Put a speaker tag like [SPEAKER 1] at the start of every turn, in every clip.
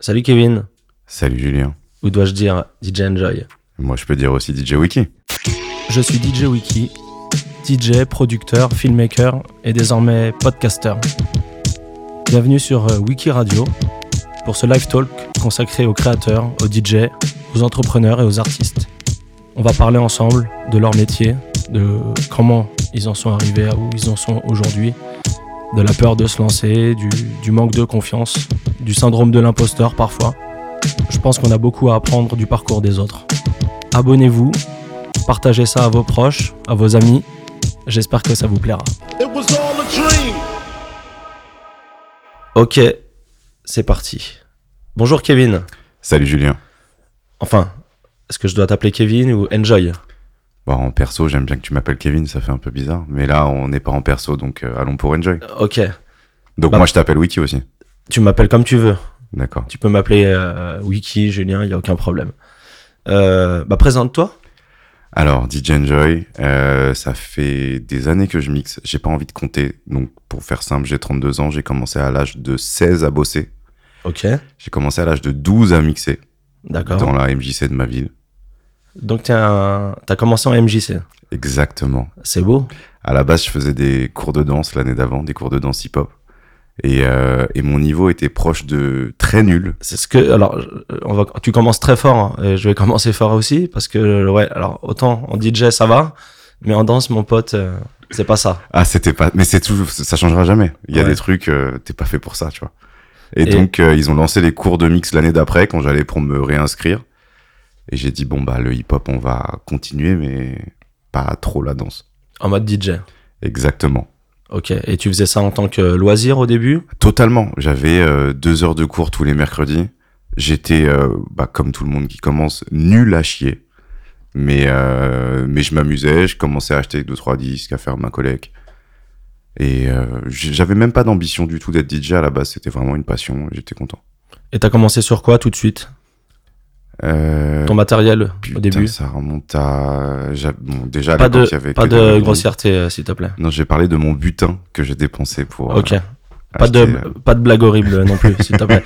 [SPEAKER 1] Salut Kevin,
[SPEAKER 2] Salut Julien.
[SPEAKER 1] ou dois-je dire DJ Enjoy
[SPEAKER 2] Moi, je peux dire aussi DJ Wiki.
[SPEAKER 1] Je suis DJ Wiki, DJ, producteur, filmmaker et désormais podcasteur. Bienvenue sur euh, Wiki Radio pour ce live talk consacré aux créateurs, aux DJ, aux entrepreneurs et aux artistes. On va parler ensemble de leur métier, de comment ils en sont arrivés à où ils en sont aujourd'hui, de la peur de se lancer, du, du manque de confiance, du syndrome de l'imposteur parfois. Je pense qu'on a beaucoup à apprendre du parcours des autres. Abonnez-vous Partagez ça à vos proches, à vos amis. J'espère que ça vous plaira.
[SPEAKER 3] It was all a dream.
[SPEAKER 1] Ok, c'est parti. Bonjour Kevin.
[SPEAKER 2] Salut Julien.
[SPEAKER 1] Enfin, est-ce que je dois t'appeler Kevin ou Enjoy
[SPEAKER 2] Bon, Bah, en perso, j'aime bien que tu m'appelles Kevin, ça fait un peu bizarre. Mais là, on n'est pas en perso, donc euh, allons pour Enjoy.
[SPEAKER 1] Ok,
[SPEAKER 2] Donc
[SPEAKER 1] Bah-
[SPEAKER 2] moi, je t'appelle Wiki aussi.
[SPEAKER 1] tu m'appelles comme tu veux.
[SPEAKER 2] D'accord.
[SPEAKER 1] Tu peux m'appeler euh, Wiki, Julien, il n'y a aucun problème. Euh, bah présente-toi.
[SPEAKER 2] Alors, DJ Enjoy, euh, ça fait des années que je mixe. J'ai pas envie de compter. Donc, pour faire simple, j'ai 32 ans. J'ai commencé à l'âge de 16 à bosser.
[SPEAKER 1] Ok,
[SPEAKER 2] J'ai commencé à l'âge de 12 à mixer dans
[SPEAKER 1] d'accord.
[SPEAKER 2] la MJC de ma ville.
[SPEAKER 1] Donc t'es un- t'as commencé en MJC.
[SPEAKER 2] Exactement.
[SPEAKER 1] C'est beau.
[SPEAKER 2] À la base, je faisais des cours de danse l'année d'avant, des cours de danse hip-hop. Et, euh, et mon niveau était proche de très nul.
[SPEAKER 1] C'est ce que alors euh, on va tu commences très fort hein, et je vais commencer fort aussi parce que euh, ouais alors autant en DJ ça va mais en danse mon pote euh, c'est pas ça.
[SPEAKER 2] Ah, c'était pas. Mais c'est toujours. Ça changera jamais. Il y a
[SPEAKER 1] Ouais.
[SPEAKER 2] des trucs. euh, T'es pas fait pour ça, tu vois. Et,
[SPEAKER 1] Et-
[SPEAKER 2] donc, euh, ils ont lancé les cours de mix l'année d'après quand j'allais pour me réinscrire. Et j'ai dit, bon, bah, le hip-hop, on va continuer, mais pas trop la danse.
[SPEAKER 1] En mode DJ.
[SPEAKER 2] Exactement.
[SPEAKER 1] Ok. Et tu faisais ça en tant que loisir au début
[SPEAKER 2] Totalement. J'avais euh, deux heures de cours tous les mercredis. J'étais, euh, bah, comme tout le monde qui commence, nul à chier. Mais, euh, mais je m'amusais, je commençais à acheter deux, trois disques, à faire ma collègue. Et euh, j- j'avais même pas d'ambition du tout d'être DJ à la base, c'était vraiment une passion, j'étais content.
[SPEAKER 1] Et t'as commencé sur quoi tout de suite
[SPEAKER 2] Euh,
[SPEAKER 1] Ton matériel
[SPEAKER 2] putain,
[SPEAKER 1] au début
[SPEAKER 2] Ça remonte à. j'a- bon, déjà, à
[SPEAKER 1] Pas de
[SPEAKER 2] l'époque, il y avait
[SPEAKER 1] pas
[SPEAKER 2] que des
[SPEAKER 1] de
[SPEAKER 2] vinyles.
[SPEAKER 1] grossièreté euh, s'il te plaît.
[SPEAKER 2] Non, j'ai parlé de mon butin que j'ai dépensé pour.
[SPEAKER 1] Ok.
[SPEAKER 2] euh,
[SPEAKER 1] Pas de hum.
[SPEAKER 2] acheter, euh,
[SPEAKER 1] pas de blague horrible non plus s'il te plaît.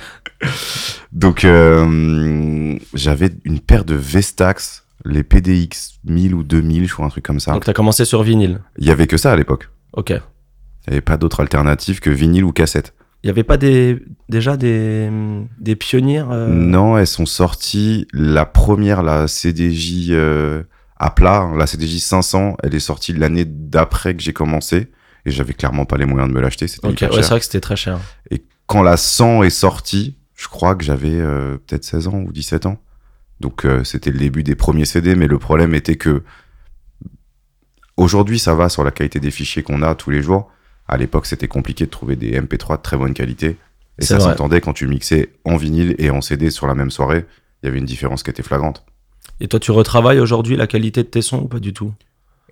[SPEAKER 2] Donc, euh, j'avais une paire de Vestax, les PDX 1000 ou 2000, je crois, un truc comme ça.
[SPEAKER 1] Donc t'as commencé sur vinyle.
[SPEAKER 2] Il y avait que ça à l'époque.
[SPEAKER 1] Ok.
[SPEAKER 2] Il n'y avait pas d'autre alternative que vinyle ou cassette.
[SPEAKER 1] Il y avait pas des déjà des des pionniers euh,
[SPEAKER 2] Non, elles sont sorties. La première, la CDJ euh, à plat, hein, la CDJ 500, elle est sortie l'année d'après que j'ai commencé. Et j'avais clairement pas les moyens de me l'acheter. C'était
[SPEAKER 1] Ok.
[SPEAKER 2] hyper
[SPEAKER 1] Ouais,
[SPEAKER 2] cher.
[SPEAKER 1] c'est vrai que c'était très cher.
[SPEAKER 2] Et quand la 100 est sortie, je crois que j'avais euh, peut-être 16 ans ou 17 ans. Donc euh, c'était le début des premiers CD, mais le problème était que aujourd'hui ça va sur la qualité des fichiers qu'on a tous les jours. À l'époque c'était compliqué de trouver des MP3 de très bonne qualité. Et
[SPEAKER 1] C'est
[SPEAKER 2] ça
[SPEAKER 1] vrai.
[SPEAKER 2] s'entendait quand tu mixais en vinyle et en CD sur la même soirée. Il y avait une différence qui était flagrante.
[SPEAKER 1] Et toi, tu retravailles aujourd'hui la qualité de tes sons ou pas du tout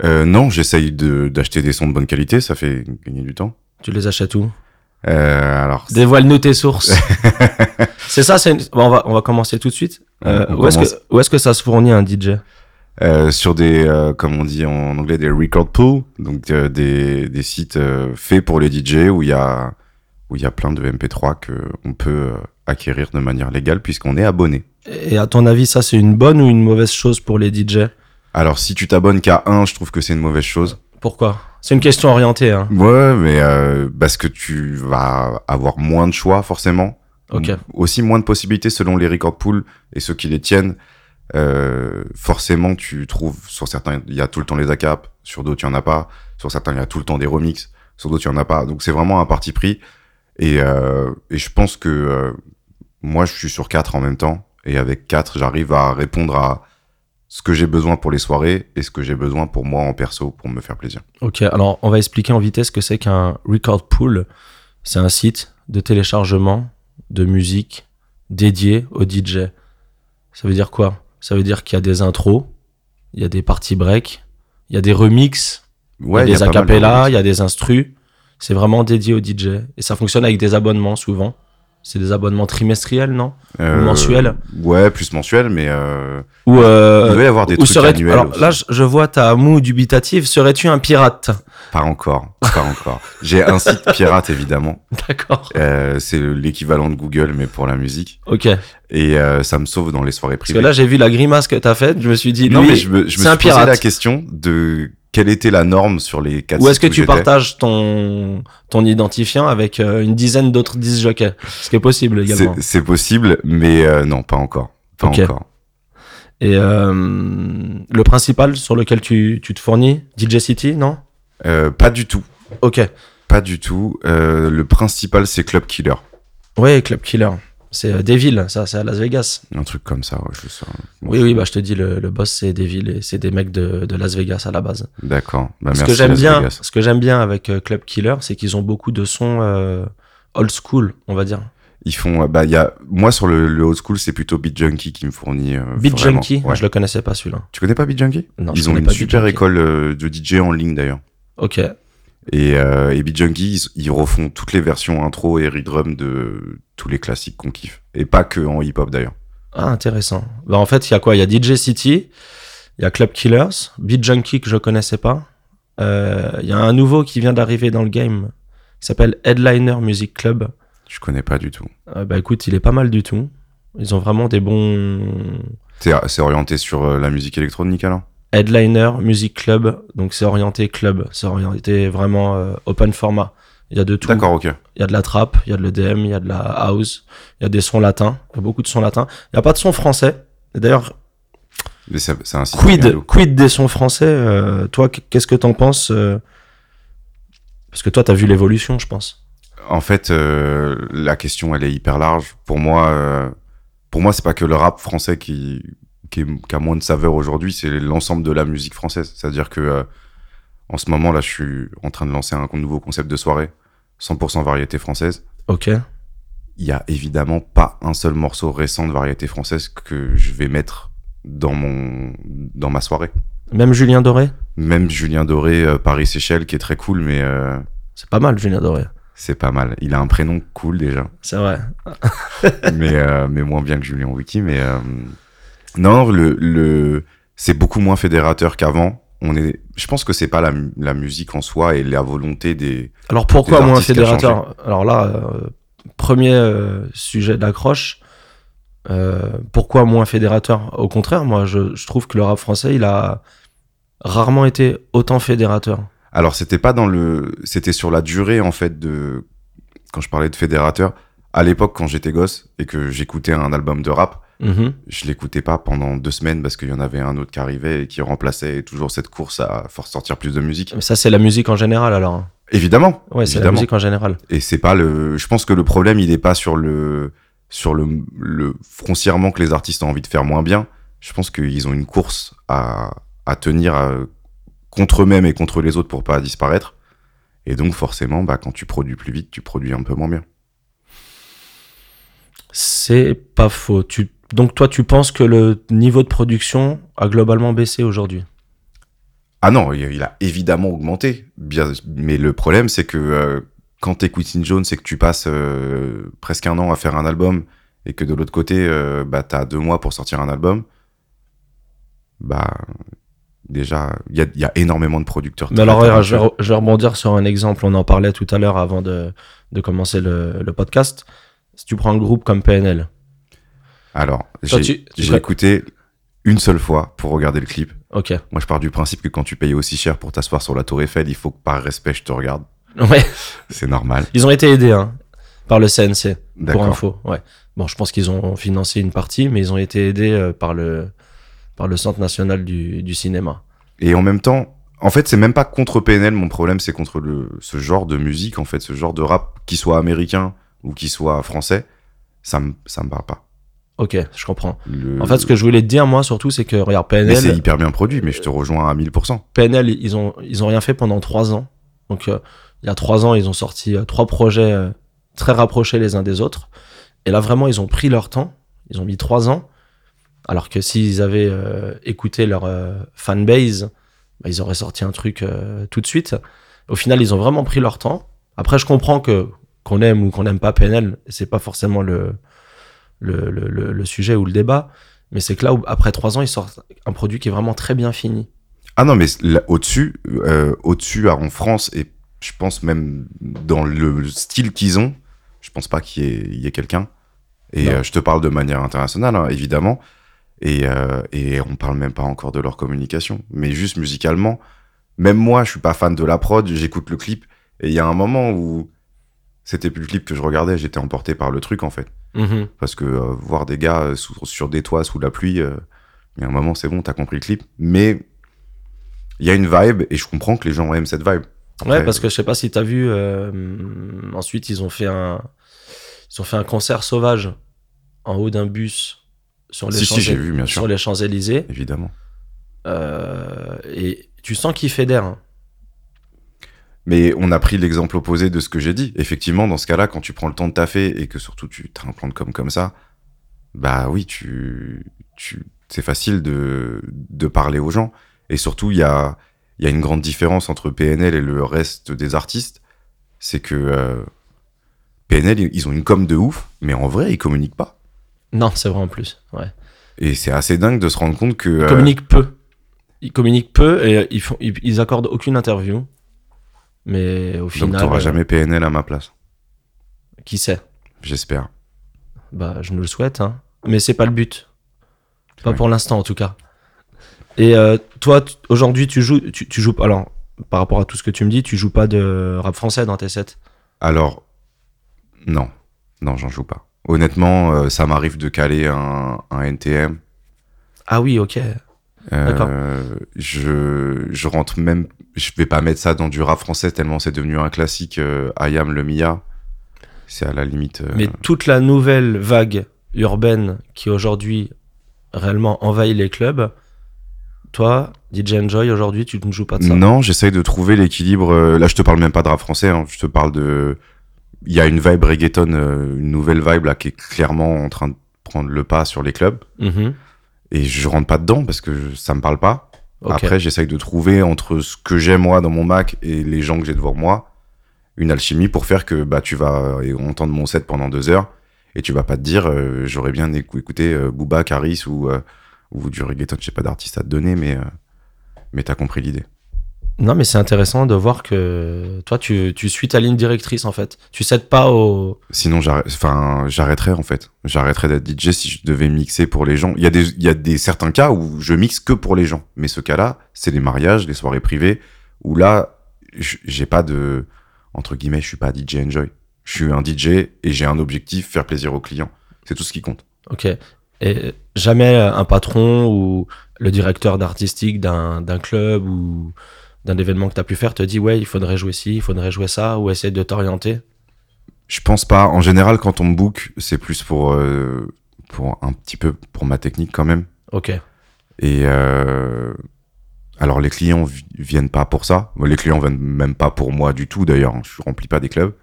[SPEAKER 2] Euh, non, j'essaye de- d'acheter des sons de bonne qualité, ça fait gagner du temps.
[SPEAKER 1] Tu les achètes où
[SPEAKER 2] Euh, alors,
[SPEAKER 1] Dévoile-nous tes sources. c'est ça, c'est une- bon, on, va, on va commencer tout de suite. Euh,
[SPEAKER 2] On- on
[SPEAKER 1] où est-ce
[SPEAKER 2] commence.
[SPEAKER 1] que, où est-ce que ça se fournit un DJ
[SPEAKER 2] Euh, sur des, euh, comme on dit en anglais, des record pools, donc euh, des, des sites euh, faits pour les DJ où il y a où il y a plein de MP3 que on peut euh, acquérir de manière légale puisqu'on est abonné.
[SPEAKER 1] Et à ton avis, ça, c'est une bonne ou une mauvaise chose pour les DJ
[SPEAKER 2] Alors si tu t'abonnes qu'à un, je trouve que c'est une mauvaise chose.
[SPEAKER 1] Pourquoi C'est une question orientée. Hein.
[SPEAKER 2] Ouais, mais euh, parce que tu vas avoir moins de choix forcément,
[SPEAKER 1] Ok.
[SPEAKER 2] M- aussi moins de possibilités selon les record pools et ceux qui les tiennent. Euh, forcément, tu trouves sur certains, il y a tout le temps les ACAP, sur d'autres, il n'y en a pas, sur certains, il y a tout le temps des remixes, sur d'autres, il n'y en a pas. Donc, c'est vraiment un parti pris. Et, euh, et je pense que euh, moi, je suis sur quatre en même temps. Et avec quatre, j'arrive à répondre à ce que j'ai besoin pour les soirées et ce que j'ai besoin pour moi en perso pour me faire plaisir.
[SPEAKER 1] Ok, alors on va expliquer en vitesse ce que c'est qu'un record pool. C'est un site de téléchargement de musique dédié au DJ. Ça veut dire quoi Ça veut dire qu'il y a des intros, il y a des parties break, il y a des remixes,
[SPEAKER 2] Ouais,
[SPEAKER 1] il y a des
[SPEAKER 2] pas mal de
[SPEAKER 1] acapellas,
[SPEAKER 2] remixes.
[SPEAKER 1] il y a des instrus. C'est vraiment dédié au DJ. Et ça fonctionne avec des abonnements souvent. C'est des abonnements trimestriels, non
[SPEAKER 2] Euh,
[SPEAKER 1] mensuel.
[SPEAKER 2] Ouais, plus mensuel, mais euh,
[SPEAKER 1] Ou,
[SPEAKER 2] il doit
[SPEAKER 1] euh,
[SPEAKER 2] y avoir des
[SPEAKER 1] ou
[SPEAKER 2] trucs
[SPEAKER 1] serais-tu-
[SPEAKER 2] annuels.
[SPEAKER 1] Alors
[SPEAKER 2] aussi.
[SPEAKER 1] là, je, je vois ta moue dubitative. Serais-tu un pirate
[SPEAKER 2] Pas encore, pas encore. J'ai un site pirate évidemment.
[SPEAKER 1] D'accord.
[SPEAKER 2] Euh, c'est l'équivalent de Google, mais pour la musique.
[SPEAKER 1] Ok. Parce
[SPEAKER 2] Et euh, ça me sauve dans les soirées
[SPEAKER 1] que
[SPEAKER 2] privées.
[SPEAKER 1] là, j'ai vu la grimace que t'as faite. Je me suis dit,
[SPEAKER 2] non,
[SPEAKER 1] lui,
[SPEAKER 2] mais je me, je me
[SPEAKER 1] c'est un
[SPEAKER 2] suis posé
[SPEAKER 1] pirate.
[SPEAKER 2] la question de quelle était la norme sur les quatre
[SPEAKER 1] Ou est-ce
[SPEAKER 2] sites
[SPEAKER 1] que
[SPEAKER 2] où
[SPEAKER 1] tu
[SPEAKER 2] j'étais.
[SPEAKER 1] partages ton, ton identifiant avec euh, une dizaine d'autres disjockeys Ce qui est possible également.
[SPEAKER 2] C'est- C'est possible, mais euh, non, pas encore. Pas
[SPEAKER 1] Ok.
[SPEAKER 2] encore.
[SPEAKER 1] Et euh, le principal sur lequel tu, tu te fournis, DJ City, non
[SPEAKER 2] Euh, pas du tout.
[SPEAKER 1] Ok.
[SPEAKER 2] Pas du tout. Euh, le principal, c'est Club Killer.
[SPEAKER 1] Ouais, Club Killer. C'est euh, Devil, ça, c'est à Las Vegas.
[SPEAKER 2] Un truc comme ça, ouais, je sais. Bon,
[SPEAKER 1] Oui, oui, bah je te dis, le, le boss, c'est Devil et c'est des mecs de, de Las Vegas à la base.
[SPEAKER 2] D'accord. Bah,
[SPEAKER 1] ce
[SPEAKER 2] merci,
[SPEAKER 1] que j'aime
[SPEAKER 2] Las
[SPEAKER 1] bien,
[SPEAKER 2] Vegas.
[SPEAKER 1] ce que j'aime bien avec euh, Club Killer, c'est qu'ils ont beaucoup de sons euh, old school, on va dire.
[SPEAKER 2] Ils font. euh, Bah, il y a... Moi, sur le, le old school, c'est plutôt Beat Junkie qui me fournit. euh,
[SPEAKER 1] Beat
[SPEAKER 2] vraiment.
[SPEAKER 1] Junkie,
[SPEAKER 2] Ouais.
[SPEAKER 1] je le connaissais pas celui-là.
[SPEAKER 2] Tu connais pas Beat Junkie
[SPEAKER 1] Non, je
[SPEAKER 2] Ils ont
[SPEAKER 1] connais
[SPEAKER 2] une
[SPEAKER 1] pas Beat
[SPEAKER 2] super
[SPEAKER 1] Junkie.
[SPEAKER 2] école euh, de DJ en ligne d'ailleurs.
[SPEAKER 1] Ok.
[SPEAKER 2] Et, euh, et Beat Junkie, ils, ils refont toutes les versions intro et redrum de tous les classiques qu'on kiffe. Et pas que en hip-hop d'ailleurs.
[SPEAKER 1] Ah, intéressant. Bah, en fait, il y a quoi Il y a DJ City, il y a Club Killers, Beat Junkie que je connaissais pas. Euh, Il y a un nouveau qui vient d'arriver dans le game, qui s'appelle Headliner Music Club.
[SPEAKER 2] Je connais pas du tout.
[SPEAKER 1] Euh, bah écoute, il est pas mal du tout. Ils ont vraiment des bons
[SPEAKER 2] C'est c'est orienté sur euh, la musique électronique alors
[SPEAKER 1] Headliner Music Club. Donc c'est orienté club, c'est orienté vraiment euh, open format. Il y a de tout.
[SPEAKER 2] D'accord, ok.
[SPEAKER 1] Il y a de la trap, il y a de l'EDM, il y a de la house, il y a des sons latins, il y a beaucoup de sons latins. Il n'y a pas de sons français. Et D'ailleurs,
[SPEAKER 2] Mais ça- c'est un site bien
[SPEAKER 1] Quid,
[SPEAKER 2] loup.
[SPEAKER 1] quid des sons français euh, Toi, qu- qu'est-ce que t'en penses euh, Parce que toi, t'as vu l'évolution, je pense.
[SPEAKER 2] En fait, euh, la question elle est hyper large. Pour moi, euh, pour moi, c'est pas que le rap français qui qui, est- qui a moins de saveur aujourd'hui, c'est l'ensemble de la musique française. C'est-à-dire que euh, en ce moment là, je suis en train de lancer un nouveau concept de soirée 100% variété française.
[SPEAKER 1] Ok.
[SPEAKER 2] Il y a évidemment pas un seul morceau récent de variété française que je vais mettre dans mon dans ma soirée.
[SPEAKER 1] Même Julien Doré
[SPEAKER 2] Même Julien Doré, euh, Paris Seychelles, qui est très cool, mais euh,
[SPEAKER 1] C'est pas mal, Julien Doré.
[SPEAKER 2] c'est pas mal. Il a un prénom cool déjà.
[SPEAKER 1] C'est vrai.
[SPEAKER 2] mais, euh, mais moins bien que Julien Wiki. Mais euh, non, le, le, c'est beaucoup moins fédérateur qu'avant. On est, je pense que c'est pas la, mu- la musique en soi et la volonté des.
[SPEAKER 1] Alors pourquoi
[SPEAKER 2] Des
[SPEAKER 1] moins
[SPEAKER 2] artistes qui a
[SPEAKER 1] fédérateur Alors là, euh, premier euh, sujet d'accroche. Euh, pourquoi moins fédérateur Au contraire, moi, je, je trouve que le rap français, il a rarement été autant fédérateur.
[SPEAKER 2] Alors c'était pas dans le, c'était sur la durée en fait de. Quand je parlais de fédérateur, à l'époque quand j'étais gosse et que j'écoutais un album de rap,
[SPEAKER 1] Mhm.
[SPEAKER 2] je l'écoutais pas pendant deux semaines parce qu'il y en avait un autre qui arrivait et qui remplaçait toujours cette course à force sortir plus de musique.
[SPEAKER 1] Mais Ça, c'est la musique en général, alors. hein.
[SPEAKER 2] Évidemment.
[SPEAKER 1] Ouais, c'est la
[SPEAKER 2] Évidemment.
[SPEAKER 1] musique en général.
[SPEAKER 2] Et c'est pas le. Je pense que le problème, il est pas sur le sur le, le frontièrement que les artistes ont envie de faire moins bien. Je pense qu'ils ont une course à, à tenir euh, contre eux-mêmes et contre les autres pour pas disparaître. Et donc forcément, bah, quand tu produis plus vite, tu produis un peu moins bien.
[SPEAKER 1] C'est pas faux. Tu... Donc toi, tu penses que le niveau de production a globalement baissé aujourd'hui
[SPEAKER 2] Ah non, il il a évidemment augmenté. Bien, mais le problème, c'est que euh, quand t'es Quincy Jones et que tu passes euh, presque un an à faire un album et que de l'autre côté, euh, bah, t'as deux mois pour sortir un album, bah, déjà, il y a, il y a énormément de producteurs.
[SPEAKER 1] Mais
[SPEAKER 2] très
[SPEAKER 1] alors, ouais, je
[SPEAKER 2] talentueux.
[SPEAKER 1] vais, je vais rebondir sur un exemple. On en parlait tout à l'heure avant de, de commencer le, le podcast. Si tu prends un groupe comme PNL,
[SPEAKER 2] Alors,
[SPEAKER 1] toi,
[SPEAKER 2] j'ai
[SPEAKER 1] tu, tu
[SPEAKER 2] j'ai
[SPEAKER 1] pré-
[SPEAKER 2] écouté une seule fois pour regarder le clip.
[SPEAKER 1] Ok.
[SPEAKER 2] Moi, je pars du principe que quand tu payes aussi cher pour t'asseoir sur la Tour Eiffel, il faut que par respect, je te regarde.
[SPEAKER 1] Ouais.
[SPEAKER 2] C'est normal.
[SPEAKER 1] Ils ont été aidés hein, par le CNC, pour
[SPEAKER 2] D'accord.
[SPEAKER 1] info. Ouais. Bon, je pense qu'ils ont financé une partie, mais ils ont été aidés euh, par le, par le Centre national du, du cinéma.
[SPEAKER 2] Et en même temps, en fait, c'est même pas contre PNL mon problème, c'est contre le, ce genre de musique, en fait, ce genre de rap, qui soit américain ou qui soit français, ça me, ça me parle pas.
[SPEAKER 1] Ok, je comprends.
[SPEAKER 2] Le-
[SPEAKER 1] En fait, ce que je voulais te dire, moi, surtout, c'est que, regarde, PNL.
[SPEAKER 2] mais c'est hyper bien produit, mais je te rejoins à 1000%.
[SPEAKER 1] PNL, ils ont, ils ont rien fait pendant trois ans. Donc, euh, il y a trois ans, ils ont sorti euh, trois projets euh, très rapprochés les uns des autres. Et là, vraiment, ils ont pris leur temps. Ils ont mis trois ans. Alors que s'ils avaient euh, écouté leur euh, fanbase, bah, ils auraient sorti un truc euh, tout de suite. Au final, ils ont vraiment pris leur temps. Après, je comprends que qu'on aime ou qu'on n'aime pas PNL, c'est pas forcément le, le, le, le- le sujet ou le débat, mais c'est que là, où, après trois ans, ils sortent un produit qui est vraiment très bien fini.
[SPEAKER 2] Ah non, mais là, au-dessus, euh, au-dessus, à- en France, et je pense même dans le style qu'ils ont, je pense pas qu'il y ait, il y ait quelqu'un. Et
[SPEAKER 1] Non.
[SPEAKER 2] euh, je te parle de manière internationale, hein, évidemment. Et, euh, et on parle même pas encore de leur communication. Mais juste musicalement, même moi, je suis pas fan de la prod, j'écoute le clip. Et il y a un moment où c'était plus le clip que je regardais, j'étais emporté par le truc, en fait. Parce que euh, voir des gars euh, sous- sur des toits sous la pluie, euh, il y a un moment, c'est bon, t'as compris le clip. Mais il y a une vibe et je comprends que les gens aiment cette vibe. Après,
[SPEAKER 1] Ouais, parce que je sais pas si t'as vu, euh, ensuite, ils ont fait un, ils ont fait un concert sauvage en haut d'un bus sur les
[SPEAKER 2] Si, si, j'ai
[SPEAKER 1] Champs-
[SPEAKER 2] vu, bien sûr.
[SPEAKER 1] sur les Champs-Élysées.
[SPEAKER 2] Évidemment.
[SPEAKER 1] Euh, et tu sens qu'il fédère. hein.
[SPEAKER 2] Mais on a pris l'exemple opposé de ce que j'ai dit. Effectivement, dans ce cas-là, quand tu prends le temps de taffer et que surtout tu t'implantes comme comme ça, bah oui, tu, tu, c'est facile de, de parler aux gens. Et surtout, il y a, il y a une grande différence entre PNL et le reste des artistes. C'est que euh, PNL, ils ont une com de ouf, mais en vrai, ils communiquent pas.
[SPEAKER 1] Non, c'est vrai en plus. Ouais.
[SPEAKER 2] Et c'est assez dingue de se rendre compte que.
[SPEAKER 1] Ils
[SPEAKER 2] euh,
[SPEAKER 1] communiquent peu. Ils communiquent peu et euh, ils, font, ils, ils accordent aucune interview. Mais au
[SPEAKER 2] donc,
[SPEAKER 1] final,
[SPEAKER 2] t'auras
[SPEAKER 1] euh,
[SPEAKER 2] jamais PNL à ma place.
[SPEAKER 1] qui sait
[SPEAKER 2] J'espère.
[SPEAKER 1] Bah, je nous le souhaite. Hein. Mais c'est pas le but. Pas
[SPEAKER 2] Ouais.
[SPEAKER 1] pour l'instant, en tout cas. Et euh, toi, tu- aujourd'hui, tu joues, tu, tu joues. Alors, par rapport à tout ce que tu me dis, tu joues pas de rap français dans tes sets.
[SPEAKER 2] Alors, non. Non, j'en joue pas. Honnêtement, euh, ça m'arrive de caler un, un NTM.
[SPEAKER 1] Ah oui, ok.
[SPEAKER 2] Euh,
[SPEAKER 1] D'accord.
[SPEAKER 2] je, je rentre même. Je vais pas mettre ça dans du rap français tellement c'est devenu un classique. euh, I am le Mia. C'est à la limite. euh,
[SPEAKER 1] Mais toute la nouvelle vague urbaine qui aujourd'hui réellement envahit les clubs, toi, DJ Enjoy, aujourd'hui, tu ne joues pas de ça.
[SPEAKER 2] Non, j'essaye de trouver l'équilibre. euh, Là, je te parle même pas de rap français. hein, Je te parle de. Il y a une vibe reggaeton, euh, une nouvelle vibe là qui est clairement en train de prendre le pas sur les clubs.
[SPEAKER 1] Mhm.
[SPEAKER 2] Et je rentre pas dedans parce que je- ça me parle pas.
[SPEAKER 1] Ok.
[SPEAKER 2] Après, j'essaye de trouver entre ce que j'ai moi dans mon Mac et les gens que j'ai devant moi une alchimie pour faire que bah tu vas euh, entendre mon set pendant deux heures et tu vas pas te dire euh, j'aurais bien écou- écouté euh, Booba, Caris ou euh, ou du reggaeton. Je sais pas d'artiste à te donner, mais euh, mais t'as compris l'idée.
[SPEAKER 1] Non, mais c'est intéressant de voir que toi, tu, tu suis ta ligne directrice, en fait. Tu cèdes pas au...
[SPEAKER 2] Sinon, j'arrête- enfin, j'arrêterais en fait. J'arrêterais d'être DJ si je devais mixer pour les gens. Il y a des, il y a des certains cas où je mixe que pour les gens. Mais ce cas-là, c'est les mariages, les soirées privées où là, j- j'ai pas de, entre guillemets, je suis pas DJ enjoy. Je suis un DJ et j'ai un objectif, faire plaisir aux clients. C'est tout ce qui compte.
[SPEAKER 1] Ok. Et jamais un patron ou le directeur d'artistique d'un d'un club ou d'un événement que tu as pu faire te dit, ouais, il faudrait jouer ci, il faudrait jouer ça, ou essayer de t'orienter.
[SPEAKER 2] Je pense pas. En général, quand on me book, c'est plus pour, euh, pour un petit peu pour ma technique quand même.
[SPEAKER 1] Ok.
[SPEAKER 2] Et euh, alors les clients vi- viennent pas pour ça. Les clients viennent même pas pour moi du tout d'ailleurs. hein, Je remplis pas des clubs.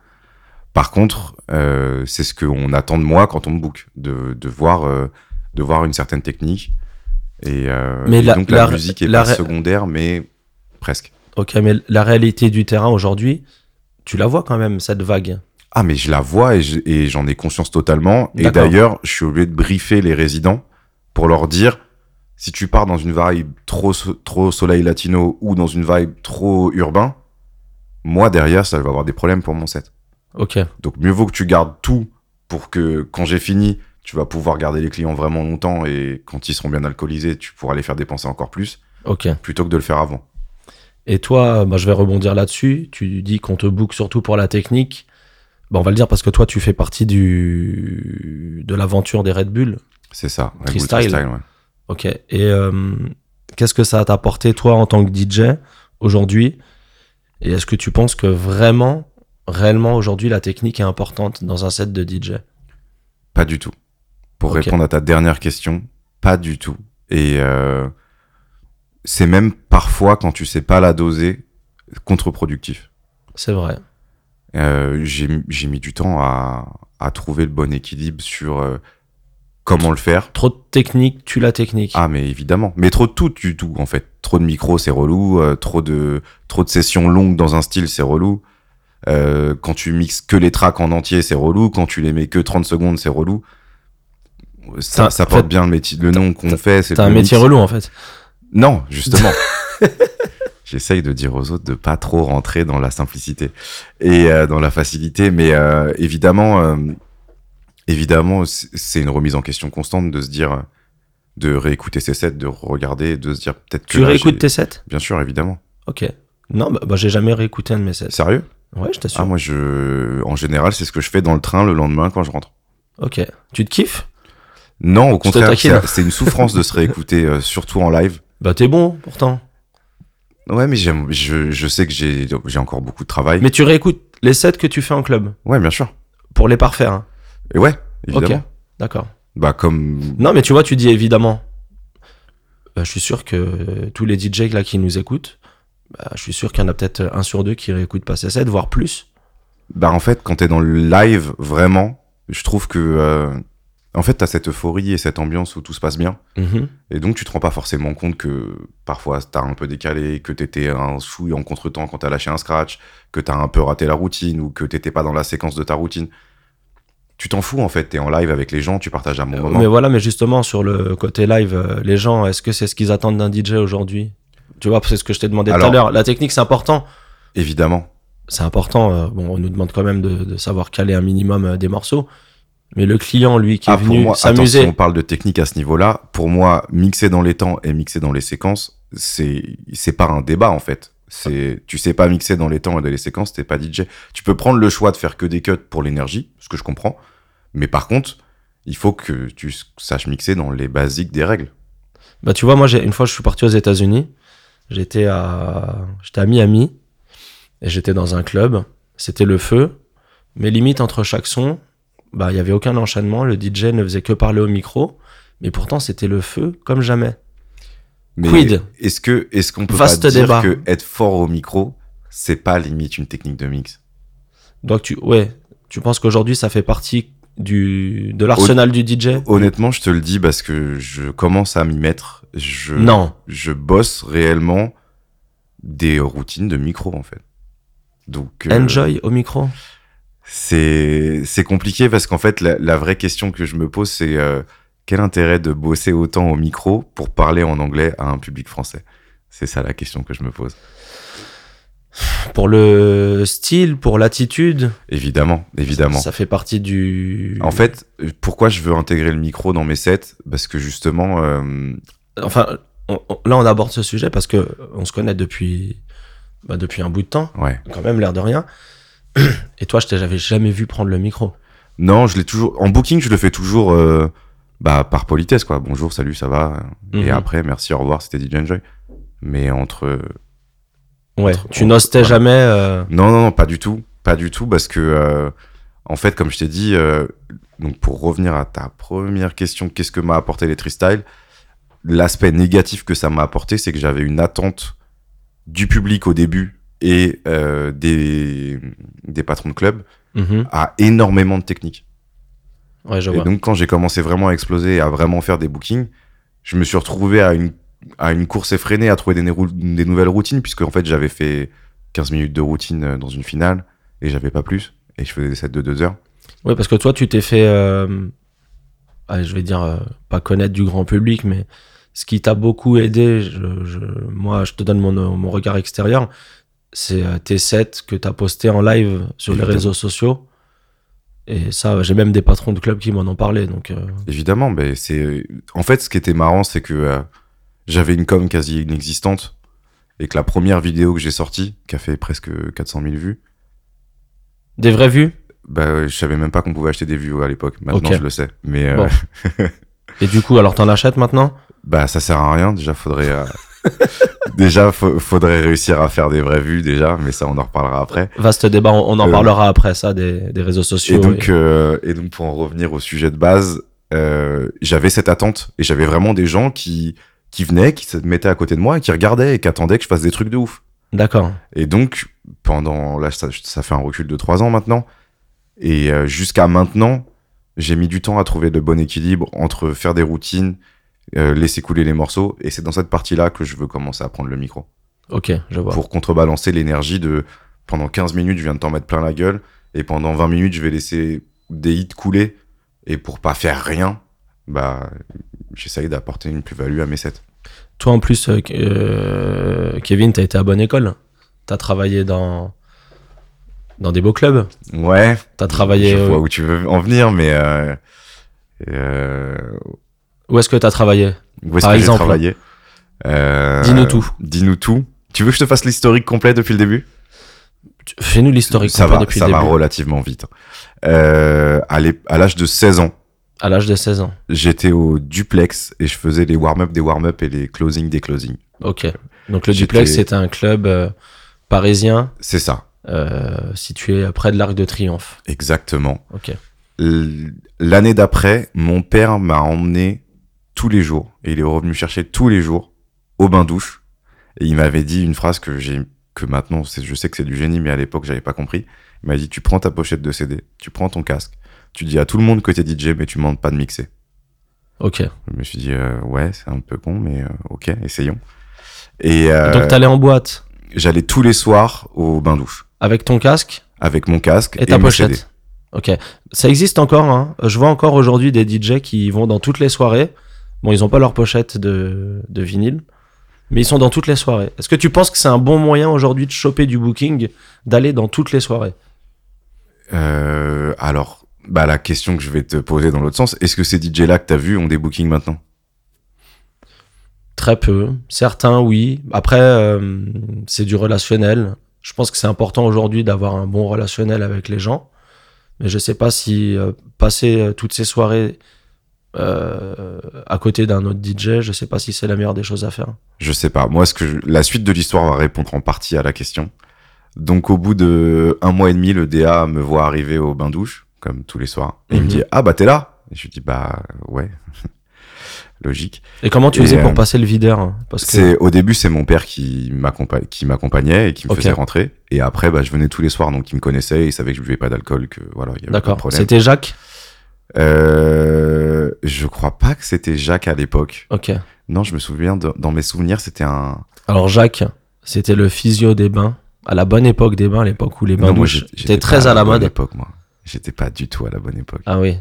[SPEAKER 2] Par contre, euh, c'est ce qu'on attend de moi quand on me book, de, de voir euh, de voir une certaine technique. Et, euh,
[SPEAKER 1] Mais
[SPEAKER 2] et
[SPEAKER 1] la-
[SPEAKER 2] donc la,
[SPEAKER 1] la-
[SPEAKER 2] musique est
[SPEAKER 1] la-
[SPEAKER 2] pas secondaire, mais presque.
[SPEAKER 1] Ok, mais la réalité du terrain aujourd'hui, tu la vois quand même, cette vague.
[SPEAKER 2] Ah mais je la vois et je- et j'en ai conscience totalement. Et
[SPEAKER 1] D'accord.
[SPEAKER 2] d'ailleurs, je suis obligé de briefer les résidents pour leur dire si tu pars dans une vibe trop so- trop soleil latino ou dans une vibe trop urbain, moi derrière ça va avoir des problèmes pour mon set.
[SPEAKER 1] Ok.
[SPEAKER 2] Donc mieux vaut que tu gardes tout pour que quand j'ai fini, tu vas pouvoir garder les clients vraiment longtemps et quand ils seront bien alcoolisés, tu pourras les faire dépenser encore plus
[SPEAKER 1] Ok.
[SPEAKER 2] plutôt que de le faire avant.
[SPEAKER 1] Et toi, bah, je vais rebondir là-dessus. Tu dis qu'on te book surtout pour la technique. Bah, on va le dire parce que toi, tu fais partie du de l'aventure des Red Bull.
[SPEAKER 2] C'est ça. Red Bull
[SPEAKER 1] Freestyle.
[SPEAKER 2] ouais.
[SPEAKER 1] Ok. Et euh, qu'est-ce que ça t'a apporté, toi, en tant que DJ aujourd'hui Et est-ce que tu penses que vraiment, réellement, aujourd'hui, la technique est importante dans un set de DJ
[SPEAKER 2] Pas du tout. Pour
[SPEAKER 1] Ok.
[SPEAKER 2] répondre à ta dernière question, pas du tout. Et euh, c'est même parfois, quand tu sais pas la doser, contre-productif.
[SPEAKER 1] C'est vrai.
[SPEAKER 2] Euh, J'ai j'ai mis du temps à, à trouver le bon équilibre sur euh, comment le faire.
[SPEAKER 1] Trop de technique tue la technique.
[SPEAKER 2] Ah, mais évidemment. Mais trop de tout, du tout, en fait. Trop de micros, c'est relou. euh, trop, de, trop de sessions longues dans un style, c'est relou. Euh, quand tu mixes que les tracks en entier, c'est relou. Quand tu les mets que 30 secondes, c'est relou. Ça,
[SPEAKER 1] T'as-
[SPEAKER 2] ça
[SPEAKER 1] en
[SPEAKER 2] porte
[SPEAKER 1] fait,
[SPEAKER 2] bien le métier, le nom qu'on
[SPEAKER 1] t'as-
[SPEAKER 2] fait. c'est
[SPEAKER 1] T'as un
[SPEAKER 2] le
[SPEAKER 1] métier
[SPEAKER 2] mix.
[SPEAKER 1] relou en fait.
[SPEAKER 2] Non, justement. J'essaye de dire aux autres de pas trop rentrer dans la simplicité et euh, dans la facilité, mais euh, évidemment, euh, évidemment, c- c'est une remise en question constante de se dire, de réécouter ses sets, de regarder, de se dire peut-être que
[SPEAKER 1] Tu
[SPEAKER 2] là,
[SPEAKER 1] réécoutes
[SPEAKER 2] j'ai-
[SPEAKER 1] tes sets
[SPEAKER 2] Bien sûr, évidemment.
[SPEAKER 1] Ok. Non, bah, bah, j'ai jamais réécouté un de mes sets.
[SPEAKER 2] Sérieux
[SPEAKER 1] Ouais, je t'assure.
[SPEAKER 2] Ah moi, je, en général, c'est ce que je fais dans le train le lendemain quand je rentre.
[SPEAKER 1] ok. Tu te kiffes
[SPEAKER 2] Non, au
[SPEAKER 1] te
[SPEAKER 2] contraire,
[SPEAKER 1] taquine.
[SPEAKER 2] c'est- c'est une souffrance de se réécouter, euh, surtout en live.
[SPEAKER 1] Bah t'es bon pourtant.
[SPEAKER 2] Ouais, mais j'aime, je, je sais que j'ai, j'ai encore beaucoup de travail.
[SPEAKER 1] Mais tu réécoutes les sets que tu fais en club
[SPEAKER 2] Ouais, bien sûr.
[SPEAKER 1] pour les parfaire. hein.
[SPEAKER 2] Et ouais, évidemment.
[SPEAKER 1] Ok. D'accord.
[SPEAKER 2] Bah comme
[SPEAKER 1] Non, mais tu vois, tu dis évidemment. Bah, je suis sûr que euh, tous les DJ là qui nous écoutent, bah, je suis sûr qu'il y en a peut-être un sur deux qui réécoutent pas ses sets, voire plus.
[SPEAKER 2] bah en fait quand t'es dans le live vraiment, je trouve que euh, en fait t'as cette euphorie et cette ambiance où tout se passe bien
[SPEAKER 1] Mhm.
[SPEAKER 2] et donc tu te rends pas forcément compte que parfois t'as un peu décalé, que t'étais un chouille en contretemps quand t'as lâché un scratch, que t'as un peu raté la routine ou que t'étais pas dans la séquence de ta routine. Tu t'en fous en fait, t'es en live avec les gens, tu partages un bon moment.
[SPEAKER 1] Euh, Mais voilà, mais justement, sur le côté live, euh, les gens, est-ce que c'est ce qu'ils attendent d'un DJ aujourd'hui Tu vois, c'est ce que je t'ai demandé tout à
[SPEAKER 2] Alors-
[SPEAKER 1] l'heure. La technique, c'est important.
[SPEAKER 2] Évidemment.
[SPEAKER 1] C'est important. euh, bon, on nous demande quand même de, de savoir caler un minimum euh, des morceaux. Mais le client, lui, qui
[SPEAKER 2] Ah,
[SPEAKER 1] est
[SPEAKER 2] pour
[SPEAKER 1] venu
[SPEAKER 2] moi, attends, si
[SPEAKER 1] s'amuser.
[SPEAKER 2] on parle de technique à ce niveau-là, pour moi, mixer dans les temps et mixer dans les séquences, c'est c'est pas un débat en fait. C'est tu sais pas mixer dans les temps et dans les séquences, t'es pas DJ. Tu peux prendre le choix de faire que des cuts pour l'énergie, ce que je comprends, mais par contre, il faut que tu s- saches mixer dans les basiques des règles.
[SPEAKER 1] Bah, tu vois, moi, j'ai- une fois, je suis parti aux États-Unis. J'étais à, j'étais à Miami et j'étais dans un club. C'était le feu. Mais limite, entre chaque son, bah, il y avait aucun enchaînement. Le DJ ne faisait que parler au micro. Mais pourtant, c'était le feu comme jamais.
[SPEAKER 2] Mais
[SPEAKER 1] Quid
[SPEAKER 2] est-ce que est-ce qu'on peut
[SPEAKER 1] Vaste
[SPEAKER 2] pas dire
[SPEAKER 1] débat.
[SPEAKER 2] que être fort au micro, c'est pas limite une technique de mix
[SPEAKER 1] Donc, tu, ouais, tu penses qu'aujourd'hui, ça fait partie du, de l'arsenal du
[SPEAKER 2] Euh,
[SPEAKER 1] DJ?
[SPEAKER 2] Honnêtement, je te le dis parce que je commence à m'y mettre. Je
[SPEAKER 1] Non.
[SPEAKER 2] je bosse réellement des routines de micro en fait. Donc euh,
[SPEAKER 1] Enjoy au micro.
[SPEAKER 2] c'est c'est compliqué parce qu'en fait la, la vraie question que je me pose c'est euh, quel intérêt de bosser autant au micro pour parler en anglais à un public français. C'est ça la question que je me pose.
[SPEAKER 1] Pour le style, pour l'attitude.
[SPEAKER 2] Évidemment, évidemment.
[SPEAKER 1] Ça fait partie du.
[SPEAKER 2] En fait, pourquoi je veux intégrer le micro dans mes sets Parce que justement, euh,
[SPEAKER 1] enfin, on- on- là, on aborde ce sujet parce que on se connaît depuis, bah, depuis un bout de temps,
[SPEAKER 2] ouais.
[SPEAKER 1] quand même, l'air de rien. Et toi, je t'ai- j'avais jamais vu prendre le micro.
[SPEAKER 2] Non, je l'ai toujours. En booking, je le fais toujours euh, bah, par politesse, quoi. Bonjour, salut, ça va.
[SPEAKER 1] Mhm.
[SPEAKER 2] Et après, merci, au revoir, c'était DJ Enjoy. Mais entre.
[SPEAKER 1] Ouais.
[SPEAKER 2] Entre-
[SPEAKER 1] Tu n'ostais
[SPEAKER 2] voilà.
[SPEAKER 1] jamais. euh,
[SPEAKER 2] Non, non, non, pas du tout. Pas du tout, parce que, euh, en fait, comme je t'ai dit, euh, donc pour revenir à ta première question, qu'est-ce que m'a apporté les freestyles L'aspect négatif que ça m'a apporté, c'est que j'avais une attente du public au début et euh, des, des patrons de club
[SPEAKER 1] mhm.
[SPEAKER 2] à énormément de techniques.
[SPEAKER 1] Ouais, je
[SPEAKER 2] Et
[SPEAKER 1] vois.
[SPEAKER 2] donc, quand j'ai commencé vraiment à exploser et à vraiment faire des bookings, je me suis retrouvé à une, à une course effrénée à trouver des, nérou- des nouvelles routines, puisque en fait, j'avais fait 15 minutes de routine euh, dans une finale et j'avais pas plus. Et je faisais des sets de 2 heures.
[SPEAKER 1] Ouais, parce que toi, tu t'es fait. euh, allez, je vais dire, euh, pas connaître du grand public, mais ce qui t'a beaucoup aidé, je- je- moi, je te donne mon, euh, mon regard extérieur, c'est euh, tes sets que t'as postés en live sur les
[SPEAKER 2] Évidemment.
[SPEAKER 1] réseaux sociaux. Et ça, j'ai même des patrons de clubs qui m'en ont parlé. Donc, euh,
[SPEAKER 2] Évidemment, mais c'est. En fait, ce qui était marrant, c'est que euh, j'avais une com quasi inexistante et que la première vidéo que j'ai sortie, qui a fait presque 400 000 vues,
[SPEAKER 1] des vraies vues.
[SPEAKER 2] bah, je savais même pas qu'on pouvait acheter des vues à l'époque. Maintenant,
[SPEAKER 1] Ok.
[SPEAKER 2] je le sais. Mais euh,
[SPEAKER 1] Bon. Et du coup, alors t'en achètes maintenant
[SPEAKER 2] Bah, ça sert à rien. Déjà, faudrait. euh, déjà, fa- faudrait réussir à faire des vraies vues, déjà, mais ça, on en reparlera après.
[SPEAKER 1] Vaste débat, on, on en
[SPEAKER 2] Euh,
[SPEAKER 1] parlera après ça, des, des réseaux
[SPEAKER 2] Et
[SPEAKER 1] sociaux.
[SPEAKER 2] donc, euh, et donc, pour en revenir au sujet de base, euh, j'avais cette attente et j'avais vraiment des gens qui, qui venaient, qui se mettaient à côté de moi et qui regardaient et qui attendaient que je fasse des trucs de ouf.
[SPEAKER 1] D'accord.
[SPEAKER 2] Et donc, pendant. Là, ça, ça fait un recul de trois ans maintenant. Et euh, jusqu'à maintenant, j'ai mis du temps à trouver le bon équilibre entre faire des routines, euh, laisser couler les morceaux. Et c'est dans cette partie-là que je veux commencer à prendre le micro.
[SPEAKER 1] Ok, je vois.
[SPEAKER 2] pour contrebalancer l'énergie de pendant 15 minutes, je viens de t'en mettre plein la gueule, et pendant 20 minutes, je vais laisser des hits couler, et pour pas faire rien, bah, j'essaye d'apporter une plus-value à mes sets.
[SPEAKER 1] Toi, en plus, euh, euh, Kevin, t'as été à bonne école. T'as travaillé dans, dans des beaux clubs.
[SPEAKER 2] Ouais,
[SPEAKER 1] T'as travaillé.
[SPEAKER 2] je vois
[SPEAKER 1] euh,
[SPEAKER 2] où tu veux en venir, mais euh, euh,
[SPEAKER 1] Où est-ce que t'as travaillé
[SPEAKER 2] où est-ce
[SPEAKER 1] Par
[SPEAKER 2] que j'ai
[SPEAKER 1] exemple.
[SPEAKER 2] travaillé Euh,
[SPEAKER 1] Dis-nous tout.
[SPEAKER 2] Dis-nous tout. Tu veux que je te fasse l'historique complet depuis le début
[SPEAKER 1] Tu- Fais-nous l'historique
[SPEAKER 2] ça
[SPEAKER 1] complet
[SPEAKER 2] va,
[SPEAKER 1] depuis
[SPEAKER 2] ça
[SPEAKER 1] le
[SPEAKER 2] va
[SPEAKER 1] début.
[SPEAKER 2] relativement vite. Euh, à l'é- à l'âge de 16 ans,
[SPEAKER 1] À l'âge de 16 ans.
[SPEAKER 2] j'étais au duplex et je faisais les warm-up des warm-up et les closing des closing.
[SPEAKER 1] Ok. Donc le
[SPEAKER 2] J'étais-
[SPEAKER 1] duplex, c'est un club euh, parisien
[SPEAKER 2] C'est ça,
[SPEAKER 1] euh, situé près de l'Arc de Triomphe.
[SPEAKER 2] exactement.
[SPEAKER 1] Ok.
[SPEAKER 2] L- L'année d'après, mon père m'a emmené tous les jours et il est revenu me chercher tous les jours au bain-douche et il m'avait dit une phrase que j'ai que maintenant c'est- je sais que c'est du génie mais à l'époque j'avais pas compris. Il m'a dit tu prends ta pochette de CD, tu prends ton casque, tu dis à tout le monde que t'es DJ mais tu demandes pas de mixer.
[SPEAKER 1] Ok.
[SPEAKER 2] Je me suis dit, euh, ouais, c'est un peu con, mais euh, ok, essayons. Et euh,
[SPEAKER 1] Donc t'allais en boîte
[SPEAKER 2] j'allais tous les soirs au bain-douche
[SPEAKER 1] avec ton casque
[SPEAKER 2] avec mon casque
[SPEAKER 1] et, ta
[SPEAKER 2] mon CD.
[SPEAKER 1] pochette. Ok. Ça existe encore. Hein. Je vois encore aujourd'hui des DJ qui vont dans toutes les soirées. Bon, ils ont pas leur pochette de, de vinyle, mais ils sont dans toutes les soirées. Est-ce que tu penses que c'est un bon moyen aujourd'hui de choper du booking, d'aller dans toutes les soirées
[SPEAKER 2] Euh, alors, bah, la question que je vais te poser dans l'autre sens, est-ce que ces DJ-là que t'as vu ont des bookings maintenant
[SPEAKER 1] Très peu. Certains, oui. Après, euh, c'est du relationnel. Je pense que c'est important aujourd'hui d'avoir un bon relationnel avec les gens. Mais je sais pas si euh, passer euh, toutes ces soirées euh, à côté d'un autre DJ, je sais pas si c'est la meilleure des choses à faire.
[SPEAKER 2] Je sais pas. Moi, ce que je- la suite de l'histoire va répondre en partie à la question. Donc, au bout de un mois et demi, le DA me voit arriver au bain douche, comme tous les soirs. Et il me
[SPEAKER 1] Mhm.
[SPEAKER 2] dit, ah bah t'es là. Et je lui dis, bah ouais, logique.
[SPEAKER 1] Et comment tu
[SPEAKER 2] Et,
[SPEAKER 1] faisais
[SPEAKER 2] euh,
[SPEAKER 1] pour passer le videur hein Parce que
[SPEAKER 2] C'est au début, c'est mon père qui m'accompagnait, qui m'accompagnait et qui me
[SPEAKER 1] Ok.
[SPEAKER 2] faisait rentrer. Et après, bah, je venais tous les soirs, donc il me connaissait, il savait que je buvais pas d'alcool, que voilà, il y avait pas de
[SPEAKER 1] d'accord.
[SPEAKER 2] problème.
[SPEAKER 1] C'était Jacques.
[SPEAKER 2] Euh, je crois pas que c'était Jacques à l'époque.
[SPEAKER 1] Ok.
[SPEAKER 2] Non, je me souviens de- dans mes souvenirs, c'était un.
[SPEAKER 1] Alors Jacques, c'était le physio des bains à la bonne époque des bains, à l'époque où les bains
[SPEAKER 2] non, moi,
[SPEAKER 1] douches
[SPEAKER 2] j'étais- j'étais
[SPEAKER 1] étaient très
[SPEAKER 2] pas
[SPEAKER 1] à la
[SPEAKER 2] bonne
[SPEAKER 1] mode.
[SPEAKER 2] époque, moi. J'étais pas du tout à la bonne époque.
[SPEAKER 1] Ah oui.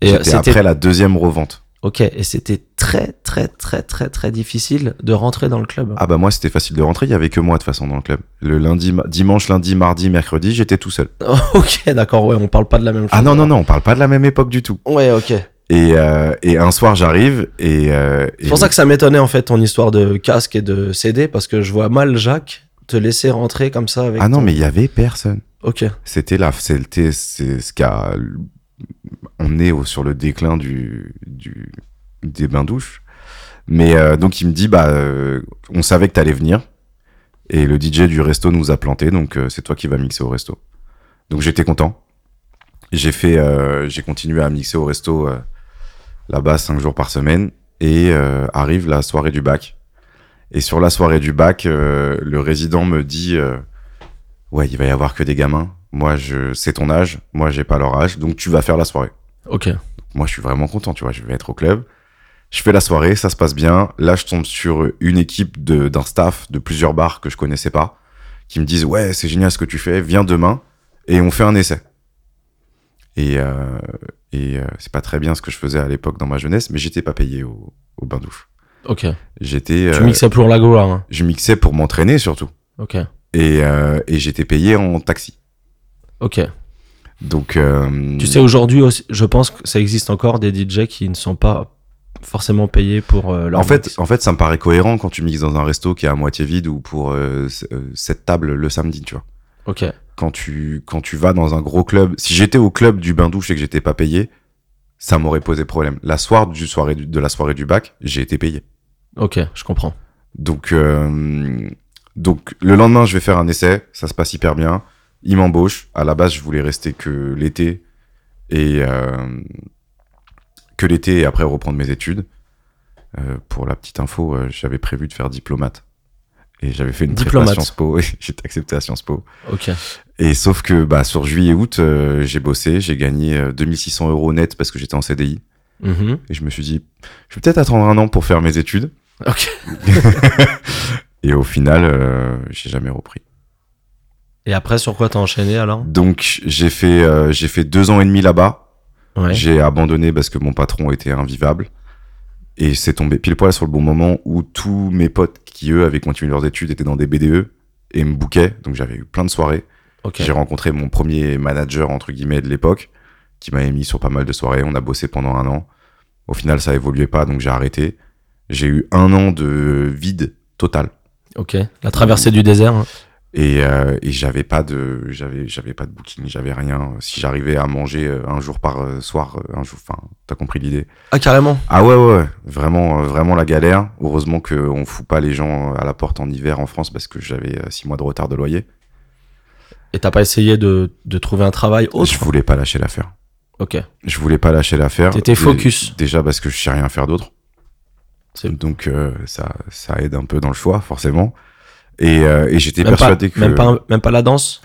[SPEAKER 1] Et euh,
[SPEAKER 2] J'étais
[SPEAKER 1] c'était
[SPEAKER 2] après la deuxième revente.
[SPEAKER 1] Ok, et c'était très très très très très difficile de rentrer dans le club.
[SPEAKER 2] Ah bah moi, c'était facile de rentrer. Il y avait que moi de toute façon dans le club. Le lundi, ma- dimanche, lundi, mardi, mercredi, j'étais tout seul.
[SPEAKER 1] ok, d'accord, ouais, on parle pas de la même chose.
[SPEAKER 2] Ah non non non, on parle pas de la même époque du tout.
[SPEAKER 1] Ouais, ok.
[SPEAKER 2] Et, euh, et un soir, j'arrive et, euh, et
[SPEAKER 1] C'est pour ça que ça m'étonnait en fait ton histoire de casque et de CD parce que je vois mal Jacques te laisser rentrer comme ça avec.
[SPEAKER 2] Ah non,
[SPEAKER 1] ton-
[SPEAKER 2] mais il y avait personne.
[SPEAKER 1] Ok,
[SPEAKER 2] C'était là, c'était c'est ce qu'a on est au, sur le déclin du, du des bains douches. Mais euh, donc il me dit bah euh, on savait que t'allais venir et le DJ du resto nous a planté donc euh, c'est toi qui vas mixer au resto. Donc j'étais content. J'ai fait euh, j'ai continué à mixer au resto euh, là-bas cinq jours par semaine et euh, arrive la soirée du bac. Et sur la soirée du bac, euh, le résident me dit euh, Ouais, il va y avoir que des gamins. Moi, je c'est ton âge. Moi, j'ai pas leur âge. Donc, tu vas faire la soirée.
[SPEAKER 1] ok.
[SPEAKER 2] Moi, je suis vraiment content, tu vois. Je vais être au club. Je fais la soirée, ça se passe bien. Là, je tombe sur une équipe de- d'un staff de plusieurs bars que je connaissais pas, qui me disent Ouais, c'est génial ce que tu fais. Viens demain et on fait un essai. Et, euh, et euh, c'est pas très bien ce que je faisais à l'époque dans ma jeunesse, mais j'étais pas payé au, au bain douche.
[SPEAKER 1] Ok.
[SPEAKER 2] J'étais.
[SPEAKER 1] Tu
[SPEAKER 2] euh,
[SPEAKER 1] mixais pour la gloire. hein.
[SPEAKER 2] je mixais pour m'entraîner surtout.
[SPEAKER 1] Ok,
[SPEAKER 2] Et, euh, et j'étais payé en taxi.
[SPEAKER 1] ok.
[SPEAKER 2] Donc. euh,
[SPEAKER 1] Tu sais, aujourd'hui, aussi, je pense que ça existe encore des DJ qui ne sont pas forcément payés pour euh, leur.
[SPEAKER 2] En fait,
[SPEAKER 1] mix.
[SPEAKER 2] en fait, ça me paraît cohérent quand tu mixes dans un resto qui est à moitié vide ou pour euh, c- euh, cette table le samedi, tu vois.
[SPEAKER 1] Ok,
[SPEAKER 2] Quand tu, quand tu vas dans un gros club, si j'étais au club du bain douche et que j'étais pas payé, ça m'aurait posé problème. La soirée du soirée du- de la soirée du bac, j'ai été payé.
[SPEAKER 1] ok, je comprends.
[SPEAKER 2] Donc, euh, donc le lendemain, je vais faire un essai. Ça se passe hyper bien. Il m'embauche. À la base, je voulais rester que l'été et euh, que l'été et après reprendre mes études. Euh, pour la petite info, euh, j'avais prévu de faire diplomate et j'avais fait une prépa
[SPEAKER 1] Diplomate.
[SPEAKER 2] Sciences Po. et J'étais accepté à Sciences Po.
[SPEAKER 1] Ok.
[SPEAKER 2] Et sauf que bah, sur juillet août, euh, j'ai bossé, j'ai gagné euh, 2600 euros net parce que j'étais en CDI
[SPEAKER 1] Mhm.
[SPEAKER 2] et je me suis dit, je vais peut-être attendre un an pour faire mes études.
[SPEAKER 1] Ok.
[SPEAKER 2] Et au final, euh, j'ai jamais repris.
[SPEAKER 1] Et après, sur quoi t'as enchaîné alors
[SPEAKER 2] Donc j'ai fait euh, j'ai fait deux ans et demi là-bas.
[SPEAKER 1] Ouais.
[SPEAKER 2] J'ai abandonné parce que mon patron était invivable. Et c'est tombé pile poil sur le bon moment où tous mes potes qui, eux, avaient continué leurs études étaient dans des BDE et me bouquaient. Donc j'avais eu plein de soirées.
[SPEAKER 1] Ok.
[SPEAKER 2] J'ai rencontré mon premier manager, entre guillemets, de l'époque, qui m'avait mis sur pas mal de soirées. On a bossé pendant un an. Au final, ça évoluait pas, donc j'ai arrêté. J'ai eu un an de vide total.
[SPEAKER 1] Ok. La traversée du désert. hein.
[SPEAKER 2] Et, euh, et j'avais pas de, j'avais, j'avais pas de booking, j'avais rien. Si j'arrivais à manger euh, un jour par euh, soir, euh, un jour, enfin, t'as compris l'idée.
[SPEAKER 1] Ah, carrément.
[SPEAKER 2] Ah ouais, ouais, ouais. vraiment, euh, vraiment la galère. Heureusement qu'on fout pas les gens euh, à la porte en hiver en France parce que j'avais 6 mois de retard de loyer.
[SPEAKER 1] Et t'as pas essayé de, de trouver un travail autre
[SPEAKER 2] Je voulais pas lâcher l'affaire.
[SPEAKER 1] Ok.
[SPEAKER 2] Je voulais pas lâcher l'affaire.
[SPEAKER 1] T'étais
[SPEAKER 2] Dé-
[SPEAKER 1] focus.
[SPEAKER 2] Déjà parce que je sais rien faire d'autre.
[SPEAKER 1] C'est-
[SPEAKER 2] Donc euh, ça, ça aide un peu dans le choix, forcément. Et, euh, et j'étais
[SPEAKER 1] Même pas,
[SPEAKER 2] persuadé que.
[SPEAKER 1] même, pas, même pas la danse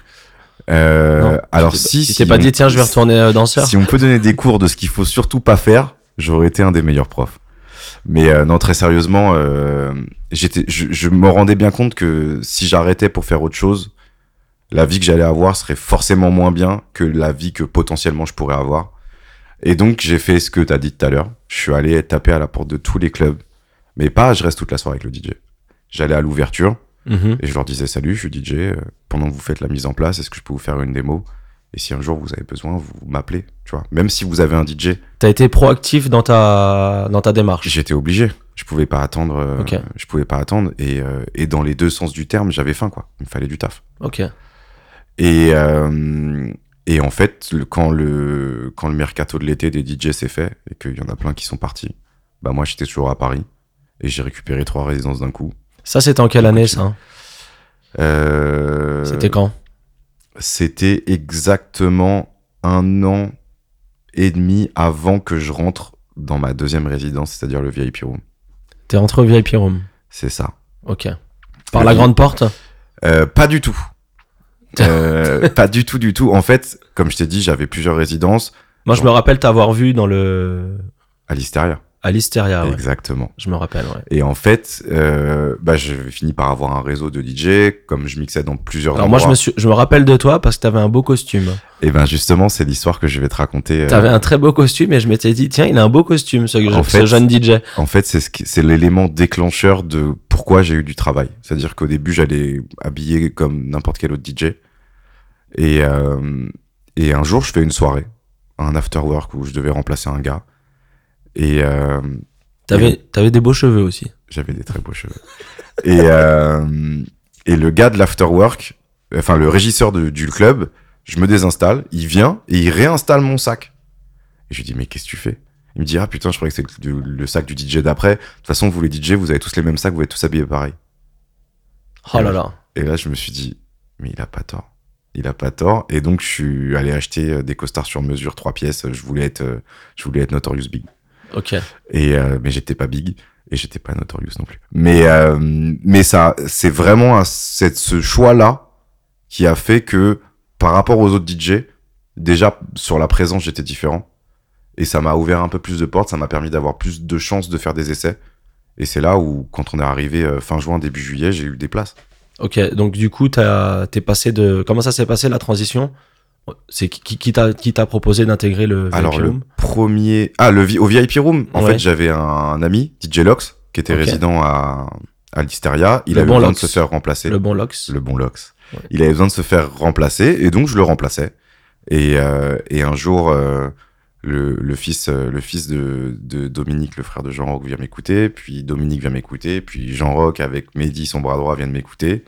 [SPEAKER 2] Euh,
[SPEAKER 1] Non.
[SPEAKER 2] alors
[SPEAKER 1] Tu t'es-
[SPEAKER 2] si.
[SPEAKER 1] Tu
[SPEAKER 2] si
[SPEAKER 1] t'es pas
[SPEAKER 2] on-
[SPEAKER 1] dit, tiens, je vais retourner euh, danseur
[SPEAKER 2] Si on peut donner des cours de ce qu'il faut surtout pas faire, j'aurais été un des meilleurs profs. Mais euh, non, très sérieusement, euh, j'étais, je, je me rendais bien compte que si j'arrêtais pour faire autre chose, la vie que j'allais avoir serait forcément moins bien que la vie que potentiellement je pourrais avoir. Et donc, j'ai fait ce que t'as dit tout à l'heure. Je suis allé taper à la porte de tous les clubs. Mais pas, je reste toute la soirée avec le DJ. J'allais à l'ouverture,
[SPEAKER 1] Mhm.
[SPEAKER 2] et je leur disais salut, je suis DJ, euh, pendant que vous faites la mise en place, est-ce que je peux vous faire une démo Et si un jour vous avez besoin, vous m'appelez, tu vois. Même si vous avez un DJ,
[SPEAKER 1] T'as été proactif dans ta, dans ta démarche.
[SPEAKER 2] j'étais obligé. Je pouvais pas attendre. euh,
[SPEAKER 1] Ok.
[SPEAKER 2] Je pouvais pas attendre. Et, euh, et dans les deux sens du terme, j'avais faim, quoi. Il me fallait du taf.
[SPEAKER 1] Ok.
[SPEAKER 2] Et, euh, et en fait, le- quand le, quand le mercato de l'été des DJ s'est fait et qu'il y en a plein qui sont partis, bah moi j'étais toujours à Paris et j'ai récupéré trois résidences d'un coup.
[SPEAKER 1] Ça, c'était en quelle année, ça hein?
[SPEAKER 2] Euh,
[SPEAKER 1] C'était quand
[SPEAKER 2] C'était exactement un an et demi avant que je rentre dans ma deuxième résidence, c'est-à-dire le VIP room.
[SPEAKER 1] T'es rentré au VIP Room.
[SPEAKER 2] C'est ça.
[SPEAKER 1] Ok. Par
[SPEAKER 2] Le
[SPEAKER 1] la
[SPEAKER 2] VIP.
[SPEAKER 1] grande porte
[SPEAKER 2] Euh, pas du tout. Euh, pas du tout, du tout. En fait, comme je t'ai dit, j'avais plusieurs résidences
[SPEAKER 1] Moi, je me rappelle t'avoir vu dans le.
[SPEAKER 2] à l'extérieur.
[SPEAKER 1] à l'Hysteria, Ah ouais.
[SPEAKER 2] Exactement.
[SPEAKER 1] Je me rappelle, ouais.
[SPEAKER 2] Et en fait, euh, bah, j'ai fini par avoir un réseau de DJ, comme je mixais dans plusieurs
[SPEAKER 1] Alors, moi, je me,
[SPEAKER 2] endroits.
[SPEAKER 1] suis... je me rappelle de toi parce que t'avais un beau costume.
[SPEAKER 2] Et ben justement, c'est l'histoire que je vais te raconter. euh,
[SPEAKER 1] T'avais un très beau costume et je m'étais dit, tiens, il a un beau costume, ce,
[SPEAKER 2] En
[SPEAKER 1] ce
[SPEAKER 2] fait-
[SPEAKER 1] jeune DJ.
[SPEAKER 2] En fait, c'est ce qui- c'est l'élément déclencheur de pourquoi j'ai eu du travail. C'est-à-dire qu'au début, j'allais habiller comme n'importe quel autre DJ. Et, euh, et un jour, je fais une soirée, un after work où je devais remplacer un gars. Et euh,
[SPEAKER 1] T'avais t'avais des beaux cheveux aussi.
[SPEAKER 2] j'avais des très beaux cheveux. Et, euh, et le gars de l'after work, enfin le régisseur de- du club, je me désinstalle, il vient et il réinstalle mon sac. Et je lui dis, mais qu'est-ce que tu fais Il me dit, ah putain, je croyais que c'était le, le sac du DJ d'après. De toute façon, vous les DJ, vous avez tous les mêmes sacs, vous êtes tous habillés pareil.
[SPEAKER 1] Oh là là.
[SPEAKER 2] Et là, je me suis dit, mais il a pas tort. Il a pas tort. Et donc, je suis allé acheter euh, des costards sur mesure, trois pièces. Je voulais être, euh, je voulais être Notorious Big.
[SPEAKER 1] Ok.
[SPEAKER 2] Et euh, mais j'étais pas big et j'étais pas notorious non plus. Mais euh, mais ça c'est vraiment un- cette- ce choix là qui a fait que par rapport aux autres DJ déjà sur la présence j'étais différent et ça m'a ouvert un peu plus de portes, ça m'a permis d'avoir plus de chances de faire des essais. Et c'est là où quand on est arrivé euh, fin juin début juillet, j'ai eu des places.
[SPEAKER 1] Ok. Donc, du coup, t'as- t'es passé de. Comment ça s'est passé la transition C'est qui, qui t'a qui t'a proposé d'intégrer le
[SPEAKER 2] Alors
[SPEAKER 1] VIP
[SPEAKER 2] le
[SPEAKER 1] Room
[SPEAKER 2] premier ah le vi- au VIP room, en
[SPEAKER 1] Ouais.
[SPEAKER 2] fait, j'avais un, ami DJ Lox qui était
[SPEAKER 1] Ok.
[SPEAKER 2] résident à à l'Hysteria, il
[SPEAKER 1] Le
[SPEAKER 2] avait
[SPEAKER 1] bon
[SPEAKER 2] besoin
[SPEAKER 1] Lox.
[SPEAKER 2] de se faire remplacer.
[SPEAKER 1] Le bon Lox.
[SPEAKER 2] le bon Lox.
[SPEAKER 1] Ouais.
[SPEAKER 2] Il avait besoin de se faire remplacer et donc je le remplaçais. Et, euh, et un jour, euh, le, le fils, euh, le fils de, de Dominique, le frère de Jean Rock, vient m'écouter. Puis Dominique vient m'écouter. Puis Jean Rock avec Mehdi, son bras droit, viennent m'écouter.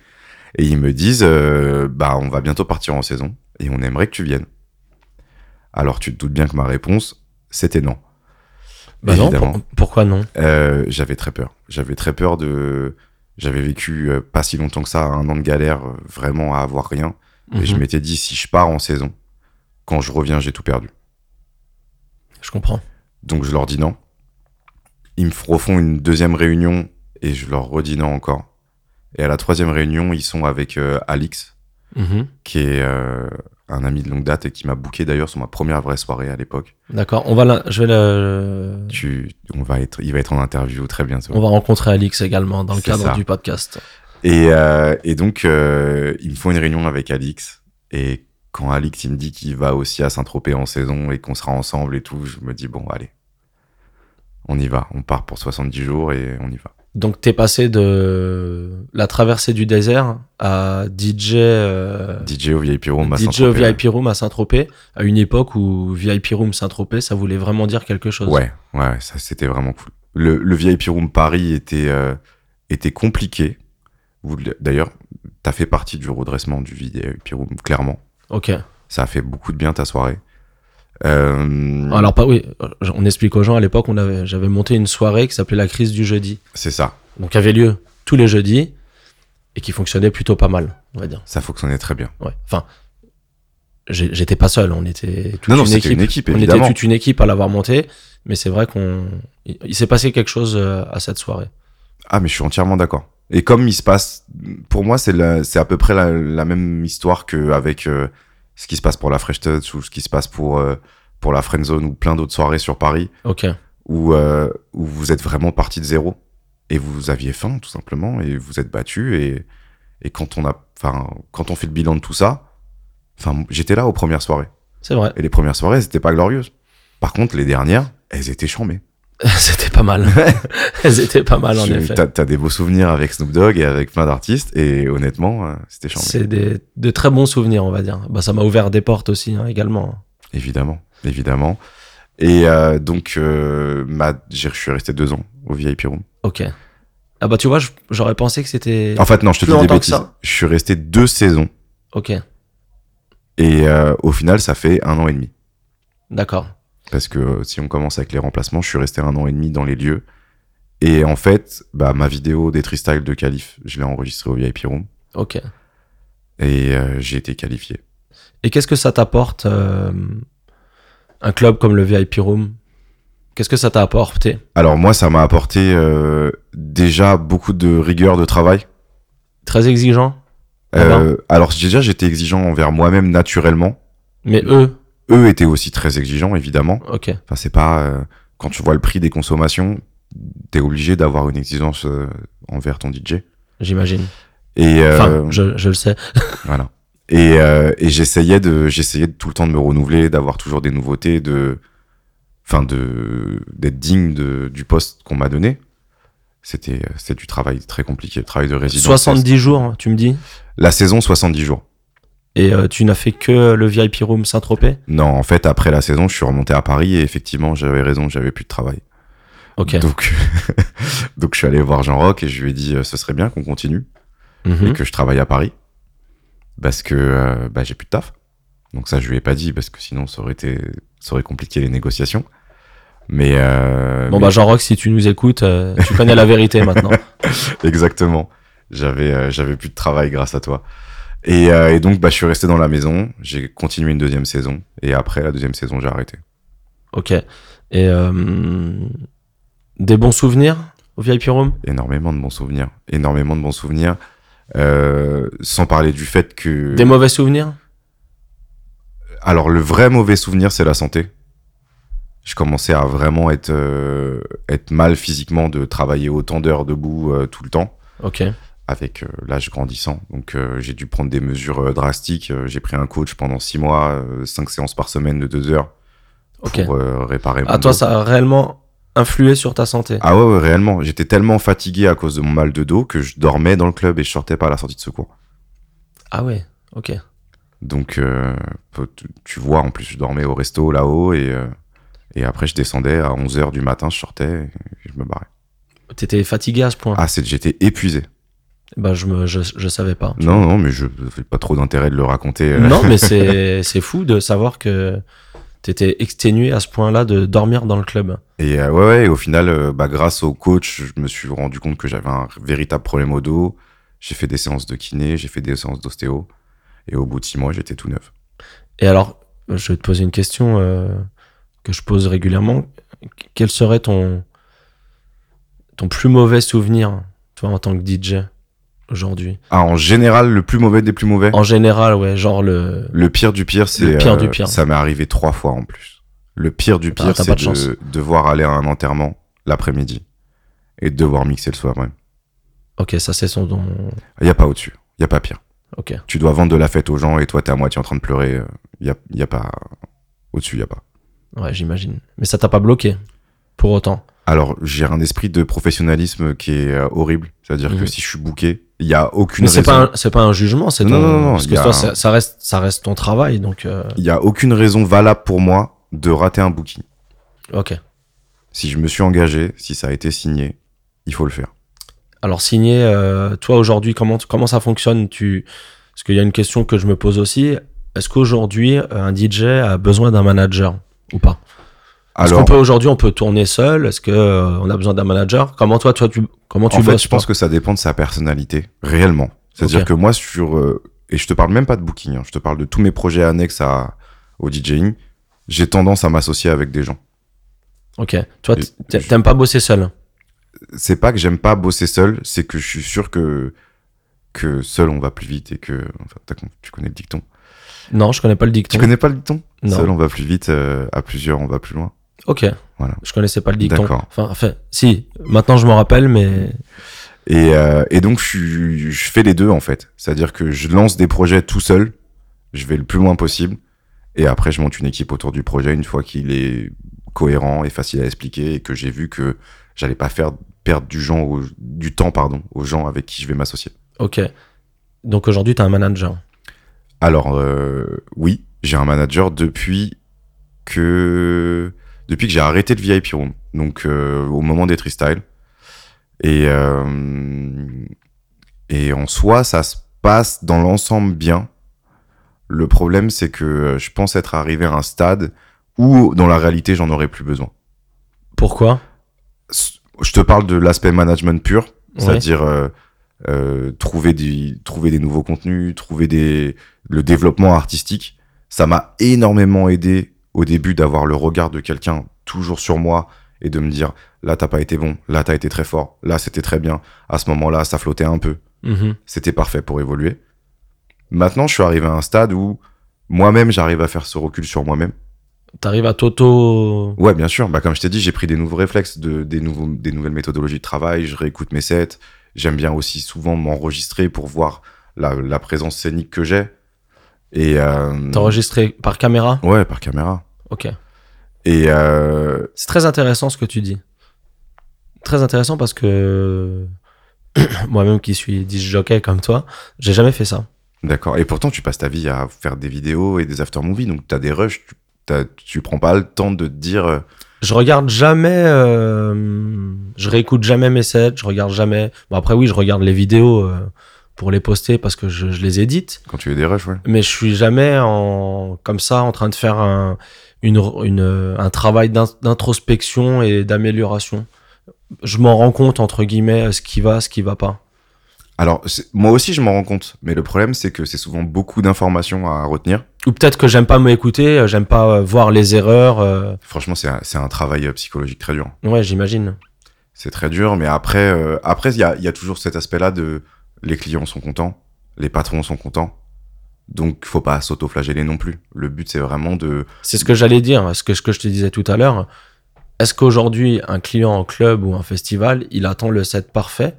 [SPEAKER 2] Et ils me disent, euh, bah, on va bientôt partir en saison et on aimerait que tu viennes. Alors tu te doutes bien que ma réponse, c'était non.
[SPEAKER 1] Bah non,
[SPEAKER 2] évidemment.
[SPEAKER 1] pour- pourquoi non
[SPEAKER 2] Euh, j'avais très peur. J'avais très peur de. J'avais vécu euh, pas si longtemps que ça, un an de galère, euh, vraiment à avoir rien. Et je
[SPEAKER 1] Mhm.
[SPEAKER 2] m'étais dit, si je pars en saison, quand je reviens, j'ai tout perdu.
[SPEAKER 1] Je comprends.
[SPEAKER 2] Donc je leur dis non. Ils me refont une deuxième réunion et je leur redis non encore. Et à la troisième réunion, ils sont avec euh, Alix,
[SPEAKER 1] Mhm.
[SPEAKER 2] qui est euh, un ami de longue date et qui m'a booké d'ailleurs sur ma première vraie soirée à l'époque.
[SPEAKER 1] D'accord. On va la- Je vais le.
[SPEAKER 2] Tu, on va être, il va être en interview très bientôt.
[SPEAKER 1] On va rencontrer Alix également dans le
[SPEAKER 2] C'est
[SPEAKER 1] cadre
[SPEAKER 2] ça.
[SPEAKER 1] du podcast.
[SPEAKER 2] Et, euh, et donc, euh, ils me font une réunion avec Alix. Et quand Alix, il me dit qu'il va aussi à Saint-Tropez en saison et qu'on sera ensemble et tout, je me dis, bon, allez, on y va. On part pour 70 jours et on y va.
[SPEAKER 1] Donc t'es passé de la traversée du désert à DJ euh,
[SPEAKER 2] DJ au VIP Room à
[SPEAKER 1] DJ au
[SPEAKER 2] Saint-Tropez.
[SPEAKER 1] VIP Room à Saint-Tropez à une époque où VIP Room Saint-Tropez ça voulait vraiment dire quelque chose.
[SPEAKER 2] Ouais, ouais, ça c'était vraiment cool. Le, le VIP Room Paris était, euh, était compliqué. Vous le- D'ailleurs, t'as fait partie du redressement du VIP Room, clairement.
[SPEAKER 1] Ok.
[SPEAKER 2] Ça a fait beaucoup de bien ta soirée. Euh,
[SPEAKER 1] Alors pas oui, je- on explique aux gens à l'époque on avait j'avais monté une soirée qui s'appelait la crise du jeudi.
[SPEAKER 2] C'est ça.
[SPEAKER 1] Donc qui avait lieu tous les jeudis et qui fonctionnait plutôt pas mal, on va dire.
[SPEAKER 2] Ça fonctionnait très bien.
[SPEAKER 1] Ouais. Enfin j'ai- j'étais pas seul, on était toute
[SPEAKER 2] Non, non,
[SPEAKER 1] une
[SPEAKER 2] c'était
[SPEAKER 1] équipe.
[SPEAKER 2] une équipe,
[SPEAKER 1] on
[SPEAKER 2] évidemment.
[SPEAKER 1] était toute une équipe à l'avoir monté, mais c'est vrai qu'on il, il s'est passé quelque chose euh, à cette soirée.
[SPEAKER 2] Ah, mais je suis entièrement d'accord. Et comme il se passe, pour moi, c'est la- c'est à peu près la, la même histoire qu'avec ce qui se passe pour la Fresh Touch ou ce qui se passe pour, euh, pour la Friendzone ou plein d'autres soirées sur Paris
[SPEAKER 1] OK.
[SPEAKER 2] où, euh, où vous êtes vraiment parti de zéro et vous aviez faim, tout simplement, et vous êtes battu. Et, et quand, on a, enfin, quand on fait le bilan de tout ça, enfin, j'étais là aux premières soirées.
[SPEAKER 1] C'est vrai.
[SPEAKER 2] Et les premières soirées, c'était pas glorieuses. Par contre, les dernières, elles étaient chambées.
[SPEAKER 1] C'était pas mal. Elles étaient pas mal, Ah, en
[SPEAKER 2] Je-
[SPEAKER 1] effet.
[SPEAKER 2] T'as t'as des beaux souvenirs avec Snoop Dogg et avec plein d'artistes, et honnêtement, euh, c'était chambé.
[SPEAKER 1] C'est des, de très bons souvenirs, on va dire. Bah, ça m'a ouvert des portes aussi, hein, également.
[SPEAKER 2] Évidemment, évidemment. Et euh, donc, euh, ma- j'ai- je suis resté deux ans au VIP Room.
[SPEAKER 1] Ok. Ah bah tu vois, je- j'aurais pensé que c'était...
[SPEAKER 2] En fait, non, je te
[SPEAKER 1] Plus
[SPEAKER 2] dis des
[SPEAKER 1] longtemps que
[SPEAKER 2] bêtises.
[SPEAKER 1] ça.
[SPEAKER 2] Je suis resté deux saisons,
[SPEAKER 1] Ok,
[SPEAKER 2] et euh, au final, ça fait un an et demi.
[SPEAKER 1] d'accord.
[SPEAKER 2] Parce que euh, si on commence avec les remplacements, je suis resté un an et demi dans les lieux. Et en fait, bah, ma vidéo des Tristyle de Calif, je l'ai enregistrée au VIP Room,
[SPEAKER 1] Ok.
[SPEAKER 2] et euh, j'ai été qualifié.
[SPEAKER 1] Et qu'est-ce que ça t'apporte, euh, un club comme le VIP Room Qu'est-ce que ça t'a apporté
[SPEAKER 2] Alors moi, ça m'a apporté euh, déjà beaucoup de rigueur de travail.
[SPEAKER 1] Très exigeant, Ah
[SPEAKER 2] Euh, alors déjà j'étais exigeant envers moi-même naturellement.
[SPEAKER 1] mais eux...
[SPEAKER 2] Eux étaient aussi très exigeants évidemment.
[SPEAKER 1] Ok,
[SPEAKER 2] Enfin c'est pas euh, quand tu vois le prix des consommations, t'es obligé d'avoir une exigence euh, envers ton DJ.
[SPEAKER 1] j'imagine.
[SPEAKER 2] Et euh,
[SPEAKER 1] Enfin, je, je le sais.
[SPEAKER 2] voilà. Et, euh, et j'essayais de j'essayais de tout le temps de me renouveler, d'avoir toujours des nouveautés, de enfin de d'être digne de, du poste qu'on m'a donné. C'était c'est du travail très compliqué, le travail de résidence.
[SPEAKER 1] 70 jours, tu me dis
[SPEAKER 2] La saison 70 jours.
[SPEAKER 1] et euh, tu n'as fait que le VIP Room Saint-Tropez
[SPEAKER 2] Non, en fait, après la saison, je suis remonté à Paris et effectivement, j'avais raison, j'avais plus de travail.
[SPEAKER 1] Ok.
[SPEAKER 2] Donc, donc, je suis allé voir Jean Rock et je lui ai dit, euh, ce serait bien qu'on continue
[SPEAKER 1] Mhm.
[SPEAKER 2] et que je travaille à Paris parce que euh, bah, j'ai plus de taf. Donc ça, je lui ai pas dit parce que sinon, ça aurait été, ça aurait compliqué les négociations. Mais euh,
[SPEAKER 1] Bon
[SPEAKER 2] mais-
[SPEAKER 1] bah Jean-Roch, si tu nous écoutes, euh, tu connais la vérité maintenant. bah,
[SPEAKER 2] exactement, j'avais, euh, j'avais plus de travail grâce à toi. Et, euh, et donc, bah, je suis resté dans la maison. J'ai continué une deuxième saison et après la deuxième saison, j'ai arrêté.
[SPEAKER 1] Ok. Et euh, des bons souvenirs au VIP Room
[SPEAKER 2] énormément de bons souvenirs, énormément de bons souvenirs. Euh, sans parler du fait que.
[SPEAKER 1] Des mauvais souvenirs
[SPEAKER 2] Alors le vrai mauvais souvenir, c'est la santé. Je commençais à vraiment être euh, être mal physiquement de travailler autant d'heures debout euh, tout le temps
[SPEAKER 1] Ok.
[SPEAKER 2] avec euh, l'âge grandissant. Donc euh, j'ai dû prendre des mesures euh, drastiques. Euh, J'ai pris un coach pendant six mois, euh, cinq séances par semaine de deux heures pour
[SPEAKER 1] Ok.
[SPEAKER 2] euh, réparer. mon
[SPEAKER 1] À toi,
[SPEAKER 2] dos.
[SPEAKER 1] ça a réellement influé sur ta santé.
[SPEAKER 2] Ah ouais, ouais, réellement. J'étais tellement fatigué à cause de mon mal de dos que je dormais dans le club et je sortais pas à la sortie de secours.
[SPEAKER 1] Ah ouais. Ok.
[SPEAKER 2] Donc, euh, peu- tu- tu vois, en plus, je dormais au resto là-haut et, euh, et après, je descendais à 11h du matin, je sortais et je me barrais.
[SPEAKER 1] T'étais fatigué à ce point
[SPEAKER 2] Ah, c'est j'étais épuisé.
[SPEAKER 1] Bah je me, je, je savais pas.
[SPEAKER 2] Non, non, mais je n'ai pas trop d'intérêt de le raconter. euh.
[SPEAKER 1] Non, mais c'est c'est fou de savoir que t'étais exténué à ce point-là de dormir dans le club.
[SPEAKER 2] Et euh, ouais, ouais, et au final, euh, bah, grâce au coach, je me suis rendu compte que j'avais un véritable problème au dos. J'ai fait des séances de kiné, j'ai fait des séances d'ostéo. Et au bout de six mois, j'étais tout neuf.
[SPEAKER 1] Et alors, je vais te poser une question euh, que je pose régulièrement. Quel serait ton, ton plus mauvais souvenir, toi, en tant que DJ, aujourd'hui
[SPEAKER 2] Ah, en général, le plus mauvais des plus mauvais
[SPEAKER 1] En général, ouais, genre le...
[SPEAKER 2] Le pire du pire, c'est. euh,
[SPEAKER 1] Le pire du pire.
[SPEAKER 2] Ça m'est arrivé trois fois en plus. Le pire du
[SPEAKER 1] T'as-
[SPEAKER 2] pire,
[SPEAKER 1] t'as
[SPEAKER 2] c'est
[SPEAKER 1] pas de chance.
[SPEAKER 2] de devoir aller à un enterrement l'après-midi et de devoir mixer le soir même.
[SPEAKER 1] Ok, ça c'est son don.
[SPEAKER 2] Il n'y a pas au-dessus. Il n'y a pas pire.
[SPEAKER 1] Ok.
[SPEAKER 2] Tu dois vendre de la fête aux gens et toi, t'es à moitié en train de pleurer. Il n'y a, y a pas. Au-dessus, il n'y a pas.
[SPEAKER 1] Ouais, j'imagine. Mais ça t'a pas bloqué pour autant.
[SPEAKER 2] Alors, j'ai un esprit de professionnalisme qui est euh, horrible. C'est-à-dire que
[SPEAKER 1] Mhm.
[SPEAKER 2] si je suis booké, il n'y a aucune
[SPEAKER 1] Mais c'est
[SPEAKER 2] raison.
[SPEAKER 1] pas un- c'est pas un jugement, c'est
[SPEAKER 2] Non,
[SPEAKER 1] ton-
[SPEAKER 2] non, non, non,
[SPEAKER 1] parce
[SPEAKER 2] y
[SPEAKER 1] que
[SPEAKER 2] a
[SPEAKER 1] toi
[SPEAKER 2] un-
[SPEAKER 1] ça, ça reste ça reste ton travail donc euh,
[SPEAKER 2] Il n'y a aucune raison valable pour moi de rater un booking.
[SPEAKER 1] ok.
[SPEAKER 2] Si je me suis engagé, si ça a été signé, il faut le faire.
[SPEAKER 1] Alors signer, euh, toi aujourd'hui, comment, comment ça fonctionne tu... Parce qu'il y a une question que je me pose aussi. Est-ce qu'aujourd'hui, euh, un DJ a besoin d'un manager ou pas Est-ce qu'on
[SPEAKER 2] Alors,
[SPEAKER 1] peut aujourd'hui, on peut tourner seul Est-ce que euh, on a besoin d'un manager Comment toi, toi, tu, comment tu
[SPEAKER 2] en fait,
[SPEAKER 1] bosses,
[SPEAKER 2] je pense
[SPEAKER 1] toi
[SPEAKER 2] que ça dépend de sa personnalité, réellement. C'est-à-dire
[SPEAKER 1] Ok.
[SPEAKER 2] que moi, sur. euh, et je te parle même pas de booking, hein, je te parle de tous mes projets annexes à, au DJing. J'ai tendance à m'associer avec des gens.
[SPEAKER 1] Ok. Toi, t-
[SPEAKER 2] Je-
[SPEAKER 1] t'a- t'aimes pas bosser seul
[SPEAKER 2] c'est pas que j'aime pas bosser seul, c'est que je suis sûr que que seul on va plus vite et que enfin, t'as con- tu connais le dicton.
[SPEAKER 1] Non, je connais pas le dicton.
[SPEAKER 2] Tu connais pas le dicton
[SPEAKER 1] Non.
[SPEAKER 2] Seul on va plus vite, euh, à plusieurs on va plus loin.
[SPEAKER 1] Ok.
[SPEAKER 2] Voilà.
[SPEAKER 1] Je connaissais pas le dicton.
[SPEAKER 2] D'accord.
[SPEAKER 1] Enfin, enfin, si. Maintenant, je m'en rappelle, mais
[SPEAKER 2] Et, euh, et donc je, suis- je fais les deux en fait, c'est-à-dire que je lance des projets tout seul, je vais le plus loin possible et après je monte une équipe autour du projet une fois qu'il est cohérent et facile à expliquer et que j'ai vu que j'allais pas faire perdre du gens aux- du temps pardon aux gens avec qui je vais m'associer.
[SPEAKER 1] ok. Donc aujourd'hui, t'as un manager.
[SPEAKER 2] Alors euh, oui, j'ai un manager depuis que depuis que j'ai arrêté le VIP room, donc euh, au moment des freestyles. Et euh, et en soi, ça se passe dans l'ensemble bien. Le problème, c'est que euh, je pense être arrivé à un stade où, dans la réalité, j'en aurais plus besoin.
[SPEAKER 1] Pourquoi
[SPEAKER 2] S- Je te parle de l'aspect management pur,
[SPEAKER 1] Ouais.
[SPEAKER 2] c'est-à-dire euh, euh, trouver, des, trouver des nouveaux contenus, trouver des, le développement artistique. Ça m'a énormément aidé au début d'avoir le regard de quelqu'un toujours sur moi et de me dire là t'as pas été bon, là t'as été très fort, là c'était très bien, à ce moment-là ça flottait un peu,
[SPEAKER 1] Mhm.
[SPEAKER 2] c'était parfait pour évoluer. Maintenant je suis arrivé à un stade où moi-même j'arrive à faire ce recul sur moi-même.
[SPEAKER 1] T'arrives à t'auto.
[SPEAKER 2] Ouais, bien sûr. Bah, comme je t'ai dit, j'ai pris des nouveaux réflexes, de, des, nouveaux, des nouvelles méthodologies de travail. Je réécoute mes sets. J'aime bien aussi souvent m'enregistrer pour voir la, la présence scénique que j'ai. Et euh,
[SPEAKER 1] T'enregistrer par caméra
[SPEAKER 2] ouais, par caméra.
[SPEAKER 1] Ok.
[SPEAKER 2] Et euh,
[SPEAKER 1] C'est très intéressant ce que tu dis. Très intéressant parce que moi-même qui suis disjockey comme toi, j'ai jamais fait ça.
[SPEAKER 2] d'accord. Et pourtant, tu passes ta vie à faire des vidéos et des after movies, donc t'as des rushs. Tu, t'as- tu prends pas le temps de te dire. euh,
[SPEAKER 1] Je regarde jamais, euh, je réécoute jamais mes sets, je regarde jamais. Bon après oui, je regarde les vidéos euh, pour les poster parce que je, je les édite,
[SPEAKER 2] quand tu fais des rushs, ouais.
[SPEAKER 1] mais je suis jamais en comme ça en train de faire un une, une, euh, un travail d'in- d'introspection et d'amélioration. Je m'en rends compte entre guillemets ce qui va, ce qui va pas.
[SPEAKER 2] Alors, c'est- moi aussi, je m'en rends compte. Mais le problème, c'est que c'est souvent beaucoup d'informations à retenir.
[SPEAKER 1] Ou peut-être que j'aime pas m'écouter, euh, j'aime pas euh, voir les erreurs. euh,
[SPEAKER 2] Franchement, c'est un, c'est un travail euh, psychologique très dur.
[SPEAKER 1] Ouais, j'imagine.
[SPEAKER 2] C'est très dur, mais après, euh, après il y a, il y a toujours cet aspect-là de les clients sont contents, les patrons sont contents, donc faut pas s'autoflageller non plus. Le but, c'est vraiment de.
[SPEAKER 1] C'est ce que j'allais dire, ce que, ce que je te disais tout à l'heure. Est-ce qu'aujourd'hui, un client en club ou un festival, il attend le set parfait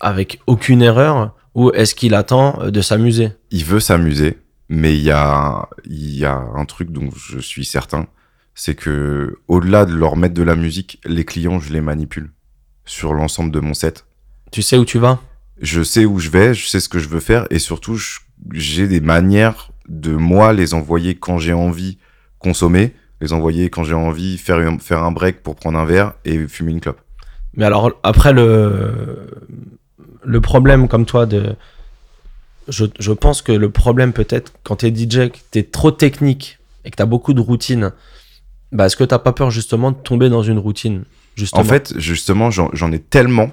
[SPEAKER 1] avec aucune erreur ou est-ce qu'il attend euh, de s'amuser
[SPEAKER 2] Il veut s'amuser, mais il y a, il y a un truc dont je suis certain, c'est que au-delà de leur mettre de la musique, les clients, je les manipule sur l'ensemble de mon set.
[SPEAKER 1] Tu sais où tu vas
[SPEAKER 2] je sais où je vais, je sais ce que je veux faire et surtout je- j'ai des manières de moi les envoyer quand j'ai envie consommer, les envoyer quand j'ai envie faire un, faire un break pour prendre un verre et fumer une clope.
[SPEAKER 1] Mais alors, après, le, le problème, comme toi, de. Je, je pense que le problème, peut-être, quand t'es DJ, que t'es trop technique et que t'as beaucoup de routines, bah, est-ce que t'as pas peur, justement, de tomber dans une routine justement
[SPEAKER 2] En fait, justement, j'en j'en ai tellement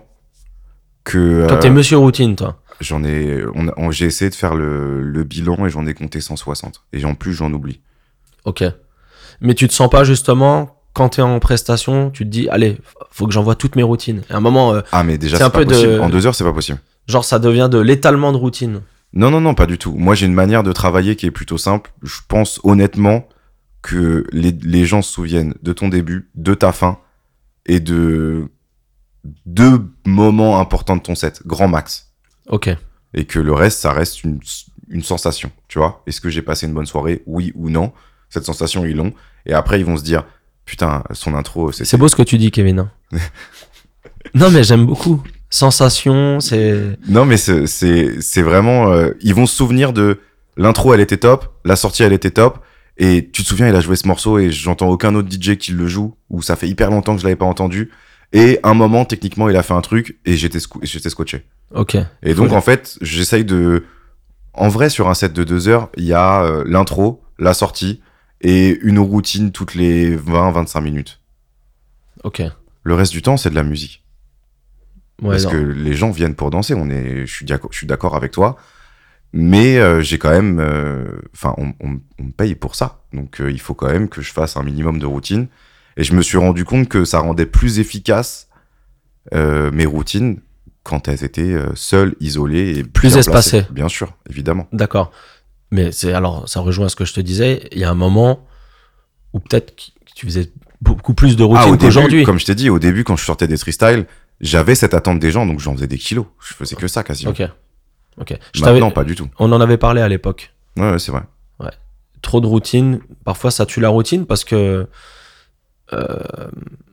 [SPEAKER 2] que
[SPEAKER 1] Toi,
[SPEAKER 2] euh,
[SPEAKER 1] t'es monsieur routine, toi.
[SPEAKER 2] j'en ai on, a- on- j'ai essayé de faire le, le bilan et j'en ai compté 160 et en plus j'en oublie.
[SPEAKER 1] Ok. Mais tu te sens pas justement quand t'es en prestation, tu te dis allez, faut que j'envoie toutes mes routines. Et à un moment, euh,
[SPEAKER 2] Ah mais déjà
[SPEAKER 1] C'est un
[SPEAKER 2] c'est pas
[SPEAKER 1] peu de-
[SPEAKER 2] possible. En deux heures c'est pas possible.
[SPEAKER 1] genre ça devient de l'étalement de routine.
[SPEAKER 2] Non, non, non, pas du tout. Moi, j'ai une manière de travailler qui est plutôt simple. Je pense honnêtement que les, les gens se souviennent de ton début, de ta fin et de deux moments importants de ton set, grand max.
[SPEAKER 1] Ok.
[SPEAKER 2] Et que le reste, ça reste une, une sensation, tu vois. Est-ce que j'ai passé une bonne soirée, oui ou non Cette sensation, ils l'ont. Et après, ils vont se dire, putain, son intro, c'est...
[SPEAKER 1] C'est beau ce que tu dis, Kevin. hein. non, mais j'aime beaucoup. Sensation, c'est.
[SPEAKER 2] Non, mais c'est- c'est c'est vraiment... euh, ils vont se souvenir de l'intro, elle était top, la sortie, elle était top. Et tu te souviens, il a joué ce morceau et j'entends aucun autre DJ qui le joue, ou ça fait hyper longtemps que je l'avais pas entendu. Et un moment, techniquement, il a fait un truc et j'étais scou- j'étais scotché.
[SPEAKER 1] Ok.
[SPEAKER 2] Et donc,
[SPEAKER 1] Ouais.
[SPEAKER 2] en fait, j'essaye de. En vrai, sur un set de deux heures, il y a euh, l'intro, la sortie et une routine toutes les 20-25 minutes.
[SPEAKER 1] Ok.
[SPEAKER 2] Le reste du temps, c'est de la musique.
[SPEAKER 1] Ouais,
[SPEAKER 2] parce
[SPEAKER 1] non.
[SPEAKER 2] que les gens viennent pour danser. On est, je suis d'accord, je suis d'accord avec toi. Mais euh, j'ai quand même. euh, Enfin, on, on- on me paye pour ça. Donc, euh, il faut quand même que je fasse un minimum de routine. Et je me suis rendu compte que ça rendait plus efficace euh, mes routines quand elles étaient euh, seules, isolées et
[SPEAKER 1] Plus
[SPEAKER 2] bien
[SPEAKER 1] espacées.
[SPEAKER 2] placées. Bien sûr, évidemment.
[SPEAKER 1] D'accord. Mais c'est alors, ça rejoint ce que je te disais. Il y a un moment où peut-être que tu faisais beaucoup plus de
[SPEAKER 2] Ah,
[SPEAKER 1] routine
[SPEAKER 2] au début,
[SPEAKER 1] qu'aujourd'hui.
[SPEAKER 2] Comme je t'ai dit, au début, quand je sortais des freestyles, j'avais cette attente des gens, donc j'en faisais des kilos. Je faisais que ça quasiment.
[SPEAKER 1] Ok. Ok. Je t'avais-
[SPEAKER 2] Maintenant, pas du tout.
[SPEAKER 1] On en avait parlé à l'époque.
[SPEAKER 2] Ouais, ouais, c'est vrai.
[SPEAKER 1] trop de routine, parfois ça tue la routine parce que, euh,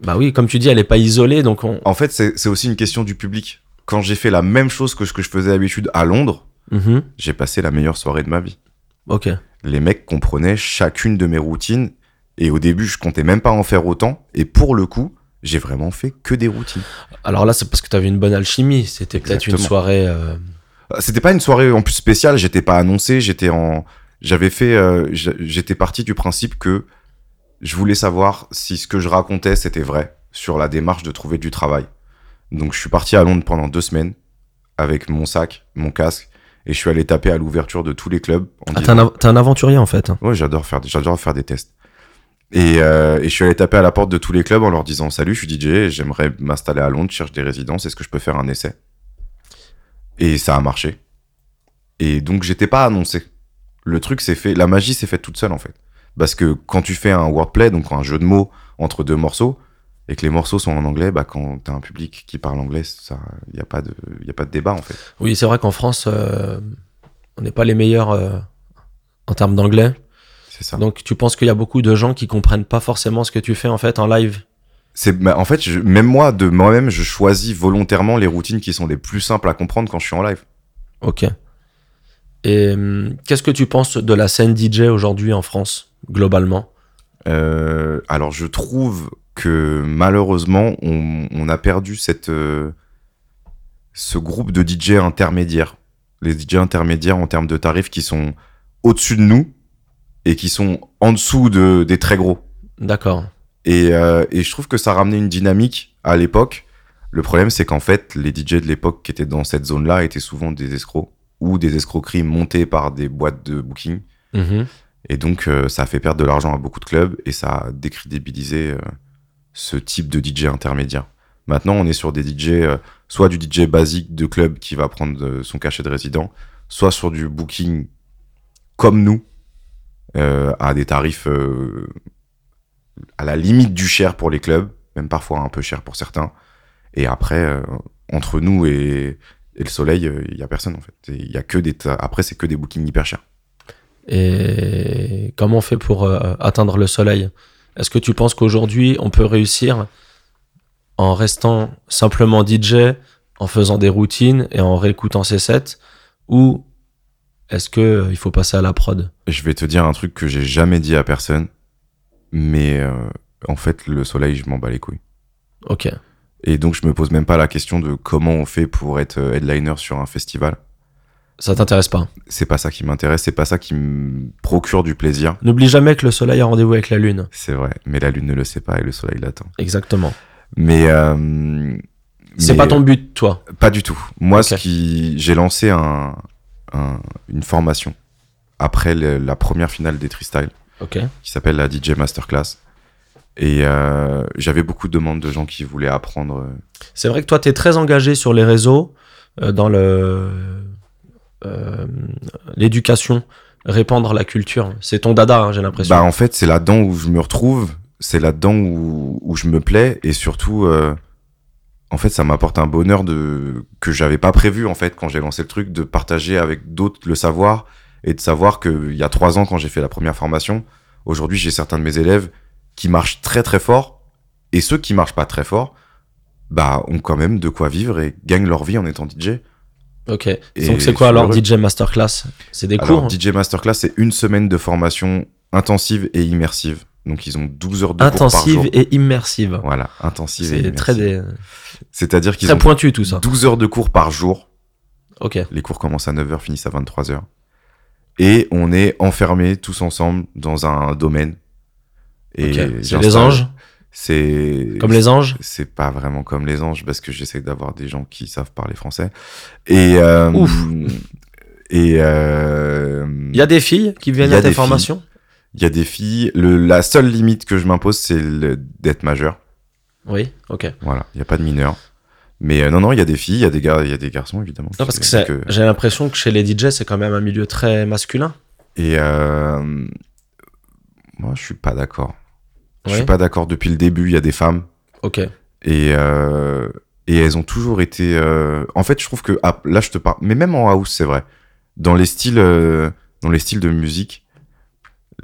[SPEAKER 1] bah oui, comme tu dis, elle est pas isolée, donc on.
[SPEAKER 2] En fait, c'est c'est aussi une question du public. Quand j'ai fait la même chose que ce que je faisais d'habitude à Londres,
[SPEAKER 1] Mhm.
[SPEAKER 2] j'ai passé la meilleure soirée de ma vie.
[SPEAKER 1] Ok,
[SPEAKER 2] Les mecs comprenaient chacune de mes routines, et au début, je comptais même pas en faire autant, et pour le coup, j'ai vraiment fait que des routines.
[SPEAKER 1] alors là, c'est parce que tu avais une bonne alchimie, c'était peut-être une
[SPEAKER 2] Exactement.
[SPEAKER 1] soirée. euh,
[SPEAKER 2] C'était pas une soirée en plus spéciale, j'étais pas annoncé, j'étais en. J'avais fait. euh, j'a- j'étais parti du principe que je voulais savoir si ce que je racontais c'était vrai sur la démarche de trouver du travail. Donc je suis parti à Londres pendant deux semaines avec mon sac, mon casque, et je suis allé taper à l'ouverture de tous les clubs. en
[SPEAKER 1] Ah, t'es
[SPEAKER 2] disant-
[SPEAKER 1] un, av- t'es un aventurier en fait. hein.
[SPEAKER 2] Ouais, j'adore faire, j'adore faire des tests. Et, euh, et je suis allé taper à la porte de tous les clubs en leur disant Salut, je suis DJ, j'aimerais m'installer à Londres, je cherche des résidences, est-ce que je peux faire un essai Et ça a marché. Et donc, j'étais pas annoncé. Le truc s'est fait, la magie s'est faite toute seule en fait. Parce que quand tu fais un wordplay, donc un jeu de mots entre deux morceaux, et que les morceaux sont en anglais, bah quand t'as un public qui parle anglais, ça, y a pas de, y a pas de débat en fait.
[SPEAKER 1] Oui, c'est vrai qu'en France, euh, on n'est pas les meilleurs euh, en termes d'anglais.
[SPEAKER 2] C'est ça.
[SPEAKER 1] Donc tu penses qu'il y a beaucoup de gens qui comprennent pas forcément ce que tu fais en fait en live.
[SPEAKER 2] C'est bah, en fait je- même moi de moi-même je choisis volontairement les routines qui sont les plus simples à comprendre quand je suis en live.
[SPEAKER 1] Ok. Et hum, qu'est-ce que tu penses de la scène DJ aujourd'hui en France globalement
[SPEAKER 2] Euh, alors je trouve que malheureusement on, on a perdu cette euh, ce groupe de DJ intermédiaires, les DJ intermédiaires en termes de tarifs qui sont au-dessus de nous et qui sont en dessous de des très gros.
[SPEAKER 1] D'accord.
[SPEAKER 2] Et, euh, et je trouve que ça ramenait une dynamique à l'époque. Le problème, c'est qu'en fait, les DJ de l'époque qui étaient dans cette zone-là étaient souvent des escrocs ou des escroqueries montées par des boîtes de booking.
[SPEAKER 1] Mhm.
[SPEAKER 2] Et donc, euh, ça a fait perdre de l'argent à beaucoup de clubs et ça a décrédibilisé euh, ce type de DJ intermédiaire. Maintenant, on est sur des DJ, euh, soit du DJ basique de club qui va prendre euh, son cachet de résident, soit sur du booking comme nous, euh, à des tarifs euh, à la limite du cher pour les clubs, même parfois un peu cher pour certains. Et après, euh, entre nous et, et le soleil, il y a personne en fait. Il y a que des ta- après, c'est que des bookings hyper chers.
[SPEAKER 1] Et comment on fait pour euh, atteindre le soleil Est-ce que tu penses qu'aujourd'hui on peut réussir en restant simplement DJ, en faisant des routines et en réécoutant ses sets Ou est-ce que euh, il faut passer à la prod
[SPEAKER 2] Je vais te dire un truc que j'ai jamais dit à personne, mais euh, en fait, le soleil, je m'en bats les couilles.
[SPEAKER 1] Ok,
[SPEAKER 2] Et donc, je me pose même pas la question de comment on fait pour être euh, headliner sur un festival.
[SPEAKER 1] ça t'intéresse pas.
[SPEAKER 2] C'est pas ça qui m'intéresse, c'est pas ça qui me procure du plaisir.
[SPEAKER 1] N'oublie jamais que le soleil a rendez-vous avec la lune.
[SPEAKER 2] C'est vrai, mais la lune ne le sait pas et le soleil l'attend.
[SPEAKER 1] Exactement.
[SPEAKER 2] Mais. euh,
[SPEAKER 1] C'est
[SPEAKER 2] mais- euh,
[SPEAKER 1] pas ton but, toi.
[SPEAKER 2] Pas du tout. Moi,
[SPEAKER 1] Ok.
[SPEAKER 2] ce qui. J'ai lancé un, un- une formation après le- la première finale des Tristyle.
[SPEAKER 1] Ok.
[SPEAKER 2] qui s'appelle la DJ Masterclass. Et euh, j'avais beaucoup de demandes de gens qui voulaient apprendre. euh,
[SPEAKER 1] C'est vrai que toi, tu es très engagé sur les réseaux, euh, dans le euh, l'éducation, répandre la culture. C'est ton dada, hein, j'ai l'impression.
[SPEAKER 2] Bah, en fait, c'est là-dedans où je me retrouve, c'est là-dedans où, où je me plais, et surtout, euh, en fait, ça m'apporte un bonheur de que j'avais pas prévu en fait quand j'ai lancé le truc de partager avec d'autres le savoir et de savoir que il y a trois ans quand j'ai fait la première formation, aujourd'hui j'ai certains de mes élèves qui marchent très très fort et ceux qui marchent pas très fort, bah ont quand même de quoi vivre et gagnent leur vie en étant DJ.
[SPEAKER 1] Ok.
[SPEAKER 2] Et
[SPEAKER 1] Donc c'est
[SPEAKER 2] je suis
[SPEAKER 1] quoi alors
[SPEAKER 2] heureux.
[SPEAKER 1] DJ Masterclass C'est des
[SPEAKER 2] Alors
[SPEAKER 1] cours
[SPEAKER 2] DJ Masterclass c'est une semaine de formation intensive et immersive. Donc ils ont 12 heures de cours par jour.
[SPEAKER 1] intensives et immersives.
[SPEAKER 2] Voilà, intensive et
[SPEAKER 1] C'est très,
[SPEAKER 2] immersive.
[SPEAKER 1] des-
[SPEAKER 2] C'est-à-dire qu'ils
[SPEAKER 1] très
[SPEAKER 2] ont
[SPEAKER 1] pointu tout ça.
[SPEAKER 2] 12 heures de cours par jour.
[SPEAKER 1] Ok.
[SPEAKER 2] Les cours commencent à 9h, finissent à 23h. Et on est enfermés tous ensemble dans un domaine. Et
[SPEAKER 1] ok. C'est
[SPEAKER 2] j'installe- Mm.
[SPEAKER 1] les anges
[SPEAKER 2] C'est
[SPEAKER 1] Comme les anges
[SPEAKER 2] C'est pas vraiment comme les anges parce que j'essaie d'avoir des gens qui savent parler français. Et euh,
[SPEAKER 1] Ouf.
[SPEAKER 2] Et euh,
[SPEAKER 1] Il y a des filles qui viennent
[SPEAKER 2] Il y a
[SPEAKER 1] à tes
[SPEAKER 2] des
[SPEAKER 1] formations
[SPEAKER 2] il y a des filles. Le, la seule limite que je m'impose, c'est le- d'être majeur.
[SPEAKER 1] Oui, ok. Non,
[SPEAKER 2] Voilà, il y a pas de mineur. Mais euh, non, non, il y a des filles, il y a des gars, il y a des garçons évidemment. qui-
[SPEAKER 1] parce que, c'est-
[SPEAKER 2] que-
[SPEAKER 1] j'ai l'impression que chez les DJ, c'est quand même un milieu très masculin.
[SPEAKER 2] Et euh, moi, je suis pas d'accord. Je
[SPEAKER 1] Ouais.
[SPEAKER 2] suis pas d'accord. Depuis le début, il y a des femmes
[SPEAKER 1] Ok.
[SPEAKER 2] et euh, et elles ont toujours été. euh, En fait, je trouve que ah, là, je te parle. Mais même en house, c'est vrai. Dans les styles, euh, dans les styles de musique,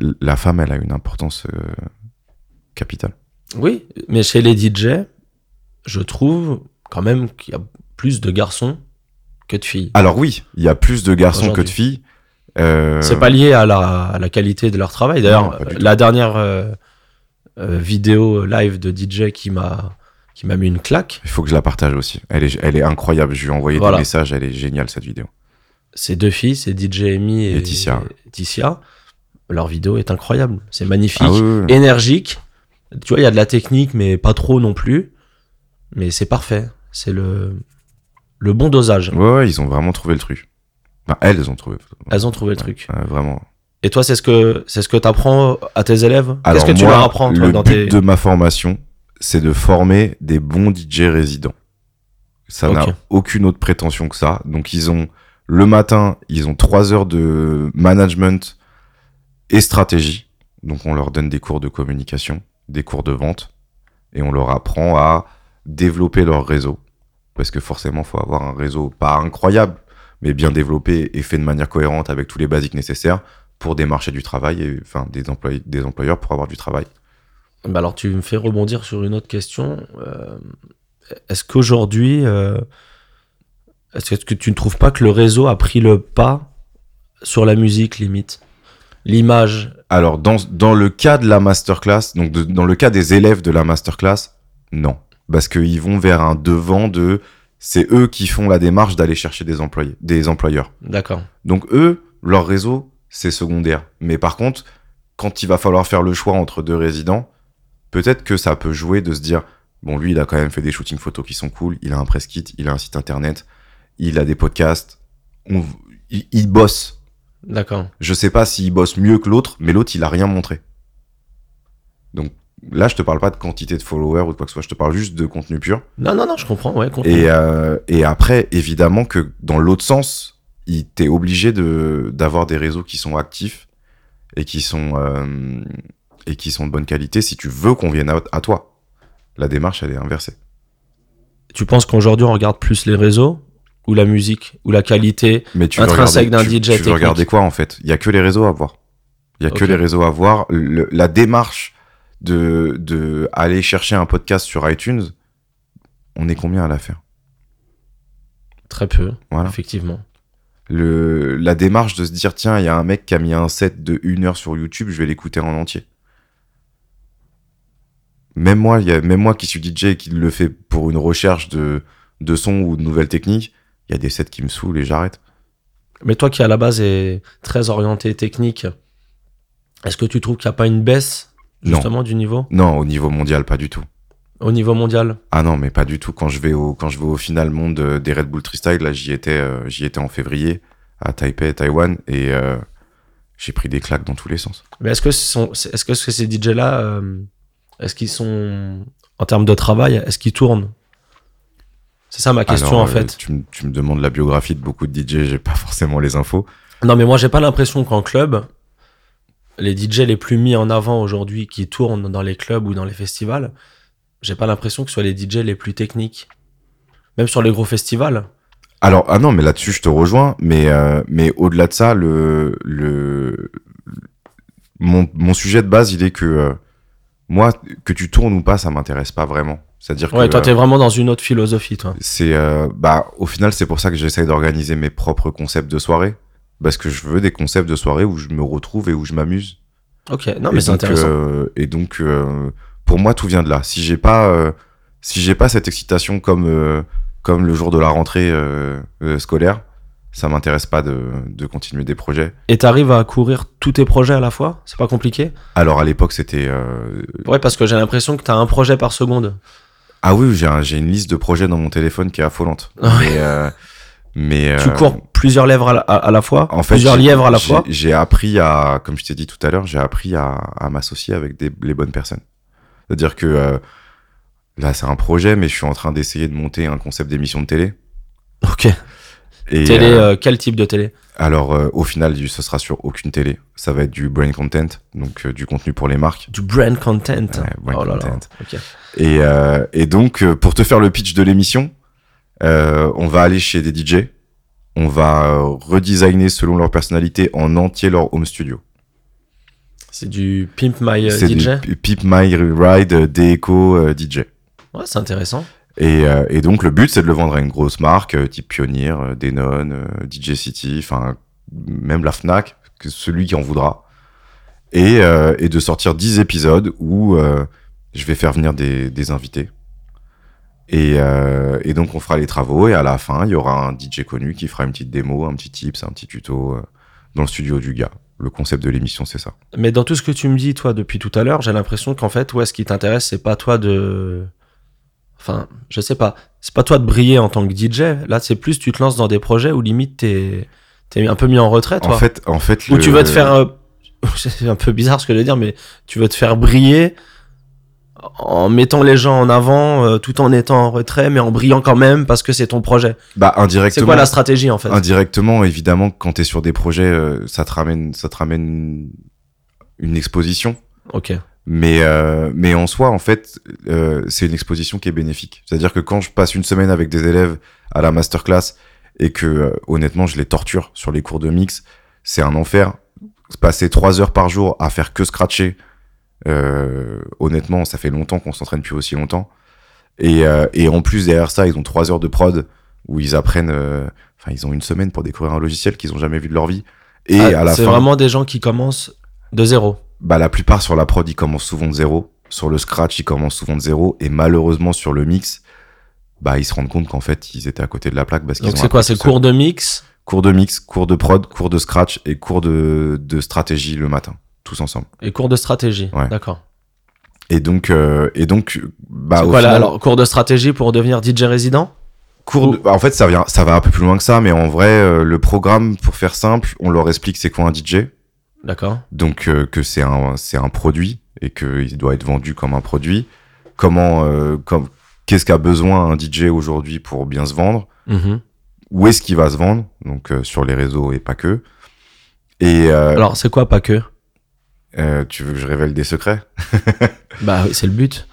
[SPEAKER 2] l- la femme, elle a une importance euh, capitale.
[SPEAKER 1] Oui, mais chez les DJ, je trouve quand même qu'il y a plus de garçons que de filles.
[SPEAKER 2] Alors oui, il y a plus de garçons que
[SPEAKER 1] Aujourd'hui.
[SPEAKER 2] de filles. Ah, Euh,
[SPEAKER 1] C'est pas lié à la, à la qualité de leur travail. D'ailleurs,
[SPEAKER 2] Non, pas du
[SPEAKER 1] euh,
[SPEAKER 2] tout.
[SPEAKER 1] la dernière euh, euh, vidéo live de DJ qui m'a qui m'a mis une claque,
[SPEAKER 2] Il faut que je la partage aussi. Elle est, elle est incroyable. Je lui ai envoyé
[SPEAKER 1] Voilà.
[SPEAKER 2] des messages. Elle est géniale cette vidéo.
[SPEAKER 1] c'est deux filles, c'est DJ Amy et,
[SPEAKER 2] Et Ticia.
[SPEAKER 1] et Ticia. Leur vidéo est incroyable, c'est magnifique,
[SPEAKER 2] Ah oui, oui, oui.
[SPEAKER 1] énergique. Tu vois, il y a de la technique, mais pas trop non plus. Mais c'est parfait, c'est le le bon dosage.
[SPEAKER 2] Ouais, ouais, ils ont vraiment trouvé le truc. Enfin, elles ont trouvé.
[SPEAKER 1] Elles ont trouvé le truc.
[SPEAKER 2] Ouais, vraiment.
[SPEAKER 1] Et toi, c'est ce que c'est ce que t'apprends à tes élèves Qu'est-ce
[SPEAKER 2] Alors
[SPEAKER 1] que tu
[SPEAKER 2] moi,
[SPEAKER 1] leur apprends toi,
[SPEAKER 2] Le
[SPEAKER 1] dans
[SPEAKER 2] but
[SPEAKER 1] tes
[SPEAKER 2] de ma formation, c'est de former des bons DJ résidents. Ça
[SPEAKER 1] Ok.
[SPEAKER 2] n'a aucune autre prétention que ça. Donc ils ont le matin, ils ont trois heures de management et stratégie. Donc on leur donne des cours de communication, des cours de vente, et on leur apprend à développer leur réseau. Parce que forcément, faut avoir un réseau pas incroyable, mais bien développé et fait de manière cohérente avec tous les basiques nécessaires pour des marchés du travail et enfin des employés, des employeurs pour avoir du travail.
[SPEAKER 1] Bah alors, tu me fais rebondir sur une autre question. Euh, est-ce qu'aujourd'hui, euh, est-ce que tu ne trouves pas que le réseau a pris le pas sur la musique, limite L'image
[SPEAKER 2] Alors dans dans le cas de la masterclass, donc de- dans le cas des élèves de la masterclass, non, parce qu'ils vont vers un devant de c'est eux qui font la démarche d'aller chercher des employés, des employeurs.
[SPEAKER 1] D'accord.
[SPEAKER 2] Donc eux, leur réseau, c'est secondaire. Mais par contre, quand il va falloir faire le choix entre deux résidents, peut-être que ça peut jouer de se dire, bon, lui, il a quand même fait des shootings photos qui sont cool, il a un press kit, il a un site internet, il a des podcasts, on- il, il bosse.
[SPEAKER 1] D'accord.
[SPEAKER 2] Je sais pas s'il bosse mieux que l'autre, mais l'autre, il a rien montré. Donc là, je te parle pas de quantité de followers ou de quoi que ce soit, je te parle juste de contenu pur.
[SPEAKER 1] Non, non, non, je comprends. Ouais, continue.
[SPEAKER 2] Et, euh, et après, évidemment que dans l'autre sens, il t'es obligé de d'avoir des réseaux qui sont actifs et qui sont euh, et qui sont de bonne qualité si tu veux qu'on vienne à, à toi. La démarche, elle est inversée.
[SPEAKER 1] Tu penses qu'aujourd'hui, on regarde plus les réseaux ou la musique ou la qualité
[SPEAKER 2] Mais tu
[SPEAKER 1] Intrinsèque
[SPEAKER 2] veux
[SPEAKER 1] d'un
[SPEAKER 2] regarder,
[SPEAKER 1] DJ
[SPEAKER 2] tu, tu veux
[SPEAKER 1] technique.
[SPEAKER 2] regarder quoi en fait Il y a que les réseaux à voir. Il y a que
[SPEAKER 1] Ok.
[SPEAKER 2] les réseaux à voir. Le- la démarche de de aller chercher un podcast sur iTunes, on est combien à la faire
[SPEAKER 1] Très peu,
[SPEAKER 2] Voilà.
[SPEAKER 1] effectivement.
[SPEAKER 2] le, la démarche de se dire tiens, il y a un mec qui a mis un set de 1 heure sur YouTube, je vais l'écouter en entier. Même moi, il y a, même moi qui suis DJ et qui le fait pour une recherche de, de son ou de nouvelles techniques, il y a des sets qui me saoulent et j'arrête.
[SPEAKER 1] Mais toi qui à la base est très orienté technique, est-ce que tu trouves qu'il n'y a pas une baisse
[SPEAKER 2] Non.
[SPEAKER 1] justement du niveau
[SPEAKER 2] Non, au niveau mondial, pas du tout.
[SPEAKER 1] au niveau mondial
[SPEAKER 2] Ah non, mais pas du tout. Quand je vais au, quand je vais au final monde euh, des Red Bull Freestyle, là, j'y étais, euh, j'y étais en février à Taipei, Taïwan, et euh, j'ai pris des claques dans tous les sens.
[SPEAKER 1] Mais est-ce que ce sont, est-ce que ce- ces DJ là, est-ce qu'ils sont en termes de travail, est-ce qu'ils tournent C'est ça ma question
[SPEAKER 2] Alors,
[SPEAKER 1] en
[SPEAKER 2] euh,
[SPEAKER 1] fait.
[SPEAKER 2] Tu, me- tu me demandes la biographie de beaucoup de DJ, j'ai pas forcément les infos.
[SPEAKER 1] Non mais moi j'ai pas l'impression qu'en club, les DJ les plus mis en avant aujourd'hui qui tournent dans les clubs ou dans les festivals, j'ai pas l'impression que ce soit les DJ les plus techniques. Même sur les gros festivals.
[SPEAKER 2] Alors, ah non, mais là-dessus, je te rejoins. Mais, euh, mais au-delà de ça, le, le, mon, mon sujet de base, il est que euh, moi, que tu tournes ou pas, ça m'intéresse pas vraiment. C'est-à-dire
[SPEAKER 1] Ouais,
[SPEAKER 2] que
[SPEAKER 1] toi,
[SPEAKER 2] euh,
[SPEAKER 1] t'es vraiment dans une autre philosophie, toi.
[SPEAKER 2] c'est, euh, bah, au final, c'est pour ça que j'essaye d'organiser mes propres concepts de soirée. Parce que je veux des concepts de soirée où je me retrouve et où je m'amuse.
[SPEAKER 1] Ok, non,
[SPEAKER 2] Et
[SPEAKER 1] mais c'est
[SPEAKER 2] donc,
[SPEAKER 1] intéressant.
[SPEAKER 2] euh, et donc, euh, pour moi, tout vient de là. Si j'ai pas, euh, si j'ai pas cette excitation comme euh, comme le jour de la rentrée euh, euh, scolaire, ça m'intéresse pas de, de continuer des projets.
[SPEAKER 1] Et t'arrives à courir tous tes projets à la fois C'est pas compliqué
[SPEAKER 2] Alors à l'époque, c'était euh,
[SPEAKER 1] Ouais, parce que j'ai l'impression que t'as un projet par seconde.
[SPEAKER 2] ah oui, j'ai un- j'ai une liste de projets dans mon téléphone qui est affolante.
[SPEAKER 1] Ah
[SPEAKER 2] mais euh, mais,
[SPEAKER 1] Tu
[SPEAKER 2] euh,
[SPEAKER 1] cours plusieurs lèvres à la, à- à la fois,
[SPEAKER 2] En fait,
[SPEAKER 1] plusieurs
[SPEAKER 2] j'ai-
[SPEAKER 1] lièvres à la
[SPEAKER 2] j'ai-
[SPEAKER 1] fois.
[SPEAKER 2] J'ai appris à, comme je t'ai dit tout à l'heure, j'ai appris à, à m'associer avec des, les bonnes personnes. C'est-à-dire que euh, là, c'est un projet, mais je suis en train d'essayer de monter un concept d'émission de télé.
[SPEAKER 1] Ok.
[SPEAKER 2] euh, Et
[SPEAKER 1] Télé,
[SPEAKER 2] euh,
[SPEAKER 1] euh, quel type de télé
[SPEAKER 2] alors, euh, au final, du- ce sera sur aucune télé. Ça va être du brain content, donc euh, du contenu pour les marques.
[SPEAKER 1] Du brand content.
[SPEAKER 2] Ouais, brain
[SPEAKER 1] oh là là.
[SPEAKER 2] content.
[SPEAKER 1] Ok.
[SPEAKER 2] Et, euh, et donc, euh, pour te faire le pitch de l'émission, euh, on va aller chez des DJ. On va euh, redesigner selon leur personnalité en entier leur home studio.
[SPEAKER 1] C'est du Pimp My euh,
[SPEAKER 2] C'est
[SPEAKER 1] DJ.
[SPEAKER 2] des Pip My Ride, euh, Deco, euh, DJ.
[SPEAKER 1] Ouais, c'est intéressant.
[SPEAKER 2] Et, euh, et donc, le but, c'est de le vendre à une grosse marque, euh, type Pioneer, euh, Danone, euh, DJ City, enfin, même la Fnac, que celui qui en voudra. Et, euh, et de sortir 10 épisodes où euh, je vais faire venir des, des invités. Et, euh, et donc, on fera les travaux, et à la fin, il y aura un DJ connu qui fera une petite démo, un petit tips, un petit tuto euh, dans le studio du gars. Le concept de l'émission, c'est ça.
[SPEAKER 1] Mais dans tout ce que tu me dis, toi, depuis tout à l'heure, j'ai l'impression qu'en fait, ouais, ce qui t'intéresse, c'est pas toi de. Enfin, je sais pas. C'est pas toi de briller en tant que DJ. Là, c'est plus tu te lances dans des projets où limite t'es es un peu mis en retrait, toi.
[SPEAKER 2] En fait, en fait,
[SPEAKER 1] Ou
[SPEAKER 2] le-
[SPEAKER 1] tu veux te faire. euh, C'est un peu bizarre ce que je veux dire, mais tu veux te faire briller en mettant les gens en avant euh, tout en étant en retrait, mais en brillant quand même parce que c'est ton projet.
[SPEAKER 2] bah,
[SPEAKER 1] C'est
[SPEAKER 2] indirectement,
[SPEAKER 1] quoi la stratégie en fait
[SPEAKER 2] Indirectement, évidemment, quand tu es sur des projets, euh, ça te ramène, ça te ramène une exposition.
[SPEAKER 1] Ok.
[SPEAKER 2] Mais, euh, mais en soi, en fait, euh, c'est une exposition qui est bénéfique. C'est-à-dire que quand je passe une semaine avec des élèves à la masterclass et que, euh, honnêtement, je les torture sur les cours de mix, c'est un enfer. Passer trois heures par jour à faire que scratcher, euh, honnêtement, ça fait longtemps qu'on s'entraîne plus aussi longtemps. Et, euh, et en plus, derrière ça, ils ont trois heures de prod où ils apprennent, euh, enfin, ils ont une semaine pour découvrir un logiciel qu'ils ont jamais vu de leur vie. Et
[SPEAKER 1] Ah,
[SPEAKER 2] à la
[SPEAKER 1] c'est
[SPEAKER 2] fin,
[SPEAKER 1] vraiment des gens qui commencent de zéro.
[SPEAKER 2] bah, la plupart sur la prod, ils commencent souvent de zéro. Sur le scratch, ils commencent souvent de zéro. Et malheureusement, sur le mix, bah, ils se rendent compte qu'en fait, ils étaient à côté de la plaque parce qu'ils
[SPEAKER 1] Donc
[SPEAKER 2] ont
[SPEAKER 1] c'est quoi
[SPEAKER 2] appris
[SPEAKER 1] C'est
[SPEAKER 2] tout seul.
[SPEAKER 1] cours de mix
[SPEAKER 2] Cours de mix, cours de prod, cours de scratch et cours de, de stratégie le matin, tous ensemble.
[SPEAKER 1] et cours de stratégie.
[SPEAKER 2] Ouais.
[SPEAKER 1] D'accord.
[SPEAKER 2] Et donc, euh, et donc, bah,
[SPEAKER 1] c'est
[SPEAKER 2] au
[SPEAKER 1] quoi là
[SPEAKER 2] final,
[SPEAKER 1] alors Cours de stratégie pour devenir DJ résident
[SPEAKER 2] cours de- bah, en fait, ça vient, ça va un peu plus loin que ça, mais en vrai, euh, le programme, pour faire simple, on leur explique c'est quoi un DJ.
[SPEAKER 1] D'accord.
[SPEAKER 2] donc euh, que c'est un c'est un produit et que il doit être vendu comme un produit. Comment euh, comme qu'est-ce qu'a besoin un DJ aujourd'hui pour bien se vendre
[SPEAKER 1] Mhm.
[SPEAKER 2] Euh. Où est-ce qu'il va se vendre Donc euh, sur les réseaux et pas que. Et euh,
[SPEAKER 1] Alors c'est quoi pas que
[SPEAKER 2] euh, tu veux que je révèle des secrets
[SPEAKER 1] Bah oui, c'est le but.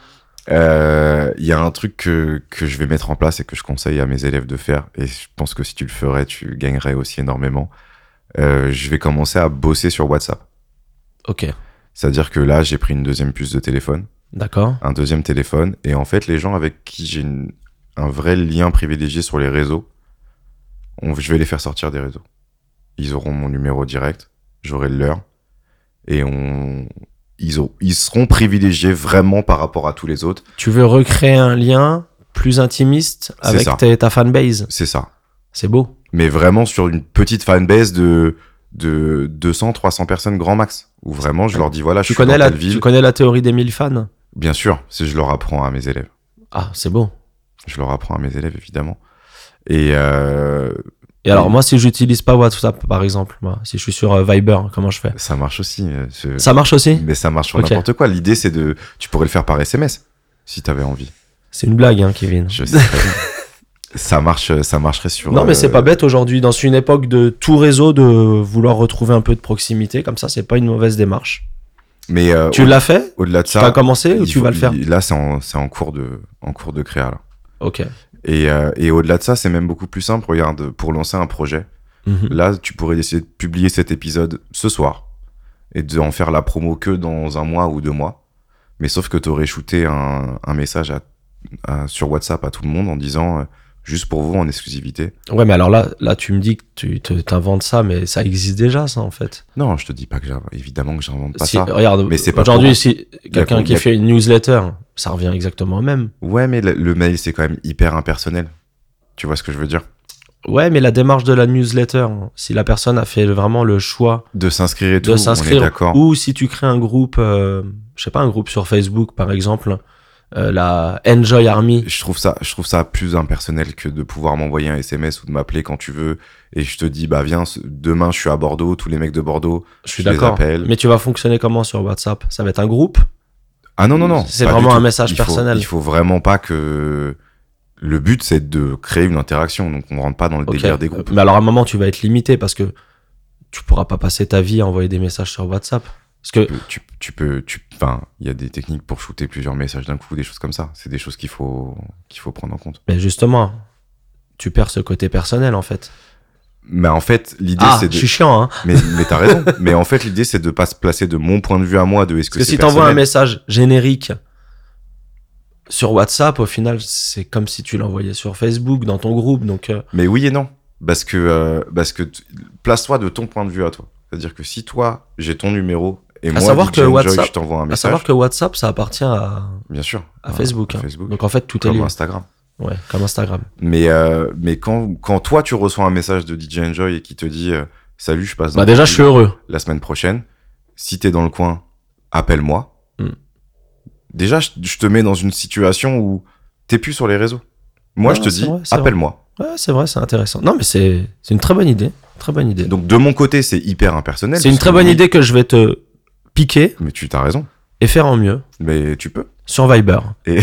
[SPEAKER 2] Euh, Il y a un truc que, que je vais mettre en place et que je conseille à mes élèves de faire, et je pense que si tu le ferais, tu gagnerais aussi énormément. Euh, je vais commencer à bosser sur WhatsApp.
[SPEAKER 1] Ok.
[SPEAKER 2] C'est-à-dire que là, j'ai pris une deuxième puce de téléphone.
[SPEAKER 1] D'accord.
[SPEAKER 2] un deuxième téléphone. Et en fait, les gens avec qui j'ai une- un vrai lien privilégié sur les réseaux, on- je vais les faire sortir des réseaux. Ils auront mon numéro direct, j'aurai le leur. Et on, ils, ont, ils seront privilégiés vraiment par rapport à tous les autres.
[SPEAKER 1] Tu veux recréer un lien plus intimiste
[SPEAKER 2] C'est
[SPEAKER 1] avec
[SPEAKER 2] ça.
[SPEAKER 1] ta, ta fanbase.
[SPEAKER 2] C'est ça.
[SPEAKER 1] C'est beau.
[SPEAKER 2] Mais vraiment sur une petite fanbase de, de 200, 300 personnes grand max. Où vraiment, je leur dis voilà, Ah, je
[SPEAKER 1] Tu
[SPEAKER 2] suis dans
[SPEAKER 1] connais, la,
[SPEAKER 2] telle ville.
[SPEAKER 1] tu connais la théorie des 1000 fans
[SPEAKER 2] Bien sûr, si je leur apprends à mes élèves.
[SPEAKER 1] Ah, c'est beau.
[SPEAKER 2] Je leur apprends à mes élèves, évidemment. Et euh,
[SPEAKER 1] Et alors, moi, si j'utilise pas WhatsApp, par exemple, moi, si je suis sur euh, Viber, comment je fais
[SPEAKER 2] ça marche aussi. euh, ce-
[SPEAKER 1] Ça marche aussi
[SPEAKER 2] Mais ça marche sur
[SPEAKER 1] Ok.
[SPEAKER 2] n'importe quoi. L'idée, c'est de. Tu pourrais le faire par SMS, si t'avais envie.
[SPEAKER 1] C'est une blague, hein, Kevin.
[SPEAKER 2] Je sais très bien. ça, marche, euh, ça marcherait sur.
[SPEAKER 1] Non, mais c'est
[SPEAKER 2] euh,
[SPEAKER 1] pas bête aujourd'hui. Dans une époque de tout réseau, de vouloir retrouver un peu de proximité, comme ça, c'est pas une mauvaise démarche.
[SPEAKER 2] Mais euh,
[SPEAKER 1] Tu
[SPEAKER 2] au-
[SPEAKER 1] l'as fait
[SPEAKER 2] au-delà de
[SPEAKER 1] Tu as
[SPEAKER 2] ça.
[SPEAKER 1] commencé ou
[SPEAKER 2] il
[SPEAKER 1] tu
[SPEAKER 2] faut-
[SPEAKER 1] vas le faire
[SPEAKER 2] il- Là, c'est en, c'est en cours de, en cours de créa. Là.
[SPEAKER 1] Ok.
[SPEAKER 2] Et, euh, et au-delà de ça, c'est même beaucoup plus simple. Regarde, pour lancer un projet,
[SPEAKER 4] Mhm.
[SPEAKER 2] là, tu pourrais essayer de publier cet épisode ce soir et de en faire la promo que dans un mois ou deux mois. Mais sauf que tu aurais shooté un, un message à- à- sur WhatsApp à tout le monde en disant euh, juste pour vous en exclusivité.
[SPEAKER 1] Ouais, mais alors là, là, tu me dis que tu te- t'inventes ça, mais ça existe déjà, ça, en fait.
[SPEAKER 2] Non, je te dis pas que j'invente. Évidemment que j'invente pas
[SPEAKER 1] Si-
[SPEAKER 2] ça.
[SPEAKER 1] Regarde,
[SPEAKER 2] mais c'est pas
[SPEAKER 1] aujourd'hui,
[SPEAKER 2] courant.
[SPEAKER 1] si
[SPEAKER 2] a
[SPEAKER 1] quelqu'un
[SPEAKER 2] con-
[SPEAKER 1] qui
[SPEAKER 2] y a-
[SPEAKER 1] fait une newsletter, ça revient exactement au même.
[SPEAKER 2] Ouais, mais le, le mail, c'est quand même hyper impersonnel. Tu vois ce que je veux dire
[SPEAKER 1] Ouais, mais la démarche de la newsletter, hein, si la personne a fait vraiment le choix
[SPEAKER 2] De s'inscrire et tout,
[SPEAKER 1] de
[SPEAKER 2] on est
[SPEAKER 1] s'inscrire,
[SPEAKER 2] d'accord.
[SPEAKER 1] ou si tu crées un groupe, euh, je sais pas, un groupe sur Facebook, par exemple, euh, la Enjoy Army.
[SPEAKER 2] Je trouve ça, je trouve ça plus impersonnel que de pouvoir m'envoyer un SMS ou de m'appeler quand tu veux et je te dis bah viens ce- demain je suis à Bordeaux, tous les mecs de Bordeaux.
[SPEAKER 1] Je suis
[SPEAKER 2] je les
[SPEAKER 1] d'accord.
[SPEAKER 2] appelle.
[SPEAKER 1] Mais tu vas fonctionner comment sur WhatsApp Ça va être un groupe
[SPEAKER 2] Ah non non non.
[SPEAKER 1] C'est
[SPEAKER 2] pas du
[SPEAKER 1] vraiment un
[SPEAKER 2] tout.
[SPEAKER 1] message
[SPEAKER 2] Il faut-
[SPEAKER 1] personnel.
[SPEAKER 2] Il faut vraiment pas que le but c'est de créer une interaction donc on rentre pas dans le
[SPEAKER 1] Ok. Euh,
[SPEAKER 2] délire des groupes.
[SPEAKER 1] Mais alors à un moment, tu vas être limité parce que tu pourras pas passer ta vie à envoyer des messages sur WhatsApp. Parce que
[SPEAKER 2] Tu peux- Tu, tu peux tu enfin il y a des techniques pour shooter plusieurs messages d'un coup des choses comme ça. C'est des choses qu'il faut qu'il faut prendre en compte.
[SPEAKER 1] mais justement, tu perds ce côté personnel en fait.
[SPEAKER 2] Mais en fait l'idée
[SPEAKER 1] Ah,
[SPEAKER 2] c'est de
[SPEAKER 1] je suis chiant, hein.
[SPEAKER 2] mais mais t'as raison. mais en fait l'idée c'est de pas se placer de mon point de vue à moi de est-ce que
[SPEAKER 1] Parce que
[SPEAKER 2] c'est
[SPEAKER 1] si t'envoies un
[SPEAKER 2] personnel.
[SPEAKER 1] message générique sur WhatsApp, au final, c'est comme si tu l'envoyais sur Facebook, dans ton groupe. Donc, euh,
[SPEAKER 2] Mais oui et non. Parce que, euh, parce que t- place-toi de ton point de vue à toi. C'est-à-dire que si toi, j'ai ton numéro et moi,
[SPEAKER 1] savoir
[SPEAKER 2] DJ
[SPEAKER 1] que
[SPEAKER 2] Enjoy,
[SPEAKER 1] WhatsApp-
[SPEAKER 2] je t'envoie un
[SPEAKER 1] à
[SPEAKER 2] message,
[SPEAKER 1] savoir que WhatsApp, ça appartient à,
[SPEAKER 2] bien sûr.
[SPEAKER 1] à Facebook, hein.
[SPEAKER 2] Facebook.
[SPEAKER 1] Donc en fait, tout est
[SPEAKER 2] comme
[SPEAKER 1] lié.
[SPEAKER 2] Instagram.
[SPEAKER 1] Ouais, comme Instagram.
[SPEAKER 2] Mais, euh, mais quand, quand toi, tu reçois un message de DJ Enjoy et qui te dit euh, Salut, je passe dans
[SPEAKER 1] Bah
[SPEAKER 2] ton
[SPEAKER 1] déjà, je suis
[SPEAKER 2] club
[SPEAKER 1] heureux.
[SPEAKER 2] la semaine prochaine. Si t'es dans le coin, appelle-moi.
[SPEAKER 1] Hmm.
[SPEAKER 2] Déjà, je, je te mets dans une situation où t'es plus sur les réseaux. Moi,
[SPEAKER 1] Ouais,
[SPEAKER 2] je te
[SPEAKER 1] c'est
[SPEAKER 2] dis
[SPEAKER 1] vrai, c'est vrai.
[SPEAKER 2] Appelle-moi.
[SPEAKER 1] Ouais, c'est vrai, c'est intéressant. Non, mais c'est c'est une très bonne idée. Très bonne idée.
[SPEAKER 2] Donc, de mon côté, c'est hyper impersonnel.
[SPEAKER 1] C'est une
[SPEAKER 2] parce
[SPEAKER 1] très
[SPEAKER 2] que
[SPEAKER 1] bonne
[SPEAKER 2] oui,
[SPEAKER 1] idée que je vais te piquer
[SPEAKER 2] Mais tu t'as raison.
[SPEAKER 1] et faire en mieux
[SPEAKER 2] Mais tu peux.
[SPEAKER 1] sur Viber.
[SPEAKER 2] Et,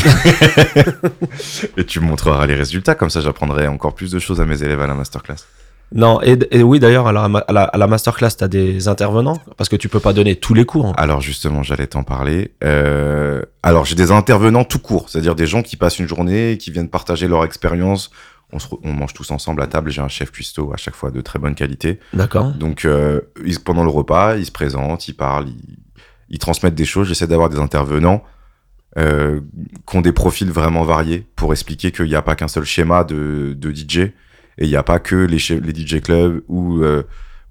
[SPEAKER 2] et tu me montreras les résultats, comme ça j'apprendrai encore plus de choses à mes élèves à la masterclass.
[SPEAKER 1] Non, et, et oui, d'ailleurs, à la, à la, à la masterclass, t'as des intervenants parce que tu peux pas donner tous les cours.
[SPEAKER 2] Alors justement, j'allais t'en parler. Euh, alors j'ai des intervenants tout court, c'est-à-dire des gens qui passent une journée, qui viennent partager leur expérience. On, se re- on mange tous ensemble à table, j'ai un chef cuistot à chaque fois de très bonne qualité.
[SPEAKER 1] D'accord.
[SPEAKER 2] Donc euh, ils- pendant le repas, ils se présentent, ils parlent, ils, ils transmettent des choses. J'essaie d'avoir des intervenants euh, qui ont des profils vraiment variés pour expliquer qu'il n'y a pas qu'un seul schéma de, de DJ et il n'y a pas que les, sché- les DJ clubs ou, euh,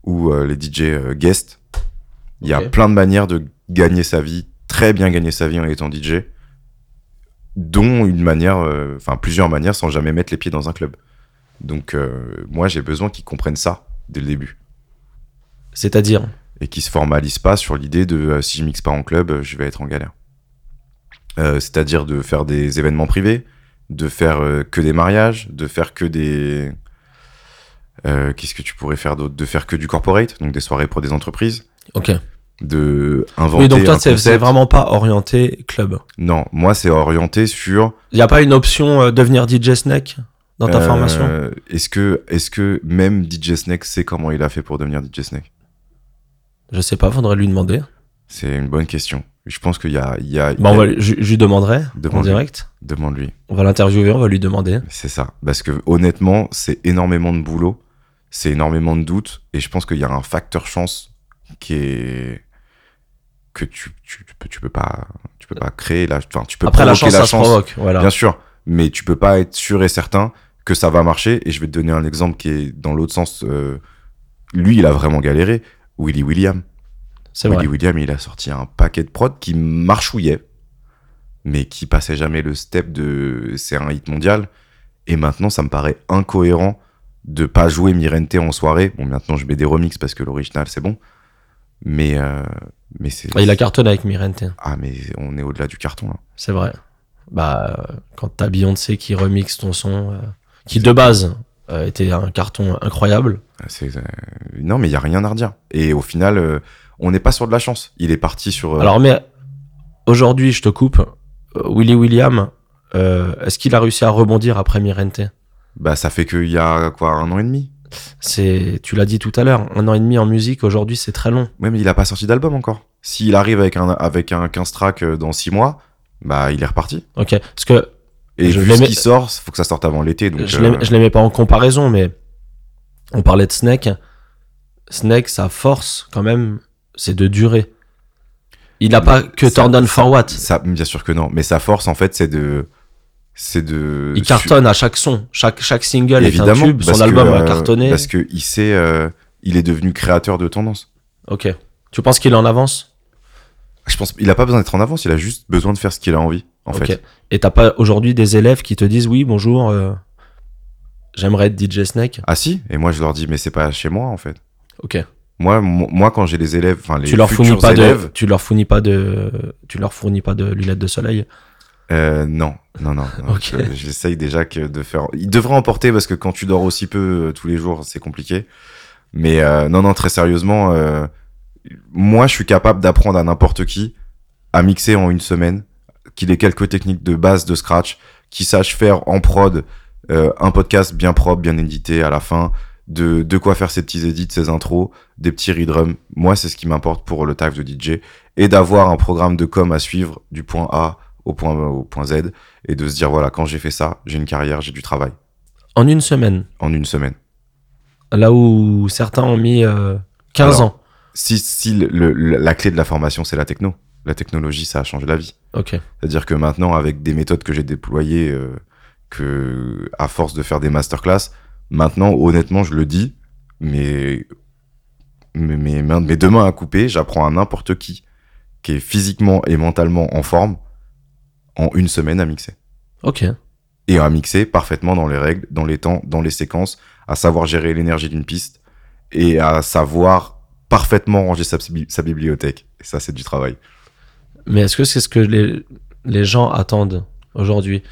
[SPEAKER 2] ou euh, les DJ euh, guests. Il y a
[SPEAKER 1] Ok.
[SPEAKER 2] plein de manières de gagner sa vie, très bien gagner sa vie en étant DJ, dont une manière, euh, enfin plusieurs manières sans jamais mettre les pieds dans un club. Donc euh, moi j'ai besoin qu'ils comprennent ça dès le début
[SPEAKER 1] C'est-à-dire.
[SPEAKER 2] et qui se formalisent pas sur l'idée de euh, si je mixe pas en club, euh, je vais être en galère. Euh, C'est-à-dire de faire des événements privés, de faire euh, que des mariages, de faire que des. Euh, Qu'est-ce que tu pourrais faire d'autre De faire que du corporate, donc des soirées pour des entreprises,
[SPEAKER 1] Ok.
[SPEAKER 2] de inventer.
[SPEAKER 1] Oui, donc
[SPEAKER 2] un
[SPEAKER 1] toi, c'est c'est
[SPEAKER 2] concept.
[SPEAKER 1] vraiment pas orienté club.
[SPEAKER 2] Non, moi c'est orienté sur.
[SPEAKER 1] Il n'y a pas une option euh, devenir DJ Snake dans ta
[SPEAKER 2] euh,
[SPEAKER 1] formation
[SPEAKER 2] Est-ce que, est que même DJ Snake sait comment il a fait pour devenir DJ Snake
[SPEAKER 1] Je sais pas, faudrait lui demander.
[SPEAKER 2] C'est une bonne question. Je pense qu'il y a. il Y a, il y
[SPEAKER 1] Bon,
[SPEAKER 2] a-
[SPEAKER 1] Bah, on va lui- je, je lui demanderai en
[SPEAKER 2] Demande-lui.
[SPEAKER 1] direct.
[SPEAKER 2] Demande-lui.
[SPEAKER 1] On va l'interviewer, on va lui demander.
[SPEAKER 2] C'est ça. Parce que honnêtement, c'est énormément de boulot, c'est énormément de doutes, et je pense qu'il y a un facteur chance qui est que tu tu, tu peux tu peux pas tu peux pas créer la enfin tu peux
[SPEAKER 1] Après, la
[SPEAKER 2] provoquer
[SPEAKER 1] chance, ça se provoque. Voilà.
[SPEAKER 2] bien sûr mais tu peux pas être sûr et certain que ça va marcher et je vais te donner un exemple qui est dans l'autre sens euh, lui il a vraiment galéré Willy William
[SPEAKER 1] C'est
[SPEAKER 2] Willy
[SPEAKER 1] vrai.
[SPEAKER 2] William, il a sorti un paquet de prod qui marchouillait, mais qui passait jamais le step de c'est un hit mondial. Et maintenant, ça me paraît incohérent de pas jouer Mirente en soirée. Bon, maintenant, je mets des remixes parce que l'original, c'est bon. Mais, euh, mais c'est.
[SPEAKER 1] Ah, Il a cartonné avec Mirente.
[SPEAKER 2] Ah, mais on est au-delà du carton, là.
[SPEAKER 1] C'est vrai. Bah, euh, quand t'as Beyoncé qui remixe ton son, euh, qui de base euh, était un carton incroyable.
[SPEAKER 2] C'est, euh, Non, mais il y a rien à redire. Et au final, euh, on n'est pas sur de la chance. Il est parti sur. euh,
[SPEAKER 1] Alors, mais aujourd'hui, je te coupe. euh, Willy William, euh, est-ce qu'il a réussi à rebondir après Mirente
[SPEAKER 2] Bah, ça fait qu'il y a, quoi, un an et demi
[SPEAKER 1] C'est, tu l'as dit tout à l'heure, un an et demi en musique, aujourd'hui, c'est très long.
[SPEAKER 2] Ouais, mais il a pas sorti d'album encore. S'il arrive avec un, avec un 15 track euh, dans 6 mois, bah il est reparti.
[SPEAKER 1] Ok, parce que
[SPEAKER 2] Et
[SPEAKER 1] Je
[SPEAKER 2] vu ce
[SPEAKER 1] l'aimais-
[SPEAKER 2] qui sort, faut que ça sorte avant l'été. Donc,
[SPEAKER 1] je
[SPEAKER 2] euh,
[SPEAKER 1] l'aimais- je l'aimais pas en comparaison, mais on parlait de Snake. Snake, sa force, quand même, c'est de durer. Il n'a
[SPEAKER 2] Mais
[SPEAKER 1] pas que
[SPEAKER 2] ça-
[SPEAKER 1] turn down for what.
[SPEAKER 2] ça, bien sûr que non. Mais sa force, en fait, c'est de, c'est de.
[SPEAKER 1] Il cartonne à chaque son. Chaque, chaque single est un
[SPEAKER 2] évidemment.
[SPEAKER 1] tube.
[SPEAKER 2] parce
[SPEAKER 1] Son album
[SPEAKER 2] que,
[SPEAKER 1] a
[SPEAKER 2] euh,
[SPEAKER 1] cartonné.
[SPEAKER 2] Parce que il sait, euh, il est devenu créateur de tendance.
[SPEAKER 1] Ok. Tu penses qu'il est en avance
[SPEAKER 2] Je pense, il a pas besoin d'être en avance. Il a juste besoin de faire ce qu'il a envie, en
[SPEAKER 1] Ok.
[SPEAKER 2] fait.
[SPEAKER 1] Et t'as pas aujourd'hui des élèves qui te disent oui, bonjour, euh, j'aimerais être DJ Snake
[SPEAKER 2] Ah si. Et moi, je leur dis, mais c'est pas chez moi, en fait.
[SPEAKER 1] Ok.
[SPEAKER 2] Moi, mo- moi, quand j'ai les élèves, enfin les
[SPEAKER 1] Tu leur, fournis
[SPEAKER 2] futurs
[SPEAKER 1] pas de,
[SPEAKER 2] élèves,
[SPEAKER 1] tu leur fournis pas de. Tu leur fournis pas de lunettes de soleil.
[SPEAKER 2] euh, non, non, non. non.
[SPEAKER 1] Ok.
[SPEAKER 2] Je- J'essaye déjà que de faire. Ils devraient emporter parce que quand tu dors aussi peu euh, tous les jours, c'est compliqué. Mais euh, non, non, très sérieusement, euh, moi, je suis capable d'apprendre à n'importe qui à mixer en une semaine, qu'il ait quelques techniques de base de scratch, qu'il sache faire en prod euh, un podcast bien propre, bien édité à la fin, de, de quoi faire ses petits edits, ses intros, des petits redrums. Moi, c'est ce qui m'importe pour le taf de DJ et d'avoir un programme de com à suivre du point A au point, au point Z et de se dire voilà, quand j'ai fait ça, j'ai une carrière, j'ai du travail
[SPEAKER 1] En une semaine.
[SPEAKER 2] en une semaine.
[SPEAKER 1] Là où certains ont mis euh, 15
[SPEAKER 2] Alors.
[SPEAKER 1] ans.
[SPEAKER 2] Si, si le- le- la clé de la formation, c'est la techno. La technologie, ça a changé la vie.
[SPEAKER 1] Ok.
[SPEAKER 2] C'est-à-dire que maintenant, avec des méthodes que j'ai déployées, euh, que à force de faire des masterclass, maintenant, honnêtement, je le dis, mais mes, mes, mains- mes deux mains à couper, j'apprends à n'importe qui qui est physiquement et mentalement en forme en une semaine à mixer.
[SPEAKER 1] Ok.
[SPEAKER 2] Et à mixer parfaitement dans les règles, dans les temps, dans les séquences, à savoir gérer l'énergie d'une piste et à savoir parfaitement ranger sa, bibli- sa bibliothèque. Et ça, c'est du travail.
[SPEAKER 1] Mais est-ce que c'est ce que les, les gens attendent aujourd'hui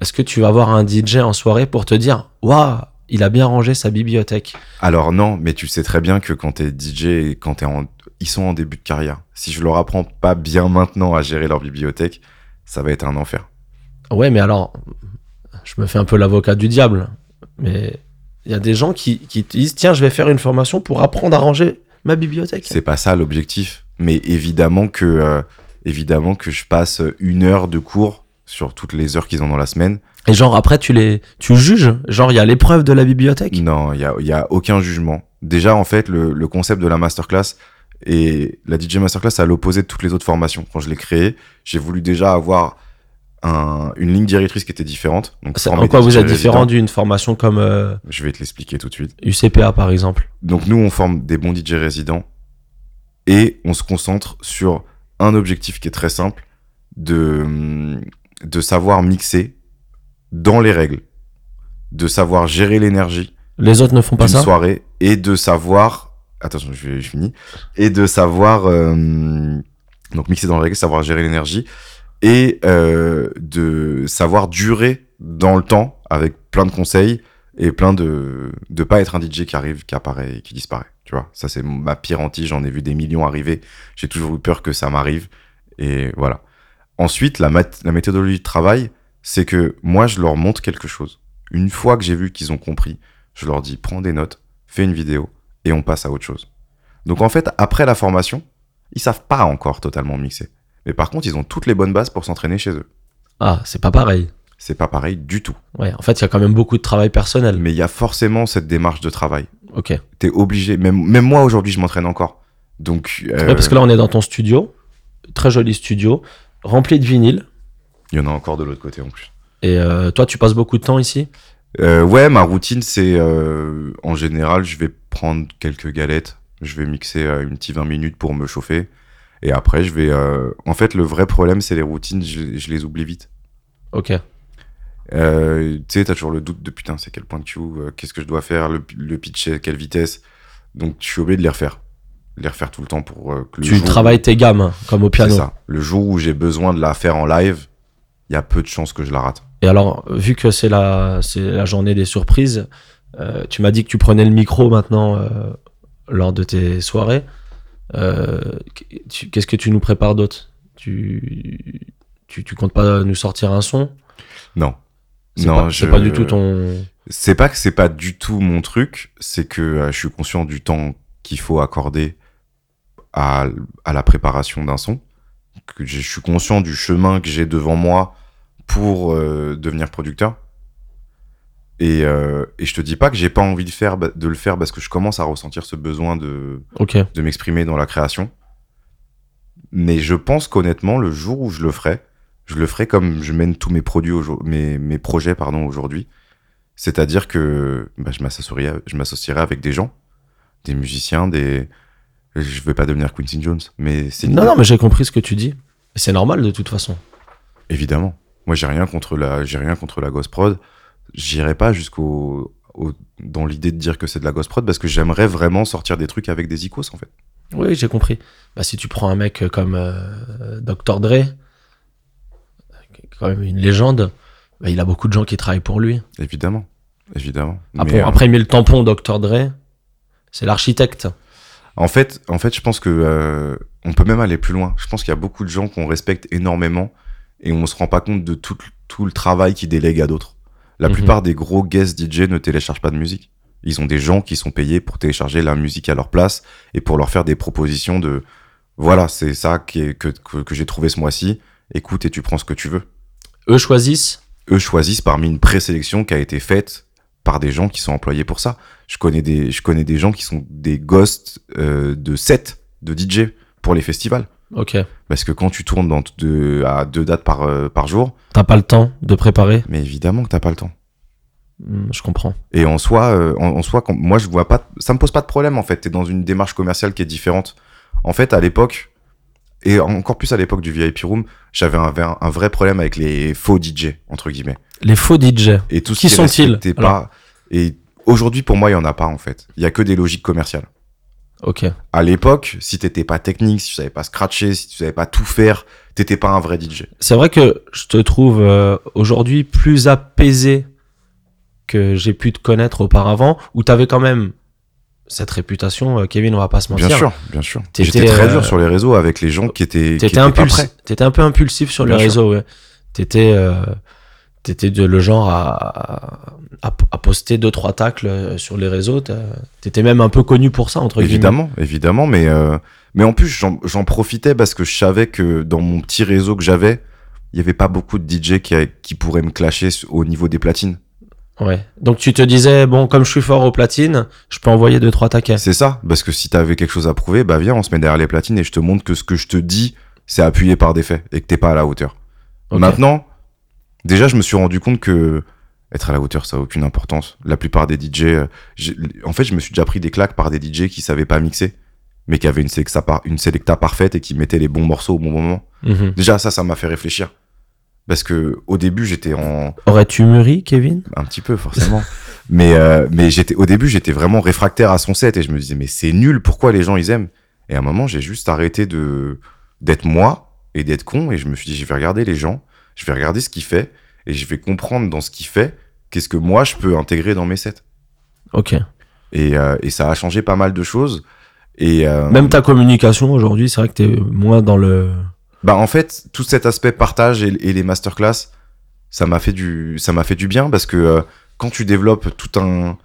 [SPEAKER 1] Est-ce que tu vas voir un DJ en soirée pour te dire Waouh, il a bien rangé sa bibliothèque
[SPEAKER 2] Alors non, mais tu sais très bien que quand t'es DJ, et quand t'es en... ils sont en début de carrière. Si je leur apprends pas bien maintenant à gérer leur bibliothèque, ça va être un enfer.
[SPEAKER 1] Ouais, mais alors, je me fais un peu l'avocat du diable. Mais il y a des gens qui, qui te disent Tiens, je vais faire une formation pour apprendre à ranger ma bibliothèque.
[SPEAKER 2] C'est pas ça l'objectif. Mais évidemment que, euh, évidemment que je passe une heure de cours sur toutes les heures qu'ils ont dans la semaine.
[SPEAKER 1] Et genre, après, tu les tu juges Genre, il y a l'épreuve de la bibliothèque
[SPEAKER 2] Non, il n'y a, y a aucun jugement. Déjà, en fait, le, le concept de la masterclass et la DJ masterclass, c'est à l'opposé de toutes les autres formations. Quand je l'ai créé, j'ai voulu déjà avoir un- une ligne directrice qui était différente. Donc,
[SPEAKER 1] Ça-
[SPEAKER 2] former
[SPEAKER 1] En quoi
[SPEAKER 2] des
[SPEAKER 1] vous
[SPEAKER 2] DJ
[SPEAKER 1] êtes différent
[SPEAKER 2] résidents.
[SPEAKER 1] d'une formation comme euh,
[SPEAKER 2] Je vais te l'expliquer tout de suite.
[SPEAKER 1] UCPA, par exemple
[SPEAKER 2] Donc nous, on forme des bons DJ résidents et on se concentre sur un objectif qui est très simple, de, de savoir mixer dans les règles, de savoir gérer l'énergie
[SPEAKER 1] Les autres ne font pas
[SPEAKER 2] d'une
[SPEAKER 1] ça
[SPEAKER 2] soirée et de savoir... Attention, je, vais- je finis. Et de savoir... euh, donc mixer dans les règles, savoir gérer l'énergie et euh, de savoir durer dans le temps avec plein de conseils et plein de de pas être un DJ qui arrive, qui apparaît et qui disparaît. Tu vois, ça c'est ma pire anti. J'en ai vu des millions arriver. J'ai toujours eu peur que ça m'arrive et voilà. Ensuite, la, mat- la méthodologie de travail, c'est que moi je leur montre quelque chose. Une fois que j'ai vu qu'ils ont compris, je leur dis prends des notes, fais une vidéo et on passe à autre chose. Donc en fait, après la formation, ils savent pas encore totalement mixer. Mais par contre, ils ont toutes les bonnes bases pour s'entraîner chez eux.
[SPEAKER 1] Ah, c'est pas pareil.
[SPEAKER 2] C'est pas pareil du tout.
[SPEAKER 1] Ouais, en fait, il y a quand même beaucoup de travail personnel.
[SPEAKER 2] Mais il y a forcément cette démarche de travail.
[SPEAKER 1] Ok. Ouais,
[SPEAKER 2] T'es obligé. Même, même moi aujourd'hui, je m'entraîne encore. Donc, euh,
[SPEAKER 1] parce que là, on est dans ton studio, très joli studio, rempli de vinyle.
[SPEAKER 2] il y en a encore de l'autre côté en plus.
[SPEAKER 1] Et euh, toi, tu passes beaucoup de temps ici
[SPEAKER 2] Euh, ouais, ma routine, c'est euh, en général, je vais prendre quelques galettes, je vais mixer euh, une petite 20 minutes pour me chauffer. Et après, je vais. euh, En fait, le vrai problème, c'est les routines, je, je les oublie vite.
[SPEAKER 1] Ok.
[SPEAKER 2] Euh, tu sais, t'as toujours le doute de putain, c'est quel point de cue, euh, qu'est-ce que je dois faire, le, le pitch, à quelle vitesse. Donc, je suis obligé de les refaire. De Les refaire tout le temps pour euh, que le
[SPEAKER 1] tu
[SPEAKER 2] jour-
[SPEAKER 1] travailles tes gammes, hein, comme au
[SPEAKER 2] C'est
[SPEAKER 1] piano.
[SPEAKER 2] ça. Le jour où j'ai besoin de la faire en live, il y a peu de chances que je la rate.
[SPEAKER 1] Et alors, vu que c'est la, c'est la journée des surprises, euh, tu m'as dit que tu prenais le micro maintenant euh, lors de tes soirées. Euh, qu- tu- Qu'est-ce que tu nous prépares d'autre tu, tu, tu comptes pas nous sortir un son
[SPEAKER 2] Non.
[SPEAKER 1] C'est
[SPEAKER 2] Non,
[SPEAKER 1] pas, c'est
[SPEAKER 2] je-
[SPEAKER 1] pas du tout ton.
[SPEAKER 2] C'est pas que c'est pas du tout mon truc, c'est que euh, je suis conscient du temps qu'il faut accorder à, à la préparation d'un son. Que je je suis conscient du chemin que j'ai devant moi pour euh, devenir producteur. Et, euh, et je te dis pas que j'ai pas envie de, faire, de le faire parce que je commence à ressentir ce besoin de,
[SPEAKER 1] Ok.
[SPEAKER 2] de m'exprimer dans la création. Mais je pense qu'honnêtement, le jour où je le ferai, je le ferai comme je mène tous mes produits aujourd- mes, mes projets pardon aujourd'hui. C'est-à-dire que bah, je m'associerai je m'associerai avec des gens, des musiciens, des je vais pas devenir Quincy Jones, mais c'est
[SPEAKER 1] Non, non, mais j'ai compris ce que tu dis. C'est normal de toute façon.
[SPEAKER 2] évidemment. Moi, j'ai rien contre la j'ai rien contre la ghost prod. J'irai pas jusqu'au au- dans l'idée de dire que c'est de la ghost prod parce que j'aimerais vraiment sortir des trucs avec des icos en fait.
[SPEAKER 1] Oui, j'ai compris. Bah, si tu prends un mec comme euh, Dr. Dre, qui est quand même une légende, bah, il a beaucoup de gens qui travaillent pour lui.
[SPEAKER 2] Évidemment. Évidemment.
[SPEAKER 1] Après,
[SPEAKER 2] Mais, euh,
[SPEAKER 1] après, il met le tampon Dr. Dre. C'est l'architecte.
[SPEAKER 2] En fait, en fait, je pense que euh, on peut même aller plus loin. Je pense qu'il y a beaucoup de gens qu'on respecte énormément et on se rend pas compte de tout, tout le travail qu'ils délèguent à d'autres. La
[SPEAKER 1] Mhm.
[SPEAKER 2] plupart des gros guest DJ ne téléchargent pas de musique. Ils ont des gens qui sont payés pour télécharger la musique à leur place et pour leur faire des propositions de voilà, c'est ça qui est- que, que, que j'ai trouvé ce mois-ci. Écoute et tu prends ce que tu veux.
[SPEAKER 1] Eux choisissent.
[SPEAKER 2] Eux choisissent parmi une présélection qui a été faite par des gens qui sont employés pour ça. Je connais des, je connais des gens qui sont des ghosts euh, de set de DJ pour les festivals.
[SPEAKER 1] Ok.
[SPEAKER 2] Parce que quand tu tournes dans t- deux- à deux dates par, euh, par jour,
[SPEAKER 1] T'as pas le temps de préparer.
[SPEAKER 2] mais évidemment que t'as pas le temps.
[SPEAKER 1] Hmm, Je comprends.
[SPEAKER 2] Et en soi, euh, en, en soi, quand- moi je vois pas, ça me pose pas de problème en fait. T'es dans une démarche commerciale qui est différente. En fait, à l'époque, et encore plus à l'époque du VIP Room, j'avais un, ver- un vrai problème avec les faux DJ entre guillemets.
[SPEAKER 1] Les faux DJ.
[SPEAKER 2] Et tout ce
[SPEAKER 1] Qui
[SPEAKER 2] qui
[SPEAKER 1] sont-ils
[SPEAKER 2] respectait
[SPEAKER 1] Alors
[SPEAKER 2] pas. Et aujourd'hui, pour moi, il y en a pas en fait. Il y a que des logiques commerciales.
[SPEAKER 1] Ok.
[SPEAKER 2] À l'époque, si t'étais pas technique, si tu savais pas scratcher, si tu savais pas tout faire, t'étais pas un vrai DJ.
[SPEAKER 1] C'est vrai que je te trouve euh, aujourd'hui plus apaisé que j'ai pu te connaître auparavant, où t'avais quand même cette réputation, euh, Kevin, on va pas se mentir.
[SPEAKER 2] Bien sûr, bien sûr.
[SPEAKER 1] T'étais,
[SPEAKER 2] J'étais très
[SPEAKER 1] euh,
[SPEAKER 2] dur sur les réseaux avec les gens qui étaient. qui
[SPEAKER 1] T'étais
[SPEAKER 2] étaient pas
[SPEAKER 1] impulsif.
[SPEAKER 2] prêts.
[SPEAKER 1] T'étais un peu impulsif sur
[SPEAKER 2] Bien
[SPEAKER 1] les
[SPEAKER 2] sûr.
[SPEAKER 1] réseaux, ouais. T'étais, euh, t'étais de- le genre à, à, à poster deux trois tacles euh, sur les réseaux. T'as- T'étais même un peu connu pour ça entre guillemets.
[SPEAKER 2] Évidemment, évidemment, mais euh, mais en plus j'en- j'en profitais parce que je savais que dans mon petit réseau que j'avais, il y avait pas beaucoup de DJ qui, a- qui pourraient me clasher su- au niveau des platines.
[SPEAKER 1] Ouais. Donc tu te disais bon, comme je suis fort aux platines, je peux envoyer deux trois taquets.
[SPEAKER 2] C'est ça, parce que si t'avais quelque chose à prouver, bah viens, on se met derrière les platines et je te montre que ce que je te dis, c'est appuyé par des faits et que t'es pas à la hauteur.
[SPEAKER 1] Ok.
[SPEAKER 2] Maintenant, déjà, je me suis rendu compte que être à la hauteur, ça a aucune importance. La plupart des DJ, euh, j'ai- en fait, je me suis déjà pris des claques par des DJ qui savaient pas mixer, mais qui avaient une selecta, par- une selecta parfaite et qui mettaient les bons morceaux au bon moment.
[SPEAKER 1] Mhm.
[SPEAKER 2] Déjà, ça, ça m'a fait réfléchir. Parce que au début, j'étais en
[SPEAKER 1] Aurais-tu mûri, Kevin
[SPEAKER 2] un petit peu forcément, mais euh, mais j'étais au début, j'étais vraiment réfractaire à son set et je me disais mais c'est nul, pourquoi les gens ils aiment Et à un moment, j'ai juste arrêté de d'être moi et d'être con et je me suis dit je vais regarder les gens, je vais regarder ce qu'il fait et je vais comprendre dans ce qu'il fait qu'est-ce que moi je peux intégrer dans mes sets.
[SPEAKER 1] Ok.
[SPEAKER 2] Et, euh, et ça a changé pas mal de choses. Et euh,
[SPEAKER 1] Même ta communication aujourd'hui, c'est vrai que t'es moins dans le.
[SPEAKER 2] bah en fait tout cet aspect partage et, et les masterclass ça m'a fait du ça m'a fait du bien parce que euh, quand tu développes tout un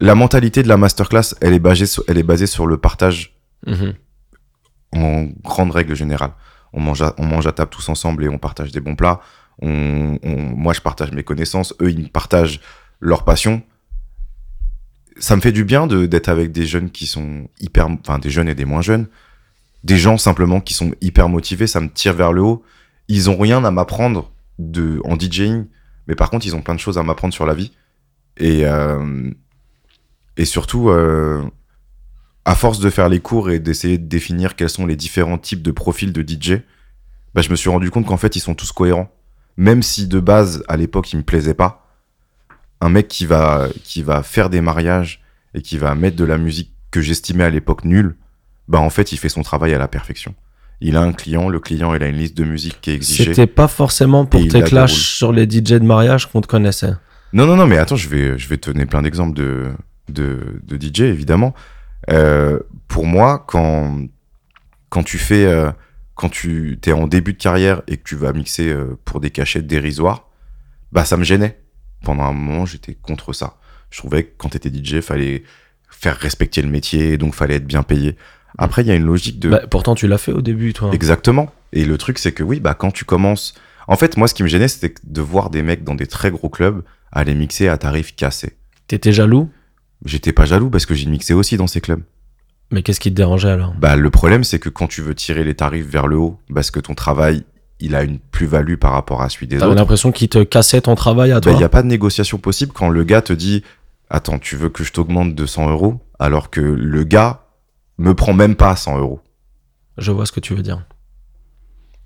[SPEAKER 2] la mentalité de la masterclass elle est basée sur, elle est basée sur le partage
[SPEAKER 1] Mhm.
[SPEAKER 2] en grande règle générale on mange à, on mange à table tous ensemble et on partage des bons plats on, on- moi je partage mes connaissances eux ils me partagent leur passion ça me fait du bien de- d'être avec des jeunes qui sont hyper enfin des jeunes et des moins jeunes des gens simplement qui sont hyper motivés, ça me tire vers le haut. Ils ont rien à m'apprendre de en DJing, mais par contre ils ont plein de choses à m'apprendre sur la vie. Et euh, et surtout, euh, à force de faire les cours et d'essayer de définir quels sont les différents types de profils de DJ, bah, je me suis rendu compte qu'en fait ils sont tous cohérents. Même si de base à l'époque ils me plaisaient pas, un mec qui va qui va faire des mariages et qui va mettre de la musique que j'estimais à l'époque nulle bah en fait il fait son travail à la perfection. Il a un client, le client il a une liste de musique qui est exigée.
[SPEAKER 1] C'était pas forcément pour
[SPEAKER 2] Et il
[SPEAKER 1] tes
[SPEAKER 2] la
[SPEAKER 1] clashs
[SPEAKER 2] déroule.
[SPEAKER 1] sur les DJ de mariage qu'on te connaissait.
[SPEAKER 2] Non non non mais attends je vais je vais te donner plein d'exemples de de, de DJ évidemment. Euh, pour moi quand quand tu fais euh, quand tu t'es en début de carrière et que tu vas mixer euh, pour des cachettes dérisoires, bah ça me gênait. Pendant un moment j'étais contre ça. Je trouvais que quand t'étais DJ fallait faire respecter le métier et donc fallait être bien payé. Après il y a une logique de
[SPEAKER 1] Bah, pourtant, tu l'as fait au début, toi.
[SPEAKER 2] Exactement. Et le truc, c'est que oui, bah, quand tu commences. En fait, moi, ce qui me gênait, c'était de voir des mecs dans des très gros clubs aller mixer à tarif cassé.
[SPEAKER 1] T'étais jaloux
[SPEAKER 2] J'étais pas jaloux parce que j'ai mixé aussi dans ces clubs.
[SPEAKER 1] Mais qu'est-ce qui te dérangeait alors
[SPEAKER 2] Bah, le problème, c'est que quand tu veux tirer les tarifs vers le haut, parce que ton travail, il a une plus-value par rapport à celui des
[SPEAKER 1] T'avais
[SPEAKER 2] autres,
[SPEAKER 1] l'impression qu'il te cassait ton travail à
[SPEAKER 2] il
[SPEAKER 1] toi
[SPEAKER 2] n'y a pas de négociation possible quand le gars te dit Attends, tu veux que je t'augmente de 100 euros alors que le gars me prend même pas à 100 euros.
[SPEAKER 1] Je vois ce que tu veux dire.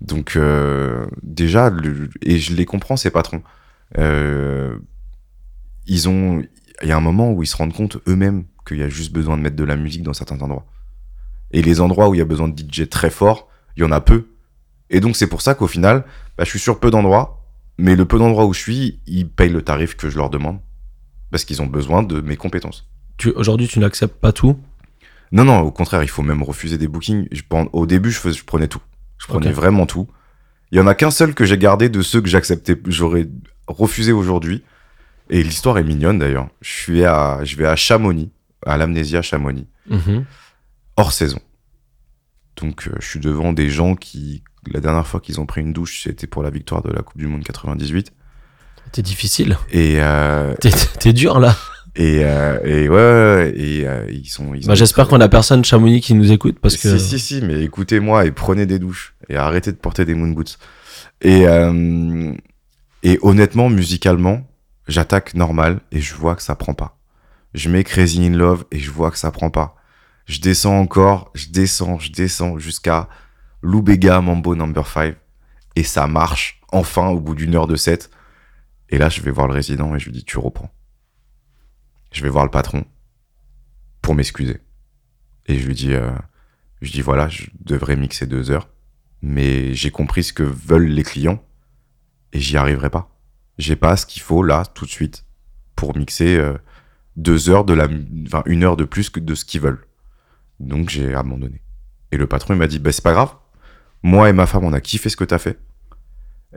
[SPEAKER 2] Donc, euh, déjà, le- et je les comprends, ces patrons. Euh, ils ont. Il y a un moment où ils se rendent compte eux-mêmes qu'il y a juste besoin de mettre de la musique dans certains endroits. Et les endroits où il y a besoin de DJ très fort, il y en a peu. Et donc, c'est pour ça qu'au final, bah, je suis sur peu d'endroits, mais le peu d'endroits où je suis, ils payent le tarif que je leur demande. Parce qu'ils ont besoin de mes compétences.
[SPEAKER 1] Tu- Aujourd'hui, tu n'acceptes pas tout
[SPEAKER 2] Non, non, au contraire, il faut même refuser des bookings. Je, prends- au début, je, fais- je prenais tout. Je prenais
[SPEAKER 1] Ok.
[SPEAKER 2] vraiment tout. Il y en a qu'un seul que j'ai gardé de ceux que j'acceptais, j'aurais refusé aujourd'hui. Et l'histoire est mignonne d'ailleurs. Je suis à, je vais à Chamonix, à l'Amnésia Chamonix,
[SPEAKER 1] Mhm.
[SPEAKER 2] hors saison. Donc, euh, je suis devant des gens qui, la dernière fois qu'ils ont pris une douche, c'était pour la victoire de la Coupe du Monde 98.
[SPEAKER 1] T'es difficile.
[SPEAKER 2] Et, euh,
[SPEAKER 1] T'es- T'es t'es dur là.
[SPEAKER 2] et, euh, et ouais, ouais, ouais, et euh, ils sont. ils
[SPEAKER 1] Bah,
[SPEAKER 2] ont-
[SPEAKER 1] J'espère qu'on a personne de Chamonix qui nous écoute parce que.
[SPEAKER 2] Si, si, si, mais écoutez-moi et prenez des douches. Et arrêtez de porter des moon boots.
[SPEAKER 1] Ah.
[SPEAKER 2] Et, euh, et honnêtement, musicalement, j'attaque normal et je vois que ça prend pas. Je mets Crazy in Love et je vois que ça prend pas. Je descends encore, je descends, je descends jusqu'à Lou Bega Mambo Number 5. Et ça marche, enfin, au bout d'une heure de set. Et là, je vais voir le résident et je lui dis, tu reprends. Je vais voir le patron pour m'excuser. Et je lui dis, euh, je dis voilà, je devrais mixer deux heures, mais j'ai compris ce que veulent les clients et j'y arriverai pas. J'ai pas ce qu'il faut là tout de suite pour mixer euh, deux heures de la, mu- enfin une heure de plus que de ce qu'ils veulent. Donc j'ai abandonné. Et le patron il m'a dit bah c'est pas grave. Moi et ma femme on a kiffé ce que t'as fait.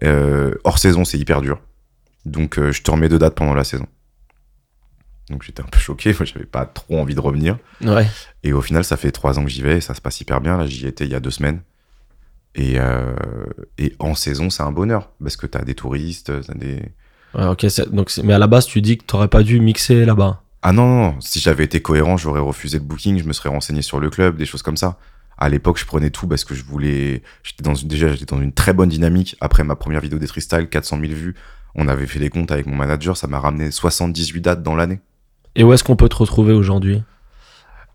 [SPEAKER 2] Euh, hors saison c'est hyper dur. Donc euh, je te remets deux dates pendant la saison. Donc j'étais un peu choqué, moi j'avais pas trop envie de revenir.
[SPEAKER 1] Ouais.
[SPEAKER 2] Et au final, ça fait trois ans que j'y vais et ça se passe hyper bien. Là, j'y étais il y a deux semaines. Et, euh, et en saison, c'est un bonheur parce que t'as des touristes, t'as des.
[SPEAKER 1] Ouais, ok. c'est- Donc, c'est- mais à la base, tu dis que t'aurais pas dû mixer là-bas.
[SPEAKER 2] Ah non, non, non, si j'avais été cohérent, j'aurais refusé le booking, je me serais renseigné sur le club, des choses comme ça. À l'époque, je prenais tout parce que je voulais. J'étais dans une- déjà, j'étais dans une très bonne dynamique. Après ma première vidéo des Tristyle, 400 000 vues, on avait fait les comptes avec mon manager, ça m'a ramené 78 dates dans l'année.
[SPEAKER 1] Et où est-ce qu'on peut te retrouver aujourd'hui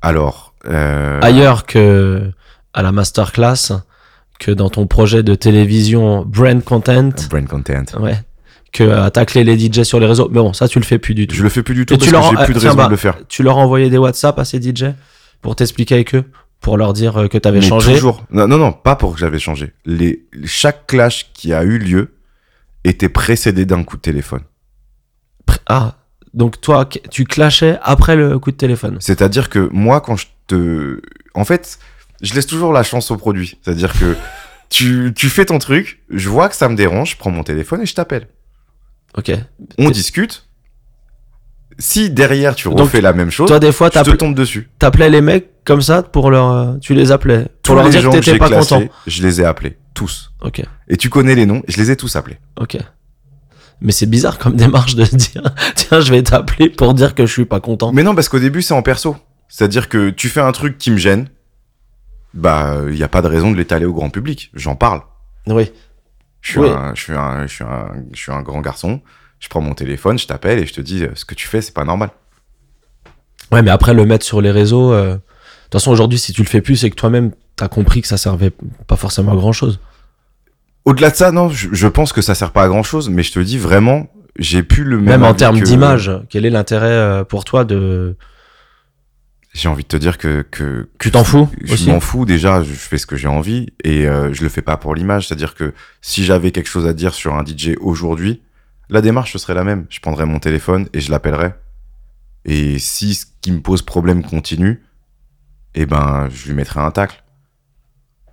[SPEAKER 2] Alors. euh,
[SPEAKER 1] Ailleurs que à la masterclass, que dans ton projet de télévision brand content,
[SPEAKER 2] Brain content.
[SPEAKER 1] ouais, que à tacler les DJ sur les réseaux. Mais bon, ça, tu le fais plus du tout.
[SPEAKER 2] Je le fais plus du tout
[SPEAKER 1] Et tu
[SPEAKER 2] parce
[SPEAKER 1] leur-
[SPEAKER 2] que j'ai
[SPEAKER 1] euh,
[SPEAKER 2] plus de
[SPEAKER 1] tiens,
[SPEAKER 2] raison
[SPEAKER 1] bah,
[SPEAKER 2] de le faire.
[SPEAKER 1] Tu leur envoyais des WhatsApp à ces DJ pour t'expliquer avec eux, pour leur dire euh, que t'avais
[SPEAKER 2] Mais
[SPEAKER 1] changé.
[SPEAKER 2] toujours. Non, non, non, pas pour que j'avais changé. Les, chaque clash qui a eu lieu était précédé d'un coup de téléphone.
[SPEAKER 1] Pr- Ah, donc toi, qu- tu clashais après le coup de téléphone.
[SPEAKER 2] C'est-à-dire que moi, quand je te... En fait, je laisse toujours la chance au produit. C'est-à-dire que tu, tu fais ton truc, je vois que ça me dérange, je prends mon téléphone et je t'appelle.
[SPEAKER 1] Ok.
[SPEAKER 2] On
[SPEAKER 1] T'es-
[SPEAKER 2] discute. Si derrière tu
[SPEAKER 1] Donc,
[SPEAKER 2] refais la même chose,
[SPEAKER 1] Toi, des fois,
[SPEAKER 2] Oh, je te
[SPEAKER 1] t'appel-
[SPEAKER 2] tombe dessus.
[SPEAKER 1] t'appelais les mecs comme ça pour leur, euh, tu les appelais pour
[SPEAKER 2] Tous
[SPEAKER 1] leur
[SPEAKER 2] les
[SPEAKER 1] dire
[SPEAKER 2] gens
[SPEAKER 1] que
[SPEAKER 2] que j'ai
[SPEAKER 1] t'étais pas
[SPEAKER 2] classés,
[SPEAKER 1] content.
[SPEAKER 2] je les ai appelés. Tous.
[SPEAKER 1] Ok,
[SPEAKER 2] Et tu connais les noms, je les ai tous appelés.
[SPEAKER 1] ok. Mais c'est bizarre comme démarche de se dire, tiens, je vais t'appeler pour dire que je suis pas content.
[SPEAKER 2] Mais non, parce qu'au début, c'est en perso. C'est-à-dire que tu fais un truc qui me gêne, bah, il n'y a pas de raison de l'étaler au grand public. J'en parle.
[SPEAKER 1] Oui.
[SPEAKER 2] Je suis,
[SPEAKER 1] Oui.
[SPEAKER 2] un, je, suis un, je, suis un, je suis un grand garçon. Je prends mon téléphone, je t'appelle et je te dis euh, ce que tu fais, c'est pas normal.
[SPEAKER 1] Ouais, mais après le mettre sur les réseaux. euh, De toute façon, aujourd'hui, si tu le fais plus, c'est que toi-même t'as compris que ça servait pas forcément à grand chose.
[SPEAKER 2] Au-delà de ça, non, je, je pense que ça sert pas à grand chose, mais je te dis vraiment, j'ai pu le même.
[SPEAKER 1] Même en
[SPEAKER 2] avis
[SPEAKER 1] termes
[SPEAKER 2] que-
[SPEAKER 1] d'image, quel est l'intérêt euh, pour toi de.
[SPEAKER 2] J'ai envie de te dire que. que
[SPEAKER 1] Tu t'en fous
[SPEAKER 2] je
[SPEAKER 1] aussi
[SPEAKER 2] m'en fous déjà, je fais ce que j'ai envie et euh, je le fais pas pour l'image. C'est-à-dire que si j'avais quelque chose à dire sur un DJ aujourd'hui, la démarche ce serait la même. Je prendrais mon téléphone et je l'appellerais. Et si ce qui me pose problème continue, eh ben je lui mettrais un tacle.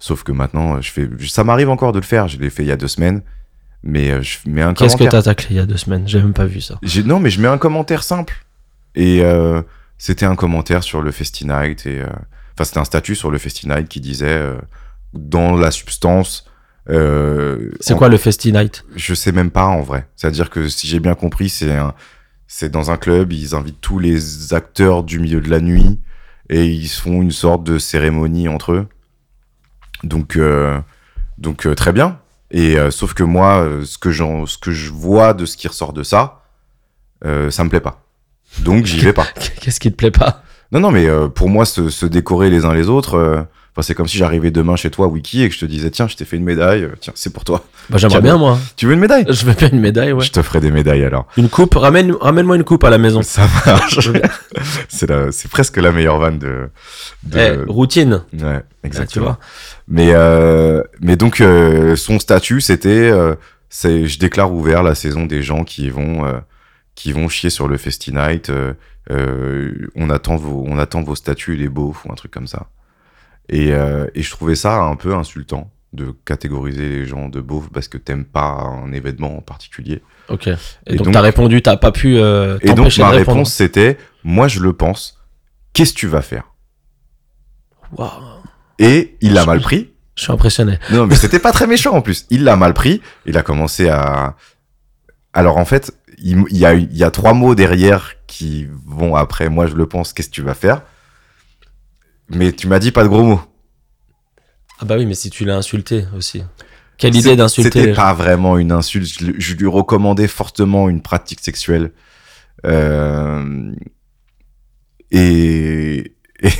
[SPEAKER 2] Sauf que maintenant, euh, je fais, ça m'arrive encore de le faire. Je l'ai fait il y a deux semaines, mais euh, je mets un
[SPEAKER 1] Qu'est-ce que
[SPEAKER 2] commentaire.
[SPEAKER 1] t'as taclé il y a deux semaines J'ai même pas vu ça.
[SPEAKER 2] J'ai- non, mais je mets un commentaire simple. Et euh, c'était un commentaire sur le Festinite. et, euh, Enfin, c'était un statut sur le Festinite qui disait euh, dans la substance, Euh,
[SPEAKER 1] C'est
[SPEAKER 2] en-
[SPEAKER 1] quoi le Festi Night
[SPEAKER 2] Je sais même pas en vrai. C'est-à-dire que si j'ai bien compris, c'est un- c'est dans un club, ils invitent tous les acteurs du milieu de la nuit et ils font une sorte de cérémonie entre eux. Donc, euh, donc euh, très bien. Et euh, sauf que moi, euh, ce que j'en- ce que je vois de ce qui ressort de ça, euh, ça me plaît pas. Donc j'y vais pas.
[SPEAKER 1] Qu'est-ce qui te plaît pas
[SPEAKER 2] Non, non, mais euh, pour moi, se, se décorer les uns les autres, euh, enfin, c'est comme si j'arrivais demain chez toi, Wiki, et que je te disais, tiens, je t'ai fait une médaille, euh, tiens, c'est pour toi.
[SPEAKER 1] bah, J'aimerais
[SPEAKER 2] Cadeau.
[SPEAKER 1] bien, moi.
[SPEAKER 2] Tu veux une médaille
[SPEAKER 1] Je veux bien une médaille, Euh, ouais.
[SPEAKER 2] Je te ferai des médailles alors.
[SPEAKER 1] Une coupe, ramène- ramène-moi une coupe à la maison.
[SPEAKER 2] Ça marche. c'est la- c'est presque la meilleure vanne de. de-
[SPEAKER 1] Eh, routine,
[SPEAKER 2] Ouais,
[SPEAKER 1] Ah, tu
[SPEAKER 2] exactement.
[SPEAKER 1] vois.
[SPEAKER 2] Mais, euh, mais donc, euh, son statut, c'était euh, c'est- je déclare ouvert la saison des gens qui vont, euh, qui vont chier sur le Festi Night. euh, euh, on, attend vos, on attend vos statuts, les beaufs, ou un truc comme ça. Et, euh, et je trouvais ça un peu insultant de catégoriser les gens de beaufs parce que t'aimes pas un événement en particulier.
[SPEAKER 1] Ok. Et,
[SPEAKER 2] Et
[SPEAKER 1] donc,
[SPEAKER 2] donc-
[SPEAKER 1] t'as répondu, t'as pas pu euh,
[SPEAKER 2] Et donc,
[SPEAKER 1] t'empêcher de
[SPEAKER 2] ma
[SPEAKER 1] répondre.
[SPEAKER 2] réponse, c'était moi, je le pense. Qu'est-ce que tu vas faire
[SPEAKER 1] Waouh,
[SPEAKER 2] Et il l'a mal pris.
[SPEAKER 1] je suis impressionné.
[SPEAKER 2] Non, mais c'était pas très méchant en plus. Il l'a mal pris. Il a commencé à. Alors en fait, il il y, a, il y a trois mots derrière qui vont après. Moi, je le pense. Qu'est-ce que tu vas faire Mais tu m'as dit pas de gros mots.
[SPEAKER 1] Ah bah oui, mais si tu l'as insulté aussi. Quelle
[SPEAKER 2] C'est-
[SPEAKER 1] idée d'insulter
[SPEAKER 2] C'était
[SPEAKER 1] les gens.
[SPEAKER 2] pas vraiment une insulte. Je, le- je lui recommandais fortement une pratique sexuelle. Euh, Et... et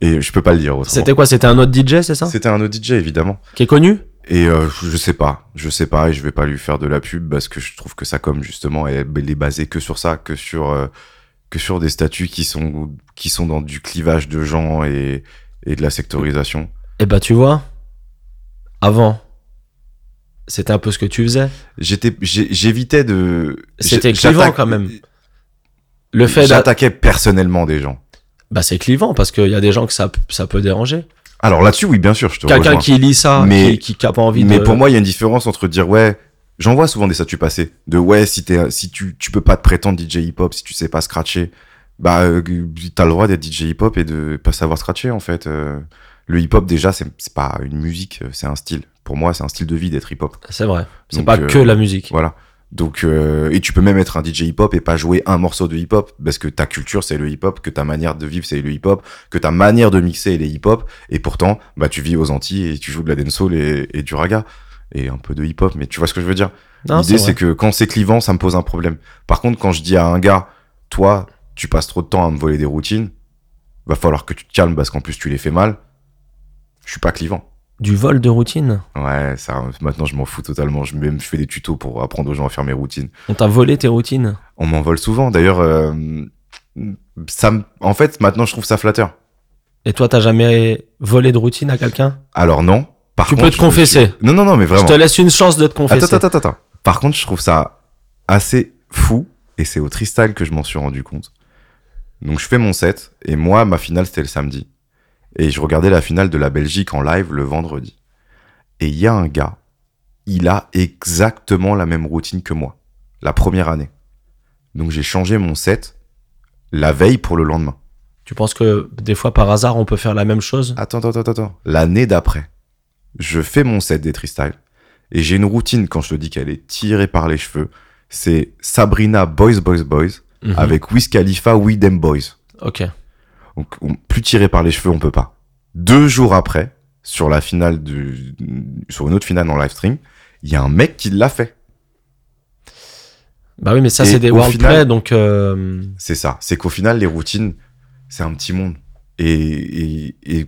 [SPEAKER 2] et je peux pas le dire autrement.
[SPEAKER 1] C'était quoi C'était un autre DJ, c'est ça
[SPEAKER 2] C'était un autre DJ évidemment.
[SPEAKER 1] Qui est connu
[SPEAKER 2] Et euh, je sais pas, je sais pas, et je vais pas lui faire de la pub parce que je trouve que sa com justement, elle, elle est basée que sur ça, que sur euh, que sur des statuts qui sont qui sont dans du clivage de gens et et de la sectorisation.
[SPEAKER 1] Eh bah tu vois, avant, c'était un peu ce que tu faisais.
[SPEAKER 2] J'étais, j'ai- j'évitais de.
[SPEAKER 1] C'était
[SPEAKER 2] j'ai- j'attaque- euh,
[SPEAKER 1] clivant, quand même. Le fait d'a-
[SPEAKER 2] J'attaquais personnellement des gens.
[SPEAKER 1] Bah c'est clivant parce qu'il y a des gens que ça, ça peut déranger.
[SPEAKER 2] Alors là-dessus, oui, bien sûr, je te
[SPEAKER 1] Quelqu'un
[SPEAKER 2] rejoins.
[SPEAKER 1] qui lit ça,
[SPEAKER 2] Mais-
[SPEAKER 1] qui, qui, qui a pas envie
[SPEAKER 2] Mais
[SPEAKER 1] de...
[SPEAKER 2] pour moi, il y a une différence entre dire ouais, j'en vois souvent des statuts passer, de ouais, si t'es, si tu, tu peux pas te prétendre DJ hip-hop, si tu sais pas scratcher, bah euh, t'as le droit d'être DJ hip-hop et de pas savoir scratcher en fait. Euh, le hip-hop déjà, c'est, c'est pas une musique, c'est un style. Pour moi, c'est un style de vie d'être hip-hop.
[SPEAKER 1] C'est vrai, c'est
[SPEAKER 2] Donc,
[SPEAKER 1] pas
[SPEAKER 2] euh,
[SPEAKER 1] que la musique.
[SPEAKER 2] Voilà. Donc euh, et tu peux même être un DJ hip-hop et pas jouer un morceau de hip-hop parce que ta culture c'est le hip-hop, que ta manière de vivre c'est le hip-hop, que ta manière de mixer elle est hip-hop et pourtant bah tu vis aux Antilles et tu joues de la dancehall et, et du raga et un peu de hip-hop mais tu vois ce que je veux dire.
[SPEAKER 1] Non,
[SPEAKER 2] L'idée
[SPEAKER 1] c'est
[SPEAKER 2] c'est
[SPEAKER 1] vrai.
[SPEAKER 2] que quand c'est clivant ça me pose un problème. Par contre quand je dis à un gars toi tu passes trop de temps à me voler des routines, va falloir que tu te calmes parce qu'en plus tu les fais mal. Je suis pas clivant.
[SPEAKER 1] Du vol de routine.
[SPEAKER 2] Ouais, ça maintenant je m'en fous totalement, je même je fais des tutos pour apprendre aux gens à faire mes routines.
[SPEAKER 1] On t'a volé tes routines.
[SPEAKER 2] On m'envole souvent. D'ailleurs, euh, ça, me- en fait, maintenant, je trouve ça flatteur.
[SPEAKER 1] Et toi, t'as jamais volé de routine à quelqu'un
[SPEAKER 2] Alors non. Par
[SPEAKER 1] Tu
[SPEAKER 2] contre,
[SPEAKER 1] peux te
[SPEAKER 2] je-
[SPEAKER 1] confesser.
[SPEAKER 2] je- Non, non, non, mais
[SPEAKER 1] Je
[SPEAKER 2] vraiment.
[SPEAKER 1] te laisse une chance de te confesser.
[SPEAKER 2] attends, attends, attends, attends. Par contre, je trouve ça assez fou, et c'est au Tristal que je m'en suis rendu compte. Donc, je fais mon set, et moi, ma finale, c'était le samedi. Et je regardais la finale de la Belgique en live le vendredi. Et il y a un gars, il a exactement la même routine que moi, la première année. Donc, j'ai changé mon set la veille pour le lendemain.
[SPEAKER 1] Tu penses que des fois, par hasard, on peut faire la même chose
[SPEAKER 2] Attends, attends, attends, attends. L'année d'après, je fais mon set des Tristyle et j'ai une routine quand je te dis qu'elle est tirée par les cheveux. C'est Sabrina Boys Boys Boys
[SPEAKER 1] Mhm.
[SPEAKER 2] Ah, avec Wiz Khalifa We Them Boys.
[SPEAKER 1] Ok.
[SPEAKER 2] Donc on- plus tiré par les cheveux, on peut pas. Deux jours après, sur la finale du, sur une autre finale en live stream, il y a un mec qui l'a fait.
[SPEAKER 1] Bah oui, mais ça,
[SPEAKER 2] Et
[SPEAKER 1] c'est des
[SPEAKER 2] au final-
[SPEAKER 1] wordplay, donc... euh,
[SPEAKER 2] C'est ça. C'est qu'au final, les routines, c'est un petit monde. Et, et, et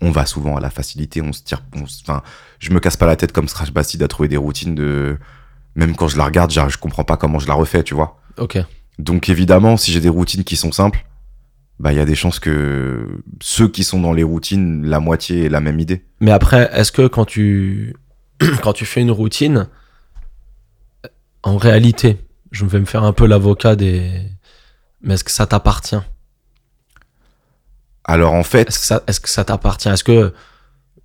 [SPEAKER 2] on va souvent à la facilité, on se tire. on se- Enfin, je me casse pas la tête comme Scratch Bastide à trouver des routines de. Même quand je la regarde, j'arrive- je comprends pas comment je la refais, tu vois.
[SPEAKER 1] Ok.
[SPEAKER 2] Donc évidemment, si j'ai des routines qui sont simples, bah il y a des chances que ceux qui sont dans les routines, la moitié ait la même idée.
[SPEAKER 1] Mais après, est-ce que quand tu... quand tu fais une routine, en réalité, je vais me faire un peu l'avocat des... Mais est-ce que ça t'appartient
[SPEAKER 2] Alors en fait,
[SPEAKER 1] Est-ce que ça, est-ce que ça t'appartient Est-ce que...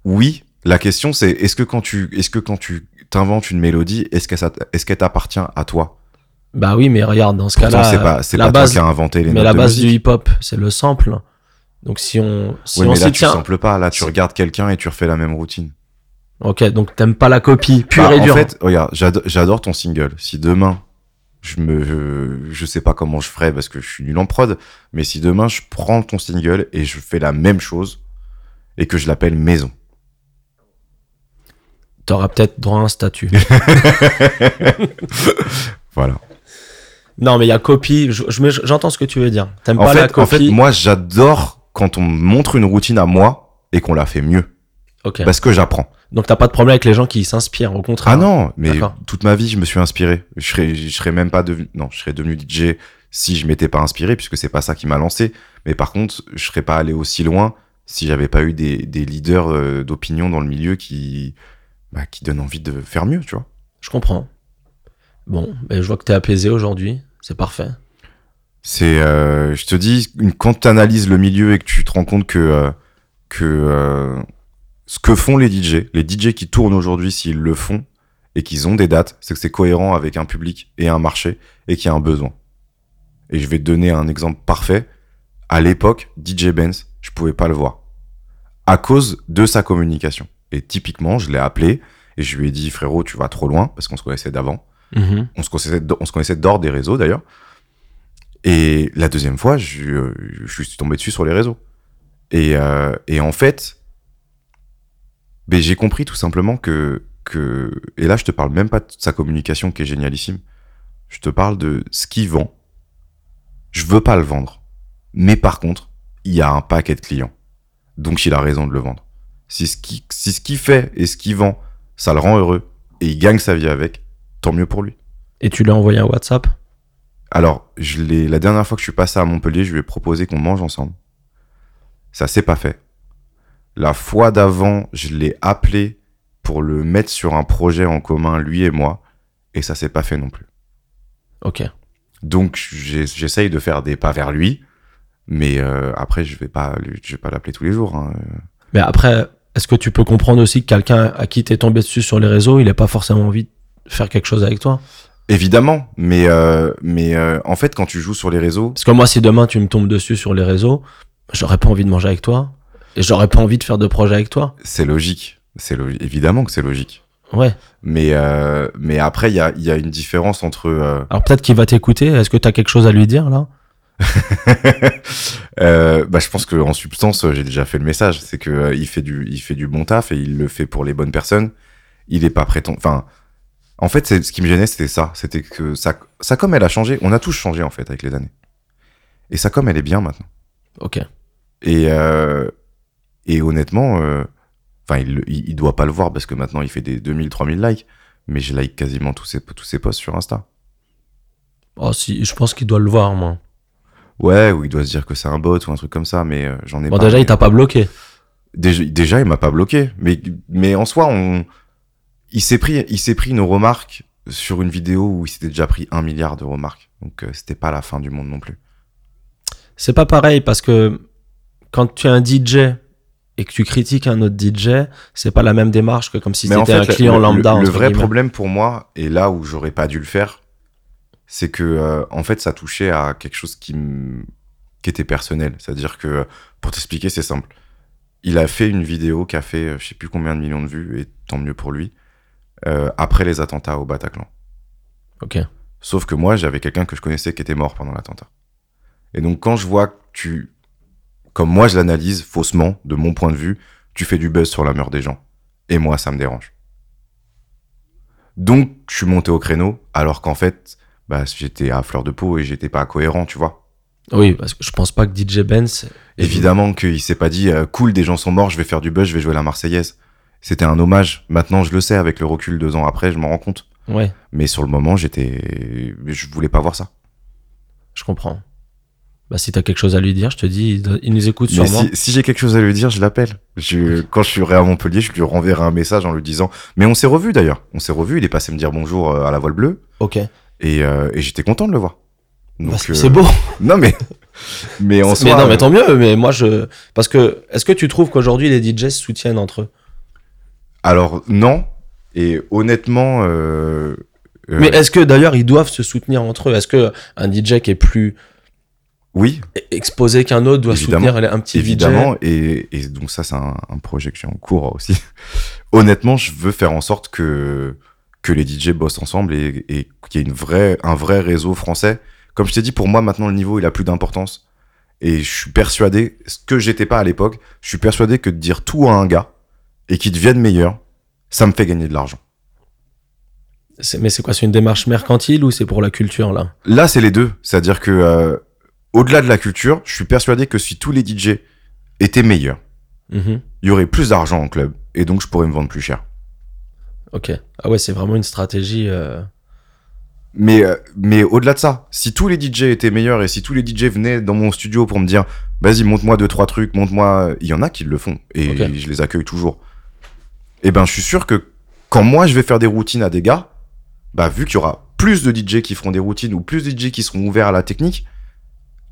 [SPEAKER 2] oui. La question c'est est-ce que quand tu est-ce que quand tu t'inventes une mélodie, est-ce que ça t- est-ce qu'elle t'appartient à toi
[SPEAKER 1] Bah oui, mais regarde, dans ce
[SPEAKER 2] Pourtant,
[SPEAKER 1] cas-là,
[SPEAKER 2] c'est pas, c'est
[SPEAKER 1] la
[SPEAKER 2] pas
[SPEAKER 1] base-
[SPEAKER 2] toi qui a inventé les
[SPEAKER 1] mais
[SPEAKER 2] notes
[SPEAKER 1] la
[SPEAKER 2] de
[SPEAKER 1] base
[SPEAKER 2] musique.
[SPEAKER 1] du hip-hop, c'est le sample. Donc si on si
[SPEAKER 2] Oui,
[SPEAKER 1] on
[SPEAKER 2] mais là,
[SPEAKER 1] s'y
[SPEAKER 2] tu
[SPEAKER 1] tient...
[SPEAKER 2] samples pas. Là, tu
[SPEAKER 1] si-
[SPEAKER 2] regardes quelqu'un et tu refais la même routine.
[SPEAKER 1] Ok, donc t'aimes pas la copie pure
[SPEAKER 2] Bah,
[SPEAKER 1] et dure.
[SPEAKER 2] En fait, regarde, j'ado- j'adore ton single. Si demain, je me, je, je sais pas comment je ferais parce que je suis nul en prod, mais si demain je prends ton single et je fais la même chose et que je l'appelle Maison.
[SPEAKER 1] T'auras peut-être droit à un statut.
[SPEAKER 2] Voilà.
[SPEAKER 1] non, mais il y a copie. je- je- mais J'entends ce que tu veux dire. T'aimes
[SPEAKER 2] En
[SPEAKER 1] pas la
[SPEAKER 2] fait,
[SPEAKER 1] copie.
[SPEAKER 2] en fait, moi, j'adore quand on me montre une routine à moi et qu'on la fait mieux
[SPEAKER 1] ok.
[SPEAKER 2] parce que j'apprends.
[SPEAKER 1] Donc t'as pas de problème avec les gens qui s'inspirent, au contraire.
[SPEAKER 2] Ah non, mais
[SPEAKER 1] D'accord.
[SPEAKER 2] toute ma vie, je me suis inspiré. Je serais, je serais même pas devenu, non, je serais devenu DJ si je m'étais pas inspiré, puisque c'est pas ça qui m'a lancé. Mais par contre, je serais pas allé aussi loin si j'avais pas eu des, des leaders euh, d'opinion dans le milieu qui, bah, qui donnent envie de faire mieux, tu vois.
[SPEAKER 1] Je comprends. Bon, ben, je vois que t'es apaisé aujourd'hui. C'est parfait.
[SPEAKER 2] C'est, euh, je te dis, une, quand tu analyses le milieu et que tu te rends compte que, euh, que euh, ce que font les DJ, les DJ qui tournent aujourd'hui, s'ils le font et qu'ils ont des dates, c'est que c'est cohérent avec un public et un marché et qu'il y a un besoin. Et je vais te donner un exemple parfait. À l'époque, DJ Benz, je pouvais pas le voir à cause de sa communication. Et typiquement, je l'ai appelé et je lui ai dit, frérot, tu vas trop loin parce qu'on se connaissait d'avant. On se connaissait, on se connaissait d'or des réseaux d'ailleurs. Et la deuxième fois, je, euh, je suis tombé dessus sur les réseaux. Et, euh, et en fait, ben, j'ai compris tout simplement que, que. Et là, je te parle même pas de sa communication qui est génialissime. Je te parle de ce qu'il vend. Je veux pas le vendre. Mais par contre, il y a un paquet de clients. Donc, il a raison de le vendre. Si ce qui- si ce qu'il fait et ce qu'il vend, ça le rend heureux et il gagne sa vie avec, tant mieux pour lui.
[SPEAKER 1] Et tu l'as envoyé un WhatsApp
[SPEAKER 2] Alors, je l'ai, la dernière fois que je suis passé à Montpellier, je lui ai proposé qu'on mange ensemble. Ça s'est pas fait. La fois d'avant, je l'ai appelé pour le mettre sur un projet en commun, lui et moi, et ça s'est pas fait non plus.
[SPEAKER 1] Ok.
[SPEAKER 2] Donc, j'ai- j'essaye de faire des pas vers lui, mais euh, après, je vais pas, lui- je vais pas l'appeler tous les jours. hein.
[SPEAKER 1] Mais après, est-ce que tu peux comprendre aussi que quelqu'un à qui t'es tombé dessus sur les réseaux, il a pas forcément envie de faire quelque chose avec toi
[SPEAKER 2] Évidemment, mais euh, mais euh, en fait, quand tu joues sur les réseaux,
[SPEAKER 1] Parce que moi, si demain tu me tombes dessus sur les réseaux, j'aurais pas envie de manger avec toi. Et j'aurais pas envie de faire de projet avec toi.
[SPEAKER 2] c'est logique. C'est logi- évidemment que c'est logique.
[SPEAKER 1] Ouais.
[SPEAKER 2] Mais euh, mais après, il y a, il y a une différence entre euh,
[SPEAKER 1] Alors peut-être qu'il va t'écouter. Est-ce que t'as quelque chose à lui dire là
[SPEAKER 2] Euh, bah, je pense que en substance, euh, j'ai déjà fait le message. C'est que euh, il fait du, il fait du bon taf et il le fait pour les bonnes personnes. Il est pas prétend. Enfin, en fait, c'est ce qui me gênait, c'était ça. C'était que ça, ça comme elle a changé. On a tous changé en fait avec les années. Et ça comme elle est bien maintenant.
[SPEAKER 1] Ok.
[SPEAKER 2] Et euh, et honnêtement, euh, enfin, il, le- il, il doit pas le voir parce que maintenant il fait des 2000, 3000 likes. Mais je like quasiment tous ses, tous ses posts sur Insta.
[SPEAKER 1] Oh, si, je pense qu'il doit le voir, moi.
[SPEAKER 2] Ouais, ou il doit se dire que c'est un bot ou un truc comme ça, mais euh, j'en ai
[SPEAKER 1] Bon,
[SPEAKER 2] pas.
[SPEAKER 1] déjà,
[SPEAKER 2] mais-
[SPEAKER 1] il t'a pas bloqué.
[SPEAKER 2] déjà, déjà, il m'a pas bloqué mais mais en soi on il s'est pris il s'est pris une remarque sur une vidéo où il s'était déjà pris un milliard de remarques donc euh, c'était pas la fin du monde non plus
[SPEAKER 1] C'est pas pareil parce que quand tu es un DJ et que tu critiques un autre DJ, c'est pas la même démarche que comme si
[SPEAKER 2] en
[SPEAKER 1] c'était un
[SPEAKER 2] fait, le-
[SPEAKER 1] client
[SPEAKER 2] le,
[SPEAKER 1] lambda.
[SPEAKER 2] le
[SPEAKER 1] entre
[SPEAKER 2] vrai
[SPEAKER 1] guillemets.
[SPEAKER 2] problème pour moi et là où j'aurais pas dû le faire c'est que euh, en fait ça touchait à quelque chose qui m- qui était personnel c'est à dire que pour t'expliquer c'est simple il a fait une vidéo qui a fait euh, je sais plus combien de millions de vues et tant mieux pour lui euh, après les attentats au Bataclan
[SPEAKER 1] Ok.
[SPEAKER 2] Sauf que moi, j'avais quelqu'un que je connaissais qui était mort pendant l'attentat. Et donc, quand je vois que tu, comme moi je l'analyse faussement, de mon point de vue, tu fais du buzz sur la mort des gens. Et moi, ça me dérange. Donc, je suis monté au créneau, alors qu'en fait, bah, j'étais à fleur de peau et j'étais pas cohérent, tu vois.
[SPEAKER 1] Oui, parce que je pense pas que DJ Benz.
[SPEAKER 2] Évidemment qu'il s'est pas dit euh, cool, des gens sont morts, je vais faire du buzz, je vais jouer la Marseillaise. C'était un hommage. Maintenant, je le sais, avec le recul deux ans après, je m'en rends compte.
[SPEAKER 1] Ouais,
[SPEAKER 2] Mais sur le moment, j'étais, je voulais pas voir ça.
[SPEAKER 1] je comprends. Bah, si t'as quelque chose à lui dire, je te dis, il doit- il nous écoute
[SPEAKER 2] Mais
[SPEAKER 1] sûrement.
[SPEAKER 2] si, si j'ai quelque chose à lui dire, je l'appelle. Je, quand je serai à Montpellier, je lui renverrai un message en lui disant. Mais on s'est revu d'ailleurs. On s'est revu. Il est passé me dire bonjour euh, à la voile bleue
[SPEAKER 1] Ok.
[SPEAKER 2] et, euh, et j'étais content de le voir. Donc
[SPEAKER 1] Bah, c'est
[SPEAKER 2] euh,
[SPEAKER 1] c'est beau.
[SPEAKER 2] Non mais mais en
[SPEAKER 1] mais
[SPEAKER 2] soi,
[SPEAKER 1] non, mais
[SPEAKER 2] euh,
[SPEAKER 1] tant mieux. Mais moi, je. Parce que, est-ce que tu trouves qu'aujourd'hui, les DJ se soutiennent entre eux
[SPEAKER 2] alors non et honnêtement. euh, euh,
[SPEAKER 1] Mais est-ce que d'ailleurs, ils doivent se soutenir entre eux Est-ce que un DJ qui est plus
[SPEAKER 2] Oui,
[SPEAKER 1] e-, exposé qu'un autre doit
[SPEAKER 2] Évidemment.
[SPEAKER 1] soutenir un petit
[SPEAKER 2] évidemment. Et, et donc ça, c'est un, un projet que j'ai en cours aussi. Honnêtement, je veux faire en sorte que, que les DJ bossent ensemble et, et qu'il y ait une vraie, un vrai réseau français. Comme je t'ai dit, pour moi, maintenant, le niveau, il a plus d'importance. Et je suis persuadé, ce que j'étais pas à l'époque, je suis persuadé que de dire tout à un gars et qu'il devienne meilleur, ça me fait gagner de l'argent.
[SPEAKER 1] DJ. C'est- Mais c'est quoi C'est une démarche mercantile ou c'est pour la culture là
[SPEAKER 2] Là, c'est les deux. C'est-à-dire que, euh, au-delà de la culture, je suis persuadé que si tous les DJ étaient meilleurs,
[SPEAKER 1] Mhm.
[SPEAKER 2] il y aurait plus d'argent en club et donc je pourrais me vendre plus cher.
[SPEAKER 1] Ok. Ah ouais, c'est vraiment une stratégie. euh,
[SPEAKER 2] Mais, euh, mais au-delà de ça, si tous les DJ étaient meilleurs et si tous les DJ venaient dans mon studio pour me dire vas-y, monte-moi deux, trois trucs, monte-moi. Il y en a qui le font et
[SPEAKER 1] Ok.
[SPEAKER 2] je les accueille toujours. Et ben, je suis sûr que quand moi je vais faire des routines à des gars, bah, vu qu'il y aura plus de DJ qui feront des routines ou plus de DJ qui seront ouverts à la technique,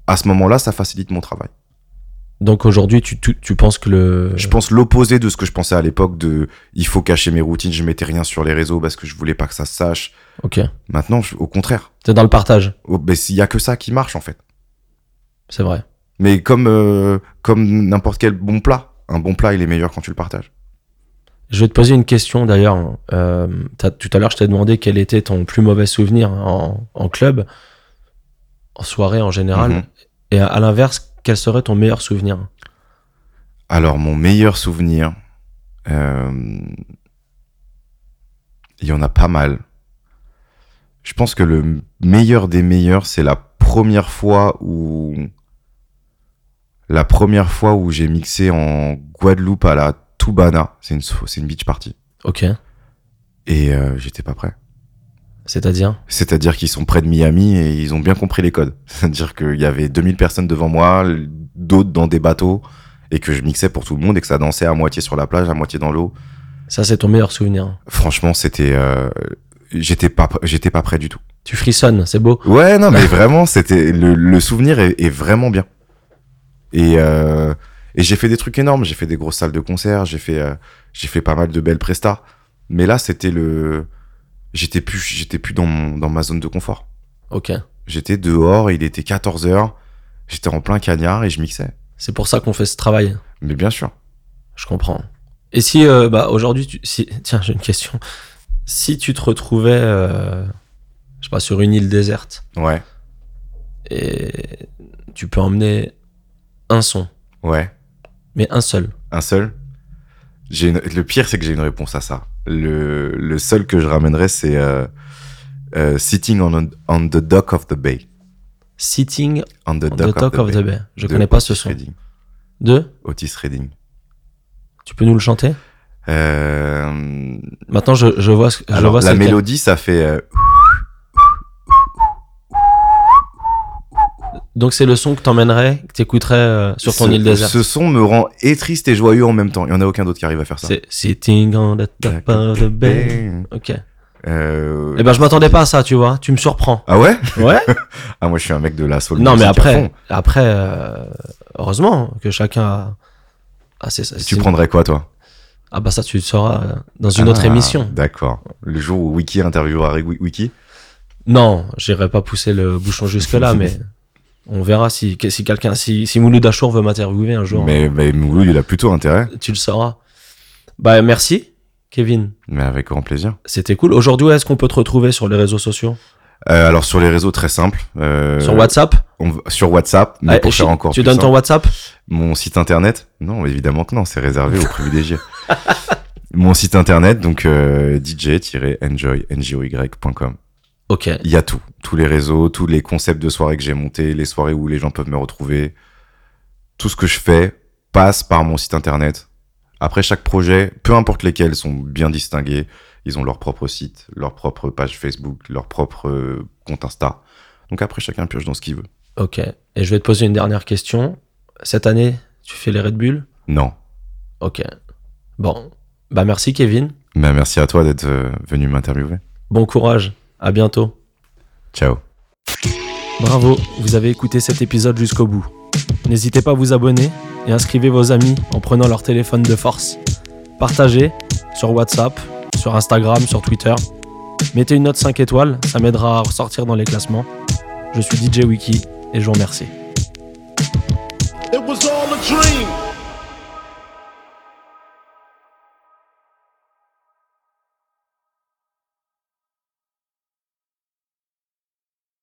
[SPEAKER 2] à ce moment-là, ça facilite mon travail.
[SPEAKER 1] Euh. Donc aujourd'hui, tu, tu, tu penses que le.
[SPEAKER 2] Je pense l'opposé de ce que je pensais à l'époque de il faut cacher mes routines, je mettais rien sur les réseaux parce que je voulais pas que ça se sache.
[SPEAKER 1] Ok.
[SPEAKER 2] Maintenant, je- au contraire.
[SPEAKER 1] T'es dans le partage,
[SPEAKER 2] Oh, ben, s'il y a que ça qui marche en fait.
[SPEAKER 1] c'est vrai.
[SPEAKER 2] Mais comme, euh, comme n'importe quel bon plat, un bon plat, il est meilleur quand tu le partages.
[SPEAKER 1] Je vais te poser une question d'ailleurs. Euh, t'as- tout à l'heure, je t'ai demandé quel était ton plus mauvais souvenir en, en club, en soirée en général.
[SPEAKER 2] Mhm.
[SPEAKER 1] Et à, à l'inverse, quel serait ton meilleur souvenir
[SPEAKER 2] Alors, mon meilleur souvenir, euh, il y en a pas mal. Je pense que le meilleur des meilleurs, c'est la première fois où. La première fois où j'ai mixé en Guadeloupe à la Toubana. C'est une, so- c'est une beach party.
[SPEAKER 1] Ok.
[SPEAKER 2] Et euh, j'étais pas prêt.
[SPEAKER 1] C'est-à-dire
[SPEAKER 2] C'est-à-dire qu'ils sont près de Miami et ils ont bien compris les codes. C'est-à-dire qu'il y avait 2000 personnes devant moi, l- d'autres dans des bateaux, et que je mixais pour tout le monde et que ça dansait à moitié sur la plage, à moitié dans l'eau.
[SPEAKER 1] Ça, c'est ton meilleur souvenir.
[SPEAKER 2] Franchement, c'était... euh, J'étais pas, pr- j'étais pas prêt du tout.
[SPEAKER 1] Tu frissonnes, c'est beau.
[SPEAKER 2] Ouais, non, mais vraiment, c'était le, le souvenir est, est vraiment bien. Et, euh, et j'ai fait des trucs énormes. J'ai fait des grosses salles de concert. J'ai fait, euh, j'ai fait pas mal de belles prestas. Mais là, c'était le, j'étais plus, j'étais plus dans mon- dans ma zone de confort.
[SPEAKER 1] Ok.
[SPEAKER 2] J'étais dehors, il était 14h, j'étais en plein cagnard et je mixais.
[SPEAKER 1] C'est pour ça qu'on fait ce travail.
[SPEAKER 2] Mais bien sûr.
[SPEAKER 1] Je comprends. Et si, euh, bah, aujourd'hui, tu- si, tiens, j'ai une question. Si tu te retrouvais, euh, je sais pas, sur une île déserte
[SPEAKER 2] Ouais,
[SPEAKER 1] et tu peux emmener un son,
[SPEAKER 2] ouais.
[SPEAKER 1] mais un seul.
[SPEAKER 2] Un seul J'ai une- Le pire, c'est que j'ai une réponse à ça. Le, le seul que je ramènerais, c'est euh, euh, Sitting on, on the Dock of the Bay.
[SPEAKER 1] Sitting
[SPEAKER 2] On the
[SPEAKER 1] on
[SPEAKER 2] Dock
[SPEAKER 1] the Talk of the Bay. Je
[SPEAKER 2] de
[SPEAKER 1] connais pas
[SPEAKER 2] Otis
[SPEAKER 1] ce son.
[SPEAKER 2] Redding.
[SPEAKER 1] Deux
[SPEAKER 2] Otis Redding.
[SPEAKER 1] Tu peux nous le chanter
[SPEAKER 2] Euh,
[SPEAKER 1] Maintenant, je, je vois ce je
[SPEAKER 2] alors,
[SPEAKER 1] vois
[SPEAKER 2] la
[SPEAKER 1] c'est lequel.
[SPEAKER 2] mélodie, ça fait. euh,
[SPEAKER 1] Donc, c'est le son que t'emmènerais, que t'écouterais euh, sur ton
[SPEAKER 2] ce-
[SPEAKER 1] île déserte.
[SPEAKER 2] Ce son me rend et triste et joyeux en même temps. Il y en a aucun d'autre qui arrive à faire ça.
[SPEAKER 1] C'est Sitting on the top of the bay. Ok.
[SPEAKER 2] Euh,
[SPEAKER 1] Eh ben, je m'attendais pas à ça, tu vois. Tu me surprends.
[SPEAKER 2] Ah ouais
[SPEAKER 1] Ouais.
[SPEAKER 2] Ah, moi, je suis un mec de la soul.
[SPEAKER 1] non, mais
[SPEAKER 2] music à
[SPEAKER 1] après,
[SPEAKER 2] fond.
[SPEAKER 1] après, euh, heureusement que chacun a. Ah, c'est ça.
[SPEAKER 2] Tu
[SPEAKER 1] c'est-
[SPEAKER 2] prendrais quoi, toi
[SPEAKER 1] Ah, bah, ça, tu le sauras euh, dans une autre
[SPEAKER 2] Ah,
[SPEAKER 1] émission.
[SPEAKER 2] D'accord. Le jour où Wiki interviewera Wi- Wiki.
[SPEAKER 1] Non, j'irai pas pousser le bouchon jusque-là, mais on verra si, que- si quelqu'un, si, si Mouloud Achour veut m'interviewer un jour.
[SPEAKER 2] Mais, mais Mouloud, il a plutôt intérêt.
[SPEAKER 1] tu le sauras. Bah merci, Kevin.
[SPEAKER 2] Mais avec grand plaisir.
[SPEAKER 1] C'était cool. Aujourd'hui, où est-ce qu'on peut te retrouver sur les réseaux sociaux
[SPEAKER 2] Euh, alors, sur les réseaux, très simple. Euh,
[SPEAKER 1] Sur WhatsApp
[SPEAKER 2] on va- Sur WhatsApp, mais
[SPEAKER 1] Ah,
[SPEAKER 2] pour
[SPEAKER 1] je-
[SPEAKER 2] faire encore
[SPEAKER 1] Tu
[SPEAKER 2] plus
[SPEAKER 1] donnes ton
[SPEAKER 2] simple,
[SPEAKER 1] WhatsApp
[SPEAKER 2] Mon site internet Non, évidemment que non, c'est réservé aux privilégiés. Mon site internet, donc euh, dj-enjoy.com.
[SPEAKER 1] Ok.
[SPEAKER 2] Il y a tout. Tous les réseaux, tous les concepts de soirées que j'ai montés, les soirées où les gens peuvent me retrouver. Tout ce que je fais passe par mon site internet. Après, chaque projet, peu importe lesquels, sont bien distingués. Ils ont leur propre site, leur propre page Facebook, leur propre euh, compte Insta. Donc après, chacun pioche dans ce qu'il veut.
[SPEAKER 1] Ok. Et je vais te poser une dernière question. Cette année, tu fais les Red Bull
[SPEAKER 2] Non.
[SPEAKER 1] Ok. Bon. Bah merci, Kevin.
[SPEAKER 2] Mais Bah, merci à toi d'être euh, venu m'interviewer.
[SPEAKER 1] Bon courage. À bientôt.
[SPEAKER 2] Ciao.
[SPEAKER 5] Bravo, vous avez écouté cet épisode jusqu'au bout. N'hésitez pas à vous abonner et inscrivez vos amis en prenant leur téléphone de force. Partagez sur WhatsApp, sur Instagram, sur Twitter. Mettez une note 5 étoiles, ça m'aidera à ressortir dans les classements. Je suis DJ Wiki et je vous remercie.
[SPEAKER 3] was all a dream.